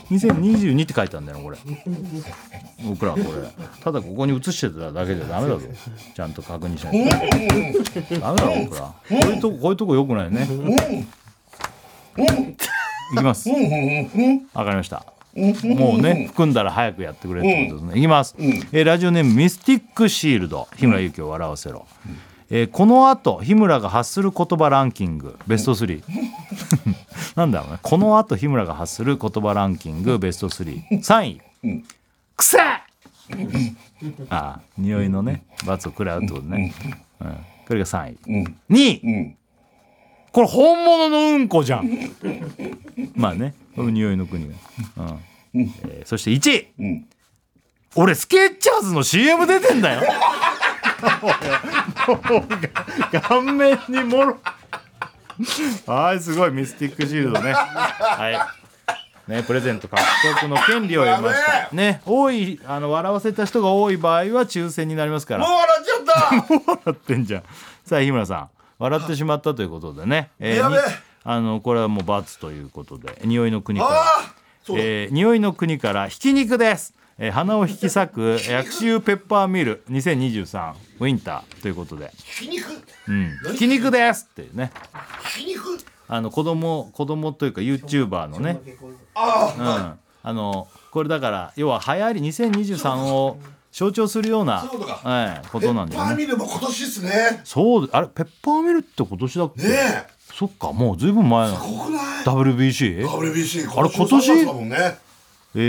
[SPEAKER 2] 2022って書いてあるんだよなこれ僕らこれただここに写してただけじゃダメだぞちゃんと確認しないとダメだろ僕らこういうとここういうとこよくないよねいきますわかりましたもうね含んだら早くやってくれってことですねいきます、えーラジオネームミスティックシールド日村勇紀を笑わせろ、えーこのあと日村が発する言葉ランキングベスト3、なんだろうねこのあと日村が発する言葉ランキングベスト33位、くせえああ匂いのね罰を食らうってことね、うん、これが3位、2位、これ本物のうんこじゃんまあねこの匂いの国が、うんえーそして1位、俺スケッチャーズの CM 出てんだよ顔面にもろはい、すごいミスティックシールドね。はい。ね、プレゼント獲得の権利を得ました。ね、多い、あの笑わせた人が多い場合は抽選になりますから。
[SPEAKER 3] もう
[SPEAKER 2] も
[SPEAKER 3] 笑っちゃった
[SPEAKER 2] う笑ってんじゃん。さあ、日村さん、笑ってしまったということでね。え
[SPEAKER 3] やべえ
[SPEAKER 2] にあの、これはもう罰ということで、匂いの国から。
[SPEAKER 3] ああそうだ、
[SPEAKER 2] えー匂いの国からひき肉です、えー鼻を引き裂く薬臭ペッパーミル2023ウィンターということで
[SPEAKER 3] ひき肉
[SPEAKER 2] うんひき肉ですっていうね
[SPEAKER 3] ひき肉
[SPEAKER 2] あの子供子供というか YouTuber のね、
[SPEAKER 3] あ
[SPEAKER 2] う
[SPEAKER 3] あ
[SPEAKER 2] ん、あのこれだから要は流行り2023を象徴するような
[SPEAKER 3] そういうことか
[SPEAKER 2] ええこ
[SPEAKER 3] ペ
[SPEAKER 2] となん
[SPEAKER 3] ッ
[SPEAKER 2] だ
[SPEAKER 3] パ
[SPEAKER 2] よ
[SPEAKER 3] ー
[SPEAKER 2] ね
[SPEAKER 3] ミルも今年ですね
[SPEAKER 2] そうあれペッパーミルって今年だっけ、
[SPEAKER 3] ねえ
[SPEAKER 2] そっかもうずいぶん前なの
[SPEAKER 3] 濃くない
[SPEAKER 2] WBC?
[SPEAKER 3] WBC
[SPEAKER 2] あれ今年
[SPEAKER 3] の三月だもんね
[SPEAKER 2] え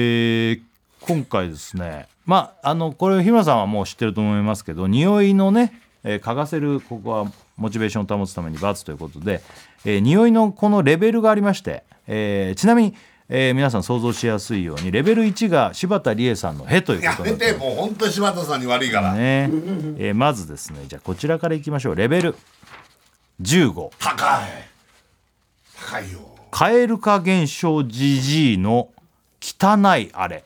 [SPEAKER 2] ー今回ですねまああのこれ日村さんはもう知ってると思いますけど匂いのね、えー嗅がせるここはモチベーションを保つために罰ということで、えー匂いのこのレベルがありまして、えーちなみに、えー皆さん想像しやすいようにレベル1が柴田理恵さんの「へ」というこ
[SPEAKER 3] や
[SPEAKER 2] とにな
[SPEAKER 3] め
[SPEAKER 2] って
[SPEAKER 3] て
[SPEAKER 2] ま
[SPEAKER 3] もう本当に柴田さんに悪いから、
[SPEAKER 2] すね、えーまずですねじゃあこちらからいきましょうレベル15
[SPEAKER 3] 高い高いよ
[SPEAKER 2] 蛙化現象じじいの汚いあれ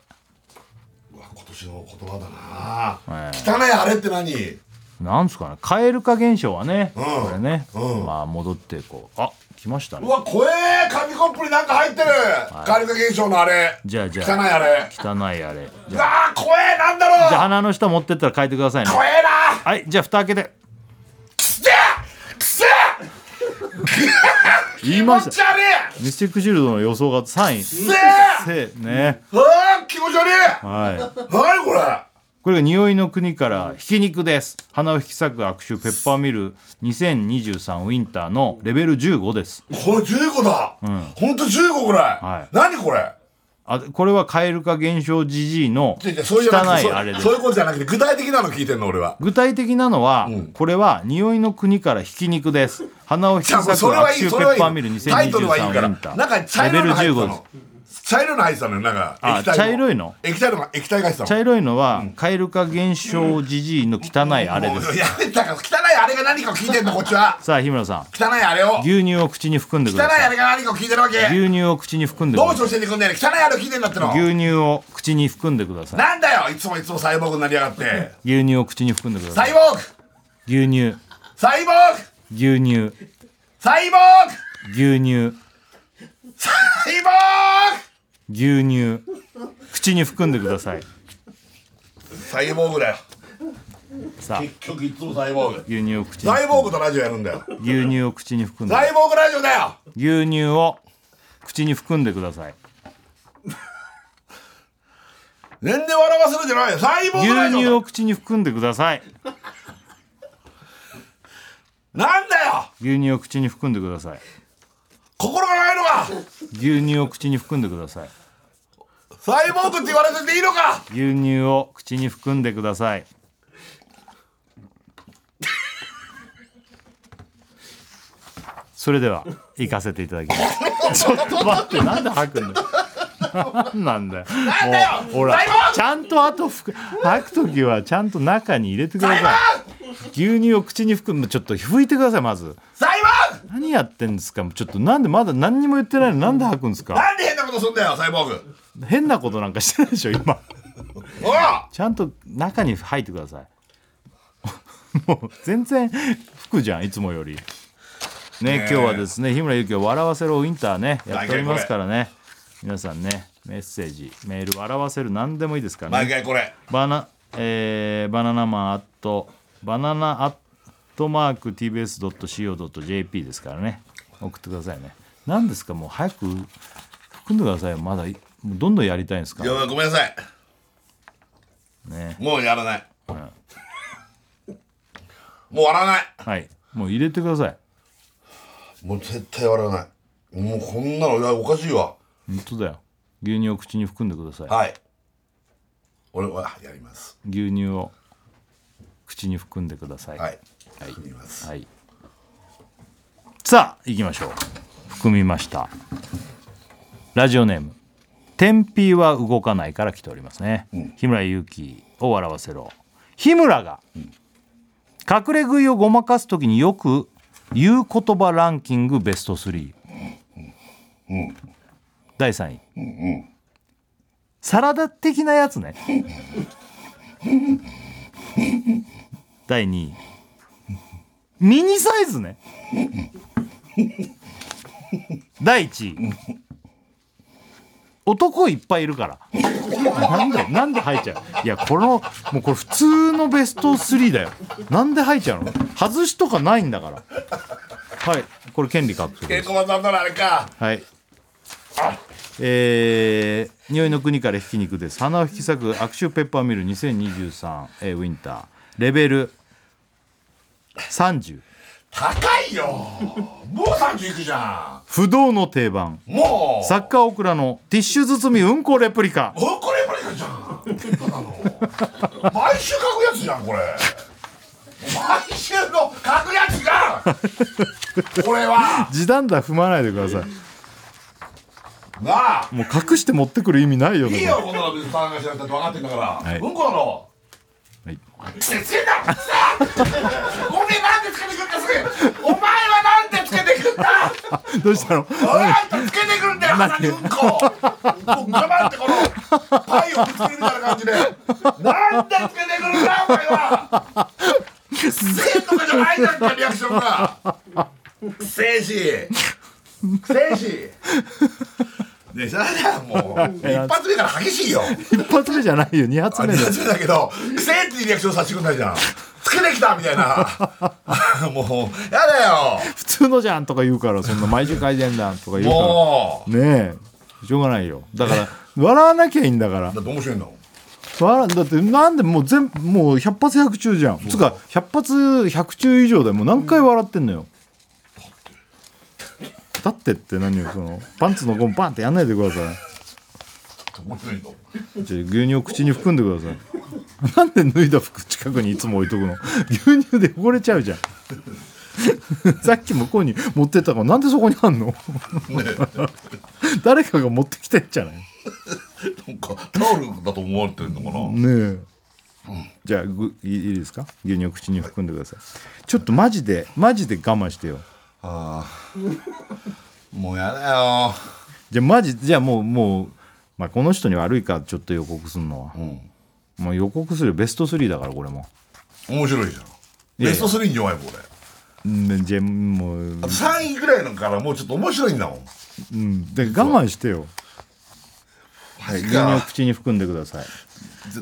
[SPEAKER 3] うわ今年の言葉だな、汚いあれって何
[SPEAKER 2] なんですかね蛙化現象はね、
[SPEAKER 3] ん
[SPEAKER 2] これね、
[SPEAKER 3] うん
[SPEAKER 2] まあ戻ってこうあ来ました
[SPEAKER 3] う
[SPEAKER 2] ね
[SPEAKER 3] わ怖え紙コップになんか入ってる蛙化現象のあれ
[SPEAKER 2] じゃあじゃあ
[SPEAKER 3] 汚いあれ
[SPEAKER 2] 汚いあれ
[SPEAKER 3] う
[SPEAKER 2] じゃあ
[SPEAKER 3] わ怖えなんだろう
[SPEAKER 2] じゃあ鼻の下持ってったら変えてくださいね
[SPEAKER 3] 怖えな
[SPEAKER 2] はいじゃあ蓋開けて
[SPEAKER 3] くせえくせえ
[SPEAKER 2] 言い
[SPEAKER 3] 気持
[SPEAKER 2] まし
[SPEAKER 3] ち
[SPEAKER 2] た
[SPEAKER 3] 悪い
[SPEAKER 2] ミスティックシールドの予想が3位
[SPEAKER 3] くせえ
[SPEAKER 2] せね
[SPEAKER 3] うわ気持ち悪い
[SPEAKER 2] はい
[SPEAKER 3] 何これ
[SPEAKER 2] これが匂いの国からひき肉です鼻を引き裂く悪臭ペッパーミル2023ウィンターのレベル15です
[SPEAKER 3] これ15だ、ほんと15ぐらい、
[SPEAKER 2] はい
[SPEAKER 3] 何これ
[SPEAKER 2] あこれは蛙化現象じじいの汚
[SPEAKER 3] 違う違うそういう
[SPEAKER 2] い
[SPEAKER 3] じゃなくて
[SPEAKER 2] あれです
[SPEAKER 3] そうそういうことじゃなくて具体的なの聞いてんの俺は
[SPEAKER 2] 具体的なのは、これは匂いの国からひき肉です鼻を引き
[SPEAKER 3] じゃ
[SPEAKER 2] 裂
[SPEAKER 3] あ
[SPEAKER 2] く
[SPEAKER 3] それ
[SPEAKER 2] 悪
[SPEAKER 3] はいい
[SPEAKER 2] 臭ペ
[SPEAKER 3] それはい
[SPEAKER 2] ッ
[SPEAKER 3] い
[SPEAKER 2] パーミル2023ウ
[SPEAKER 3] タイトルはいいか
[SPEAKER 2] ィン
[SPEAKER 3] ら
[SPEAKER 2] ター
[SPEAKER 3] 中に茶
[SPEAKER 2] レベ
[SPEAKER 3] 色い
[SPEAKER 2] ル
[SPEAKER 3] の入ってた
[SPEAKER 2] 15
[SPEAKER 3] の
[SPEAKER 2] で
[SPEAKER 3] です茶色の入ってたのよなんか
[SPEAKER 2] あ
[SPEAKER 3] 液体
[SPEAKER 2] 茶色いの
[SPEAKER 3] 液体のが液体が入ってた
[SPEAKER 2] 茶
[SPEAKER 3] の
[SPEAKER 2] 色いのは蛙化現象じじいの汚いあれで
[SPEAKER 3] もう
[SPEAKER 2] す
[SPEAKER 3] やめたから汚いあれが何かを聞いてんのこっちは
[SPEAKER 2] さあ日村さん
[SPEAKER 3] 汚いあれを汚い
[SPEAKER 2] 牛乳を口に含んでくださ
[SPEAKER 3] あ
[SPEAKER 2] い
[SPEAKER 3] れが何かを聞いてるわけ
[SPEAKER 2] 牛乳を口に含んでく
[SPEAKER 3] ど
[SPEAKER 2] だ
[SPEAKER 3] う
[SPEAKER 2] さい
[SPEAKER 3] 教えてくんねえの汚いあれを聞いてんだっての
[SPEAKER 2] 牛乳を口に含んでください
[SPEAKER 3] なんだよいつもいつもサイボーグになりやがって
[SPEAKER 2] 牛乳を口に含んでくださ
[SPEAKER 3] サイ
[SPEAKER 2] い
[SPEAKER 3] ボーグ
[SPEAKER 2] 牛乳
[SPEAKER 3] サイボーグ
[SPEAKER 2] 牛乳
[SPEAKER 3] サイボーグ
[SPEAKER 2] 牛乳
[SPEAKER 3] サイボー
[SPEAKER 2] 牛乳口に含んでください
[SPEAKER 3] グサイボーグだよ
[SPEAKER 2] さあ
[SPEAKER 3] 結局いつもサイボーグ
[SPEAKER 2] 牛乳を口に
[SPEAKER 3] サイボーグとラジオやるんだよ
[SPEAKER 2] 牛乳を口に含んで
[SPEAKER 3] サイボーグラジオだよ
[SPEAKER 2] 牛乳を口に含んでください
[SPEAKER 3] 全然笑わせるんじゃないよサイボーグラ
[SPEAKER 2] 牛
[SPEAKER 3] ジオ
[SPEAKER 2] 乳
[SPEAKER 3] だ
[SPEAKER 2] を口に含んでください
[SPEAKER 3] なんだよ
[SPEAKER 2] 牛乳を口に含んでください
[SPEAKER 3] 心がないのか
[SPEAKER 2] 牛乳を口に含んでください
[SPEAKER 3] サイボーグって言われてていいのか
[SPEAKER 2] 牛乳を口に含んでくださいそれでは行かせていただきますちょっと待ってなんで吐くんだよなんなんだよ
[SPEAKER 3] なんだよ
[SPEAKER 2] もうほら
[SPEAKER 3] サイボーグ
[SPEAKER 2] ちゃんとあとふく吐く時はちゃんと中に入れてください牛乳を口に含むちょっと拭いてくださいまず
[SPEAKER 3] サイボーグ
[SPEAKER 2] 何やってんですかちょっとなんでまだ何にも言ってないのなんで吐くんですか
[SPEAKER 3] なんで変なことすんだよサイボーグ
[SPEAKER 2] 変なことなんかしてないでしょ今 <laughs>
[SPEAKER 3] おら
[SPEAKER 2] ちゃんと中に入ってください <laughs> もう全然服じゃんいつもよりね今日はですね日村ゆきを笑わせるウィンターねやっておりますからね皆さんねメッセージメール笑わせる何でもいいですから
[SPEAKER 3] 毎
[SPEAKER 2] ね
[SPEAKER 3] 回これ
[SPEAKER 2] バナ,、えーバナナマンアットバナナアットマーク TBS.CO.JP ですからね送ってくださいね何ですかもう早く含んでくださいよまだいもうどんどんやりたいんですか
[SPEAKER 3] いやごめんなさい
[SPEAKER 2] ね
[SPEAKER 3] もうやらない、もう笑わない
[SPEAKER 2] はいもう入れてください
[SPEAKER 3] もう絶対笑わないもうこんなのいやおかしいわ
[SPEAKER 2] 本当だよ牛乳を口に含んでください
[SPEAKER 3] はい俺はやります
[SPEAKER 2] 牛乳を口に含んでください
[SPEAKER 3] はい、はい、やります
[SPEAKER 2] はいさあ行きましょう含みましたラジオネーム「天日は動かない」から来ておりますね、日村勇紀を笑わせろ日村が、隠れ食いをごまかす時によく言う言葉ランキングベスト3、第3位、サラダ的なやつね第2位ミニサイズね第1位男いっぱいいるからなんでなんで入っちゃういやこのもうこれ普通のベスト3だよなんで入っちゃうの外しとかないんだからはいこれ権利獲得で
[SPEAKER 3] 稽
[SPEAKER 2] す
[SPEAKER 3] 古場さんとのあれか
[SPEAKER 2] はい。えー、匂いの国からひき肉です。花を引き裂く悪臭ペッパーミル2023、えー、ウィンター。レベル30。
[SPEAKER 3] 高いよもう39じゃ
[SPEAKER 2] 不動の定番。
[SPEAKER 3] んもう
[SPEAKER 2] サッカーオクラのティッシュ包みうんこレプリカ。
[SPEAKER 3] もうこれこれじゃんただの毎週書くやつじゃんこれ毎週の書くやつじゃんこれは
[SPEAKER 2] 時短だ踏まないでください。
[SPEAKER 3] なあ
[SPEAKER 2] もう隠して持ってくる意味ないよ
[SPEAKER 3] い
[SPEAKER 2] ね。
[SPEAKER 3] いよこんなの別に騒がしなくたって分かってんだから、
[SPEAKER 2] い
[SPEAKER 3] うんこだろ
[SPEAKER 2] これはい。
[SPEAKER 3] つけんなさあおめえなんでつけてくんだすぐお前はなんでつけてくんだ
[SPEAKER 2] どうしたの？
[SPEAKER 3] お前とつけてくんだよ鼻にうんこもう我慢ってこのパイをぶつけるみたいな感じでなんでつけてくるんだお前はくっせえとかじゃないんだってリアクションがくっせえしくせえしでしゃあないもう一発目から激し <laughs> いよ
[SPEAKER 2] 一発目じゃないよ。二発
[SPEAKER 3] あ
[SPEAKER 2] 目
[SPEAKER 3] り
[SPEAKER 2] だよ
[SPEAKER 3] が。ちだけど、くせえっていうリアクションさせてくんないじゃん。つけてきたみたいな。 <laughs> もう、やだよ。 <laughs>
[SPEAKER 2] 普通のじゃんとか言うから、そんな毎週改善だとか言うから。
[SPEAKER 3] も
[SPEAKER 2] ねえしょうがないよだから <laughs> 笑わなきゃいいんだから
[SPEAKER 3] う。だって面白いんだもん。
[SPEAKER 2] 笑わだってなんでもう全部もう100発100中じゃんつうか100発100中以上でもう何回笑ってんのよ、だってって何よそのパンツのゴムパンってやんないでください
[SPEAKER 3] 面白いんだもん。
[SPEAKER 2] ちょ牛乳を口に含んでくださいなんで脱いだ服近くにいつも置いとくの牛乳で汚れちゃうじゃんさっき向こうに持ってったからなんでそこにあんの <laughs> 誰かが持ってきてんじゃない
[SPEAKER 3] なんかタオルだと思われてるのかな、
[SPEAKER 2] ねえ、じゃあぐいいいですか牛乳を口に含んでくださいちょっとマジでマジで我慢してよ
[SPEAKER 3] あーもうやだよ
[SPEAKER 2] じゃあマジじゃあもうもう、まあ、この人に悪いからちょっと予告するのは、もう予告するよベスト3だからこれも
[SPEAKER 3] 面白いじゃん
[SPEAKER 2] いや
[SPEAKER 3] ベスト3に弱いもん俺
[SPEAKER 2] うんじゃあもう、
[SPEAKER 3] あと3位ぐらいのからもうちょっと面白いんだもん
[SPEAKER 2] うん、で我慢してよ
[SPEAKER 3] はい
[SPEAKER 2] 牛乳を口に含んでください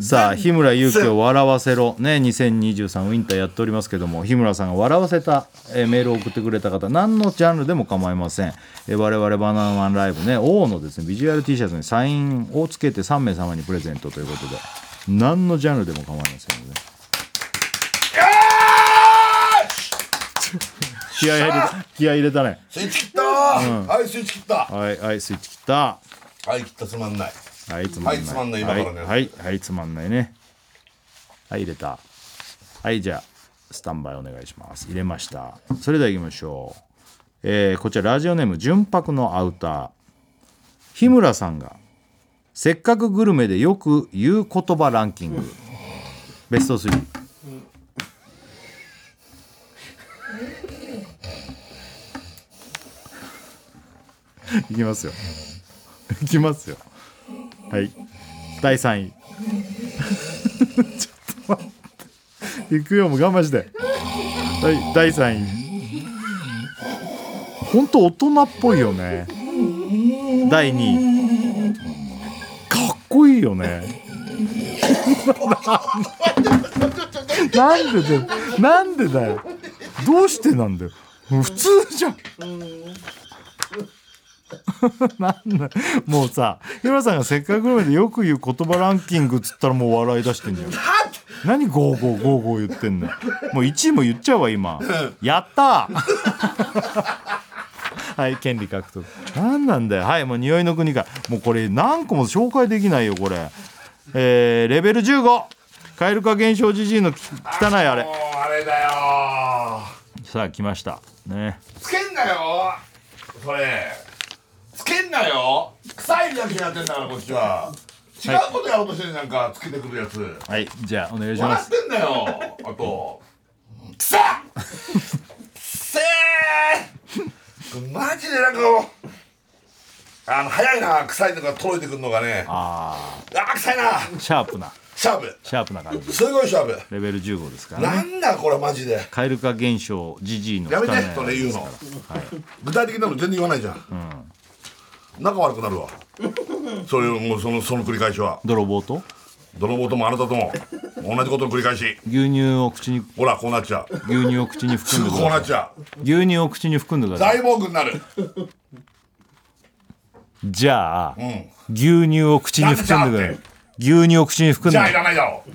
[SPEAKER 2] さあ日村勇紀を笑わせろね2023ウィンターやっておりますけども日村さんが笑わせた、えーメールを送ってくれた方何のジャンルでも構いません、えー我々バナナマンライブね王のですねビジュアル T シャツにサインをつけて3名様にプレゼントということで何のジャンルでも構いませんので気合い入れた気合い入れたね
[SPEAKER 3] スイッチ切ったーはいスイッチ切った
[SPEAKER 2] はいはいスイッチ切った
[SPEAKER 3] はい切ったつまんない
[SPEAKER 2] はい、つまんない。
[SPEAKER 3] はいつまんない今からね
[SPEAKER 2] はい、はい、はいつまんないね。はい、入れた。はい、じゃあ、スタンバイお願いします。入れました。それでは行きましょう。えーこちら、ラジオネーム、純白のアウター。日村さんが、せっかくグルメでよく言う言葉ランキング。ベスト3。いきますよ。いきますよ。はい。第3位。 <laughs> ちょっと待って。行くよ、もう我慢して。はい、第3位。ほんと大人っぽいよね。第2位。かっこいいよね。 <laughs> なんでだよ。なんでだよ。どうしてなんだよ。普通じゃん。なんだもうさ日村さんがせっかくグルメでよく言う言葉ランキングっつったらもう笑い出してんじゃん何ゴーゴーゴーゴー言ってんのもう1位も言っちゃうわ今やったーはい権利獲得何なんだよはいもう匂いの国からもうこれ何個も紹介できないよこれえー、レベル15蛙化現象じじいの汚いあれ
[SPEAKER 3] もうあれだよ
[SPEAKER 2] さあ来ましたね
[SPEAKER 3] ーつけんなよーそれつけんなよ臭いだけやってんだからこっちは違うことやろうとしてるなんかつけてくるやつ
[SPEAKER 2] はいじゃあお願いしま
[SPEAKER 3] 笑
[SPEAKER 2] す
[SPEAKER 3] ってんだよあとくさっせーマジでなんかもうあの早いな臭いのが届いてくるのがねああ臭いな
[SPEAKER 2] シャープな
[SPEAKER 3] シャープ
[SPEAKER 2] シャープな感じ
[SPEAKER 3] すごいシャープ
[SPEAKER 2] レベル15ですからね
[SPEAKER 3] なんだこれマジで
[SPEAKER 2] 蛙化現象ジジイの
[SPEAKER 3] やめて
[SPEAKER 2] 二目
[SPEAKER 3] それ言うの
[SPEAKER 2] はい
[SPEAKER 3] 具体的なの全然言わないじゃん、仲悪くなるわそれをもうそのその繰り返しは
[SPEAKER 2] 泥棒と
[SPEAKER 3] 泥棒ともあなたとも同じことの繰り返し
[SPEAKER 2] 牛乳を口に
[SPEAKER 3] ほらこうなっちゃう
[SPEAKER 2] 牛乳を口に
[SPEAKER 3] す
[SPEAKER 2] 含ん
[SPEAKER 3] ぐ
[SPEAKER 2] で
[SPEAKER 3] こ
[SPEAKER 2] く
[SPEAKER 3] うな
[SPEAKER 2] だ
[SPEAKER 3] <laughs> っち
[SPEAKER 2] さい
[SPEAKER 3] ゃう
[SPEAKER 2] 牛乳を口に含んでください
[SPEAKER 3] 大文句になる
[SPEAKER 2] じゃあ、
[SPEAKER 3] ん
[SPEAKER 2] 牛乳を口に含んでくだ
[SPEAKER 3] なん
[SPEAKER 2] さい牛乳を口に含ん
[SPEAKER 3] じ
[SPEAKER 2] で
[SPEAKER 3] ゃあいらないだろう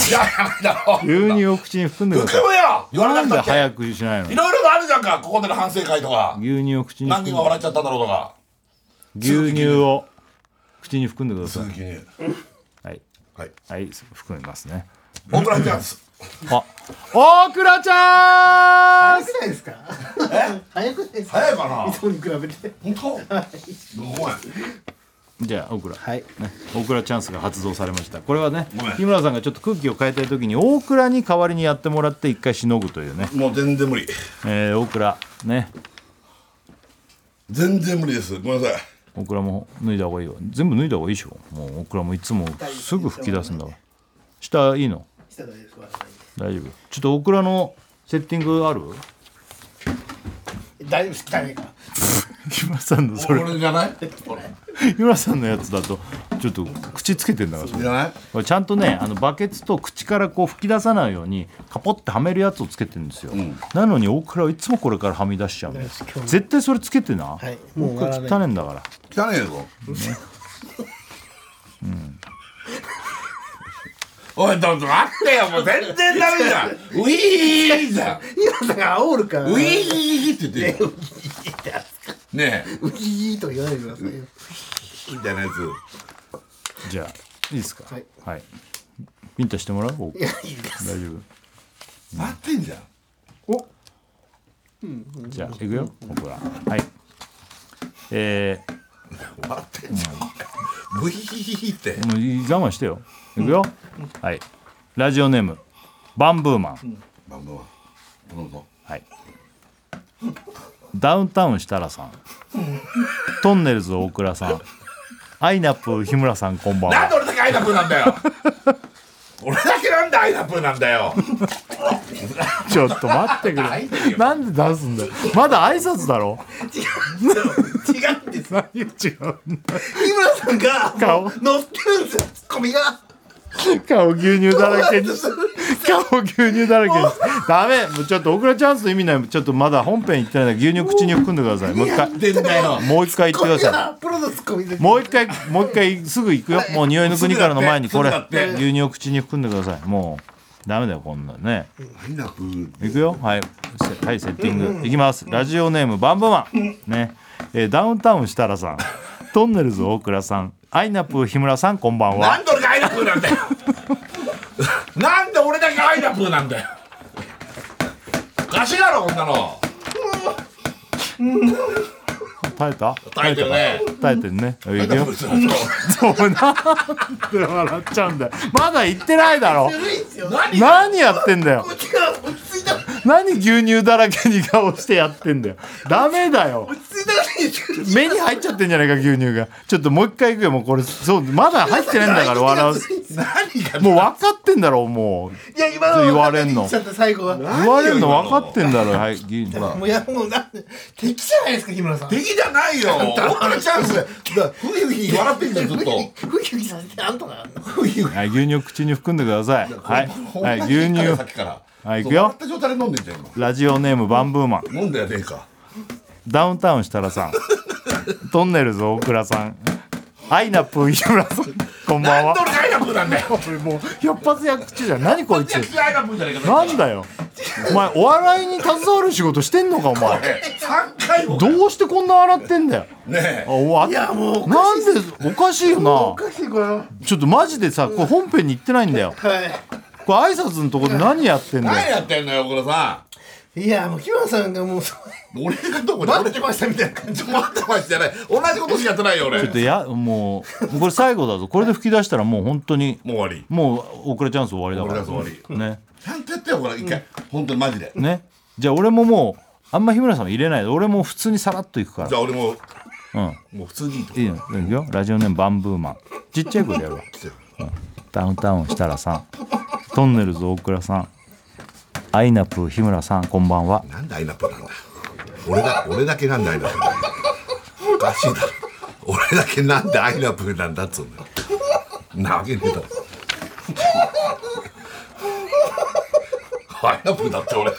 [SPEAKER 3] じゃあいらないだろう
[SPEAKER 2] 牛乳を口に含んでくださ
[SPEAKER 3] 含むよ
[SPEAKER 2] い
[SPEAKER 3] 言
[SPEAKER 2] な
[SPEAKER 3] わなんか
[SPEAKER 2] で
[SPEAKER 3] ったって
[SPEAKER 2] 早くしないの
[SPEAKER 3] いろいろとあるじゃんかここでの反省会とか
[SPEAKER 2] 牛乳を口に
[SPEAKER 3] 何
[SPEAKER 2] 含
[SPEAKER 3] 人
[SPEAKER 2] ん
[SPEAKER 3] が
[SPEAKER 2] で
[SPEAKER 3] 笑っちゃったんだろうとか
[SPEAKER 2] 牛乳を口に含んでくださ
[SPEAKER 3] 続きに
[SPEAKER 2] いはい
[SPEAKER 3] はい
[SPEAKER 2] はい含みますね
[SPEAKER 3] 大人チャンス
[SPEAKER 2] あ大倉ちゃん
[SPEAKER 4] 早くないですか早くないですか
[SPEAKER 3] 早いかない
[SPEAKER 4] つもに比べて
[SPEAKER 3] 本当ごめん
[SPEAKER 2] じゃあ大倉
[SPEAKER 4] はい
[SPEAKER 2] ね、大倉チャンスが発動されましたこれはね
[SPEAKER 3] ごめん
[SPEAKER 2] 日村さんがちょっと空気を変えたい時に大倉に代わりにやってもらって一回しのぐというね、
[SPEAKER 3] もう全然無理
[SPEAKER 2] えー大倉ね
[SPEAKER 3] 全然無理ですごめんなさい
[SPEAKER 2] 大倉も脱いだ方がいいよ全部脱いだ方がいいでしょもう大倉もいつもすぐ吹き出すんだから下いいの
[SPEAKER 4] 下だけです笑わない
[SPEAKER 2] 大丈夫ちょっと大倉のセッティング <laughs> ある
[SPEAKER 4] で大丈夫です誰か
[SPEAKER 2] 日村さんのそれ
[SPEAKER 3] 俺じゃないこれ
[SPEAKER 2] 日村さんのやつだとちょっと口つけてんだからそれ
[SPEAKER 3] じゃない
[SPEAKER 2] これちゃんとねあのバケツと口からこう吹き出さないようにカポってはめるやつをつけてるんですよ、なのに大倉はいつもこれからはみ出しちゃうんです絶対それつけてな、
[SPEAKER 4] はいもう
[SPEAKER 2] これ
[SPEAKER 4] 笑わ
[SPEAKER 2] 汚
[SPEAKER 4] ない
[SPEAKER 2] ねんだから
[SPEAKER 3] 汚ねえぞおい、どうぞ、待ってよ、もう全然ダメじゃん。ウィーじゃん。
[SPEAKER 4] 今だから煽るから
[SPEAKER 3] ウィ
[SPEAKER 4] ウ
[SPEAKER 3] ーって言ってるねえ、ウ
[SPEAKER 4] ィーと言わないでくださいよ
[SPEAKER 3] ィーみたいなやつ。
[SPEAKER 2] じゃあいいですか
[SPEAKER 4] はい、
[SPEAKER 2] ビンタしてもらう大
[SPEAKER 4] いや
[SPEAKER 2] 倉
[SPEAKER 4] いいです
[SPEAKER 2] 大丈夫
[SPEAKER 3] 待ってんじゃん。
[SPEAKER 4] お
[SPEAKER 2] じゃあいくよ僕ははいえ
[SPEAKER 3] 終わってんじゃんブヒヒヒヒって
[SPEAKER 2] ー、もうい我慢してよいくよ、はいラジオネームバンブーマン、
[SPEAKER 3] まあまあまあどうぞ
[SPEAKER 2] はい。ダウンタウン設楽さん、トンネルズ大倉さん、アイナップ日村さんこんばん
[SPEAKER 3] なん
[SPEAKER 2] は。
[SPEAKER 3] で俺だけアイナプーなんだよ俺だけなんでアイナプーなんだよ
[SPEAKER 2] ちょっと待ってく
[SPEAKER 3] 泣いてる
[SPEAKER 2] れ。
[SPEAKER 3] よ
[SPEAKER 2] なんで出すんだよ。まだ挨拶だろ。
[SPEAKER 4] 違うんです
[SPEAKER 2] 何違うんだ。
[SPEAKER 4] 日村さんが
[SPEAKER 2] 顔
[SPEAKER 4] もう乗ってるんですよツッコミが
[SPEAKER 2] 顔牛乳だらけにして。顔牛乳だらけにして。ダメ。もうちょっと大倉チャンスの意味ない。ちょっとまだ本編行ってないんだ牛乳口に含んでください。もう一回。
[SPEAKER 3] 出んだよ
[SPEAKER 2] もう一回言ってください。
[SPEAKER 4] いプロのツッコミです
[SPEAKER 2] もう一回、もう一回すぐ行くよ。もう匂いの国からの前にこれ
[SPEAKER 3] すぐだってすぐだって
[SPEAKER 2] 牛乳を口に含んでください。もうダメだよこんなのね。
[SPEAKER 3] アイナプー
[SPEAKER 2] 行くよ。はい、せはいセッティングいきます。ラジオネームバンブーマンね、えーダウンタウン設楽さん、トンネルズ大倉さん、アイナップ日村さんこんばん
[SPEAKER 3] な
[SPEAKER 2] は。
[SPEAKER 3] んで俺がアイナプーなんだよなんで俺だけアイナプーなんだよおかしいだろこんなの
[SPEAKER 2] 耐えた？
[SPEAKER 3] 耐えてるね
[SPEAKER 2] 耐えてるね。行くよ。
[SPEAKER 3] 何
[SPEAKER 2] そうなんで笑っちゃうんだよ。まだ行ってないだ
[SPEAKER 4] <laughs>
[SPEAKER 2] ろ。
[SPEAKER 4] 古いですよ
[SPEAKER 2] 何やってんだよ。
[SPEAKER 4] 落ちが落ち着いた
[SPEAKER 2] 何牛乳だらけに顔してやってんだよ。ダメだよ。
[SPEAKER 4] 落ち着いたらいいですけど
[SPEAKER 2] 目に入っちゃってんじゃないか牛乳がちょっともう一回いくよもうこれそうまだ入ってないんだから笑わす
[SPEAKER 3] が
[SPEAKER 2] もう分かってんだろうもう
[SPEAKER 4] いや今の
[SPEAKER 2] 言われんの
[SPEAKER 4] ちゃった最後は
[SPEAKER 2] 言われるの分かってんだろうはい牛乳
[SPEAKER 4] もういやもうなんで敵じゃないですか日村さん
[SPEAKER 3] 敵じゃないよ <laughs> 俺のチャンスだからふひふひ笑ってんじゃんずっと
[SPEAKER 4] ふきふきさせてあんとかなんの
[SPEAKER 2] はい牛乳を口に含んでくださいはい、
[SPEAKER 3] ほんま
[SPEAKER 2] は
[SPEAKER 3] に
[SPEAKER 2] い、牛乳
[SPEAKER 3] さっきから
[SPEAKER 2] はい行くよ
[SPEAKER 3] そう笑った状態で飲んでんじゃん
[SPEAKER 2] ラジオネームバンブーマン
[SPEAKER 3] 今飲んだよねえか
[SPEAKER 2] ダウンタウン設楽さんトンネルズ大倉さんアイナップ日村さんこんばん
[SPEAKER 3] なん
[SPEAKER 2] は
[SPEAKER 3] で俺がアイナプーなんだよ
[SPEAKER 2] これもう百発百中じゃん何こいつ
[SPEAKER 3] 私アイナプーじゃねえか
[SPEAKER 2] なんだよお前お笑いに携わる仕事してんのかお前
[SPEAKER 3] 三回も
[SPEAKER 2] どうしてこんな笑ってんだよ
[SPEAKER 3] ね
[SPEAKER 2] あおわ
[SPEAKER 4] いやもうおか
[SPEAKER 2] なんでおかしいよ
[SPEAKER 4] お
[SPEAKER 2] な
[SPEAKER 4] かしいこれは
[SPEAKER 2] ちょっとマジでさこれ本編に行ってないんだよ
[SPEAKER 4] は
[SPEAKER 2] これ挨拶のとこで何やってん
[SPEAKER 3] 何
[SPEAKER 2] だよ
[SPEAKER 3] やってんのよ小倉さ
[SPEAKER 4] いいやもう日村さんがもうそ
[SPEAKER 3] ん俺がどこで
[SPEAKER 4] 待
[SPEAKER 3] 俺
[SPEAKER 4] ってましたみたいな感
[SPEAKER 3] ち
[SPEAKER 4] じ
[SPEAKER 3] ょ待ってましたじゃない同じことしかやってないよ俺
[SPEAKER 2] ちょっとやもうもうこれ最後だぞこれで吹き出したらもう本当に
[SPEAKER 3] もう終わり
[SPEAKER 2] もう遅れチャンス終わりだから
[SPEAKER 3] 遅れチャンス
[SPEAKER 2] ね
[SPEAKER 3] ちゃんとやってよこれ一回本当にマジで
[SPEAKER 2] ねじゃあ俺ももうあんま日村さんは入れないで俺も普通にさらっといくか
[SPEAKER 3] じゃあ俺も
[SPEAKER 2] らうん
[SPEAKER 3] もう普通にいいと
[SPEAKER 2] いいよいいよラジオネームバンブーマンちっちゃい声で
[SPEAKER 4] <laughs>
[SPEAKER 2] やるわダウンタウン設楽さんトンネルズ大倉さんアイナプー日村さんこんばんは
[SPEAKER 3] なんでアイナップなんだよ俺だ俺だけなんでアイナップなんだよおかしいだろ俺だけなんでアイナップなんだっつうんだよなわけねえだろアイナップだって俺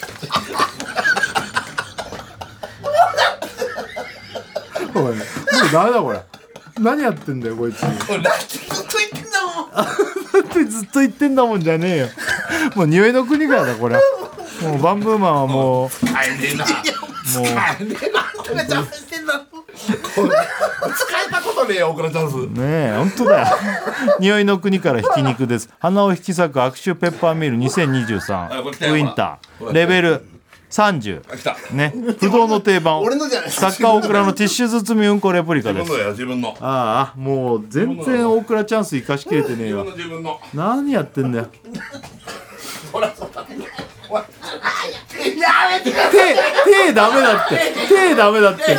[SPEAKER 2] おいもうダメだこれ何やってんだよこいつだ
[SPEAKER 3] これなんて
[SPEAKER 4] ずっと言ってんだもん
[SPEAKER 2] ってずっと言ってんだもんじゃねえよもう匂いの国からだこれもうバンブーマンはもう
[SPEAKER 3] 使えねえな使えねえな
[SPEAKER 4] あんたが邪魔してんだもん
[SPEAKER 3] 使えたことねえよオクラチャンス
[SPEAKER 2] ねえ本当だよ <laughs> 匂いの国からひき肉です鼻を引き裂く悪臭ペッパーミル2023
[SPEAKER 3] あこれ来たよ
[SPEAKER 2] ウィンタ
[SPEAKER 3] ほ
[SPEAKER 2] ー
[SPEAKER 3] ら
[SPEAKER 2] レベル30
[SPEAKER 3] あ来た
[SPEAKER 2] ね不動の定番
[SPEAKER 4] 俺のじゃない
[SPEAKER 2] 作家大倉のティッシュ包みうんこレプリカで
[SPEAKER 3] 自
[SPEAKER 2] す
[SPEAKER 3] 分のや自分の
[SPEAKER 2] ああもう全然大倉チャンス生かしきれてねえ
[SPEAKER 3] 自
[SPEAKER 2] わ
[SPEAKER 3] 分の自分の
[SPEAKER 2] 何やってんだよ
[SPEAKER 3] ほらそうだ
[SPEAKER 2] 手手ダメだって手ダメだって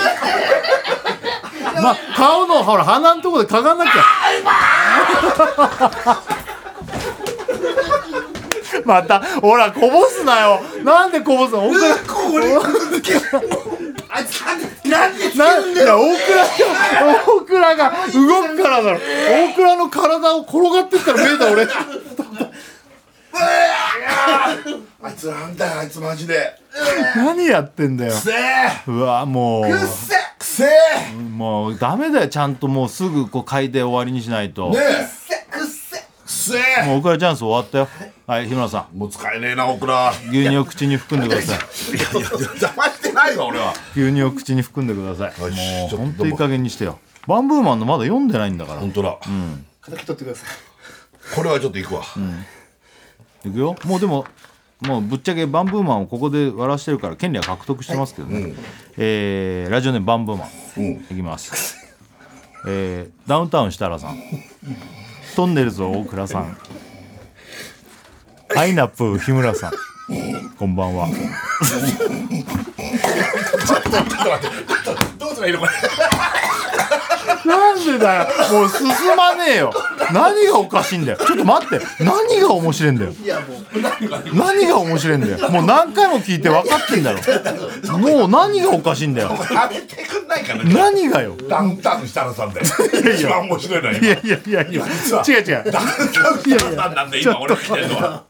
[SPEAKER 2] ま顔のほら鼻のところでかがんなきゃまたほらこぼすなよなんでこぼすの大倉
[SPEAKER 4] これあいつなんで
[SPEAKER 2] なんだ大倉大倉が動くからだろ大倉の体を転がってったら目だ俺
[SPEAKER 3] あいつなんだよあいつマジで
[SPEAKER 2] 何やってんだよ
[SPEAKER 3] くせえ
[SPEAKER 2] うわもう
[SPEAKER 3] くせえくせえ
[SPEAKER 2] もうダメだよちゃんともうすぐこう嗅いで終わりにしないと、
[SPEAKER 3] ねえ
[SPEAKER 4] くっせ
[SPEAKER 3] くせえ
[SPEAKER 2] もうオクラチャンス終わったよはい日村さん
[SPEAKER 3] もう使えねえなオクラ
[SPEAKER 2] 牛乳を口に含んでください
[SPEAKER 3] いやいや邪魔してないわ俺は
[SPEAKER 2] 牛乳を口に含んでくださいも
[SPEAKER 3] よしち
[SPEAKER 2] う
[SPEAKER 3] ょっと
[SPEAKER 2] 本当いい加減にしてよバンブーマンのまだ読んでないんだから
[SPEAKER 3] 本当だ
[SPEAKER 4] 敵取ってください
[SPEAKER 3] これはちょっといくわ
[SPEAKER 2] いくよもうでももうぶっちゃけバンブーマンをここで割らしてるから権利は獲得してますけどね、えーラジオネームバンブーマン、
[SPEAKER 3] ん
[SPEAKER 2] いきます、えーダウンタウン設楽さんトンネルズ大倉さんパイナップル日村さんこんばんは
[SPEAKER 3] どうすりゃいいのこれ
[SPEAKER 2] なんでだよもう進まねえよ何がおかしいんだよちょっと待って何が面白いんだよ
[SPEAKER 4] いやもう
[SPEAKER 2] 何が面白いんだよもう何回も聞いて分かってんだろもう何がおかしいんだよ
[SPEAKER 3] やめてくんないかな
[SPEAKER 2] 何がよ
[SPEAKER 3] ダウンタウン設楽さんで一番面白いのはい今
[SPEAKER 2] やいやいやいや
[SPEAKER 3] 実は
[SPEAKER 2] 違う違う
[SPEAKER 3] ダウンタウン設楽さんなんで今俺が来てるのは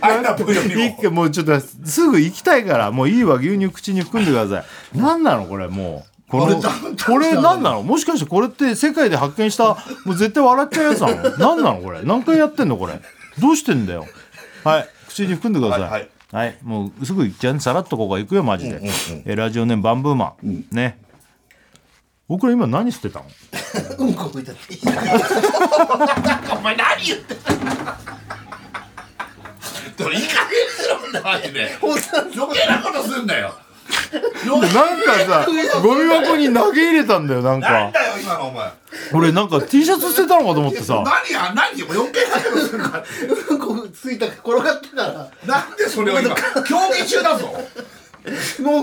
[SPEAKER 3] アイナプーよ
[SPEAKER 2] い
[SPEAKER 3] り
[SPEAKER 2] い
[SPEAKER 3] も
[SPEAKER 2] かもうちょっとすぐ行きたいからもういいわ牛乳口に含んでください何なのこれもうこのこれ何なのもしかしてこれって世界で発見したもう絶対笑っちゃうやつなの何なのこれ何回やってんのこれどうしてんだよはい口に含んでください
[SPEAKER 3] はい
[SPEAKER 2] は
[SPEAKER 3] はいい、
[SPEAKER 2] もうすぐ行っちゃうさらっとここは行くよマジで、えラジオネームバンブーマン、ね僕ら今何捨てたの
[SPEAKER 4] うんこ吹いたっていい
[SPEAKER 3] お前何言ってんのいい加減にしろんだマジで余計なことすんだよ
[SPEAKER 2] なんかさゴミ箱に投げ入れたんだよなん
[SPEAKER 3] なん
[SPEAKER 2] か
[SPEAKER 3] だよ今のお前
[SPEAKER 2] 俺なんか T シャツ捨てたのかと思ってさ
[SPEAKER 3] 何や何よ余計なことするから
[SPEAKER 4] うんこついたから転がってたら
[SPEAKER 3] なんでそれを今競技中だぞ
[SPEAKER 4] も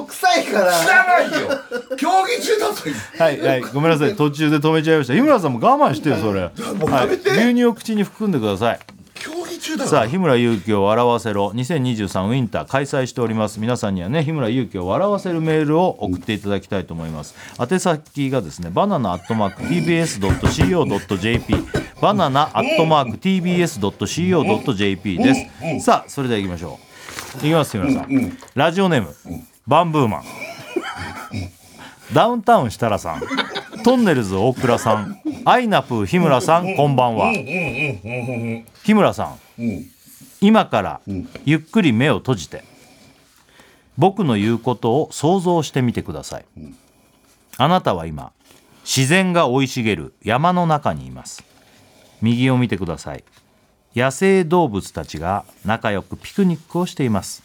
[SPEAKER 4] う臭いから
[SPEAKER 3] 知らないよ競技中だぞ今
[SPEAKER 2] はいはい、ごめんなさい、途中で止めちゃいました。日村さんも我慢してよ、それ。
[SPEAKER 3] もうやめて
[SPEAKER 2] はい牛乳を口に含んでください。
[SPEAKER 3] 競技中だ
[SPEAKER 2] さ
[SPEAKER 3] ぞ
[SPEAKER 2] あ、日村勇紀を笑わせろ、2023ウィンター開催しております。皆さんにはね、日村勇紀を笑わせるメールを送っていただきたいと思います。宛先がですね、バナナアットマーク tbs.co.jp。バナナアットマーク tbs.co.jp です。さあ、それでは行きましょう。いきます、日村さん。ラジオネーム、バンブーマン。ダウンタウン設楽さん、トンネルズ大倉さん、アイナプー日村さん、こんばんは。日村さん、今からゆっくり目を閉じて、僕の言うことを想像してみてください。あなたは今、自然が生い茂る山の中にいます。右を見てください。野生動物たちが仲良くピクニックをしています。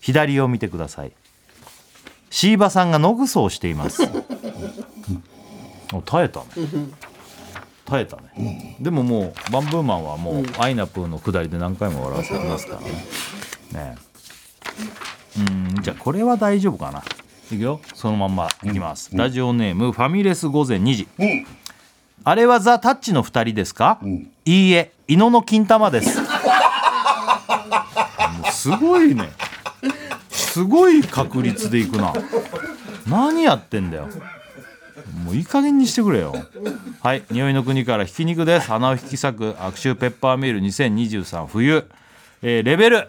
[SPEAKER 2] 左を見てください。椎葉さんが野ぐそをしています。お耐えたね。耐えたね。でももうバンブーマンはもうアイナプーの下りで何回も笑わせてますからね。ねえうんじゃあこれは大丈夫かな。いくよそのまんまいきます。ラジオネームファミレス午前2時。あれはザ・タッチの2人ですか、いいえ、伊野の金玉です。もうすごいね。すごい確率でいくな。何やってんだよ。もういい加減にしてくれよ。はい、匂いの国からひき肉です。鼻を引き裂く悪臭ペッパーミール2023冬。えーレベル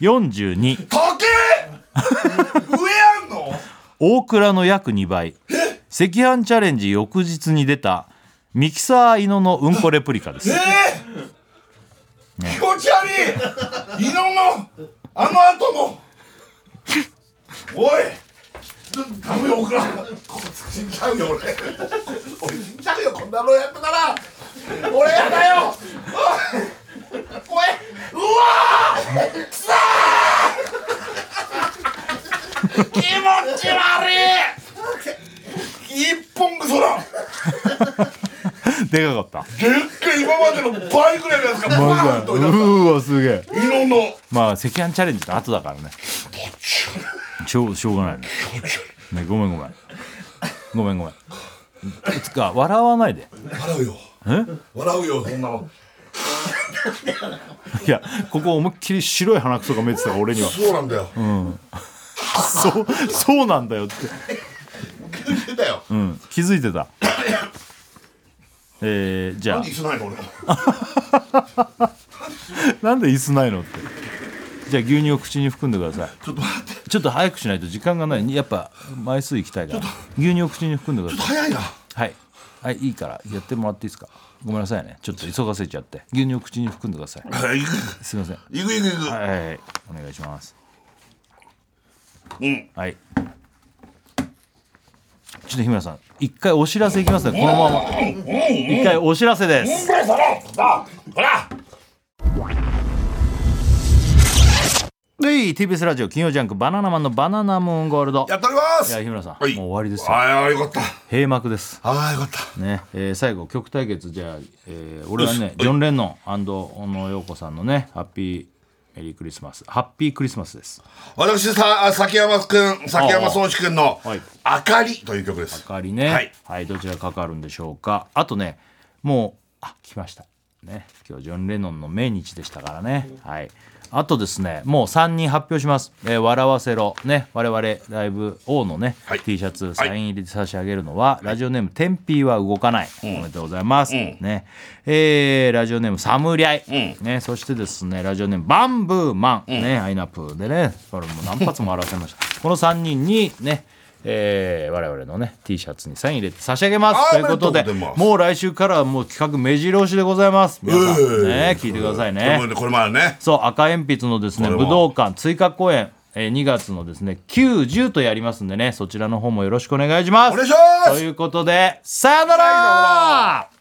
[SPEAKER 2] 42。
[SPEAKER 3] 時計上あんの
[SPEAKER 2] 大倉の約2倍。赤飯チャレンジ翌日に出たミキサー犬のうんこレプリカです。
[SPEAKER 3] えー気持ち悪い伊野のあの後もおいダメよ僕らこいつ死んじゃうよ俺俺死んじゃうよこんなのやったら俺やだよおいおいうわーくさー気持ち悪い一本ぐそだ
[SPEAKER 2] でかかった。
[SPEAKER 3] でっけ今までの倍ぐらいのやつがバーンと
[SPEAKER 2] う
[SPEAKER 3] 置いてあっ
[SPEAKER 2] ーわ、すげえ。
[SPEAKER 3] た色の
[SPEAKER 2] まあ赤飯チャレンジの後だからねしょうしょうがないねねごめんごめんごめんごめんつか笑わないで
[SPEAKER 3] 笑うよ笑うよそんなの
[SPEAKER 2] いやここ思いっきり白い鼻くそが見えてたから俺には
[SPEAKER 3] そうなんだよ
[SPEAKER 2] そうそうなんだよって、
[SPEAKER 3] 言ってたよ
[SPEAKER 2] うん、気づいてたえー、じゃ
[SPEAKER 3] 何しないの俺
[SPEAKER 2] あなんで椅子ないのってじゃあ牛乳を口に含んでくださ
[SPEAKER 3] ちょっと待って
[SPEAKER 2] いちょっと早くしないと時間がないやっぱ枚数いきたいから牛乳を口に含んでください
[SPEAKER 3] 早いな
[SPEAKER 2] はい、はい、いいからやってもらっていいですかごめんなさいねちょっと急がせちゃって牛乳を口に含んでください
[SPEAKER 3] 行く
[SPEAKER 2] すいません
[SPEAKER 3] 行く行く行く
[SPEAKER 2] はいはい、はい、お願いします
[SPEAKER 3] うん
[SPEAKER 2] はいちょっと日村さん一回お知らせいきますねこのまま一回お知らせです
[SPEAKER 3] これそれさあほら
[SPEAKER 2] ゆい TBS ラジオ金曜ジャンク「バナナマンのバナナムーンゴールド」
[SPEAKER 3] やっております
[SPEAKER 2] いや日村さん
[SPEAKER 3] はい
[SPEAKER 2] もう終わりですよ
[SPEAKER 3] ああよかった
[SPEAKER 2] 閉幕です
[SPEAKER 3] ああよかった
[SPEAKER 2] ねえー最後曲対決じゃあ、えー俺は
[SPEAKER 3] よし
[SPEAKER 2] ねジョン・レノン小野陽子さんのね「ハッピーメリークリスマス」「ハッピークリスマス」です。
[SPEAKER 3] 私さあ崎山くん崎山宗志くんの
[SPEAKER 2] はい
[SPEAKER 3] 「あかり」という曲です
[SPEAKER 2] かかりね、は
[SPEAKER 3] はいい、
[SPEAKER 2] どちらかかるんでしょうかあとねもうあ来ましたね今日ジョン・レノンの命日でしたからねはいあとですねもう3人発表します「えー笑わせろ」ね我々ライブ王のね、
[SPEAKER 3] はい
[SPEAKER 2] T シャツサイン入りで差し上げるのは、ラジオネーム「天ーは動かない」おめでとうございます、ねえーラジオネーム「サムリャイ」ね、そしてですねラジオネーム「バンブーマン」ねアイナップでねこれもう何発も表せました <laughs> この3人にねえー我々のね T シャツにサイン入れて差し上げますと
[SPEAKER 3] あ
[SPEAKER 2] い
[SPEAKER 3] ー
[SPEAKER 2] うこと
[SPEAKER 3] あ
[SPEAKER 2] で
[SPEAKER 3] りがとうございます
[SPEAKER 2] もう来週からはもう企画目白押しでございます皆さん、
[SPEAKER 3] えー
[SPEAKER 2] ね聞いてください
[SPEAKER 3] これも
[SPEAKER 2] ね
[SPEAKER 3] ねこれまでね
[SPEAKER 2] そう赤鉛筆のですね
[SPEAKER 3] これ
[SPEAKER 2] 武
[SPEAKER 3] は
[SPEAKER 2] 道館追加公演、えー2月のですね90とやりますんでねそちらの方もよろしくお願いします
[SPEAKER 3] お願いします
[SPEAKER 2] ということでさよなら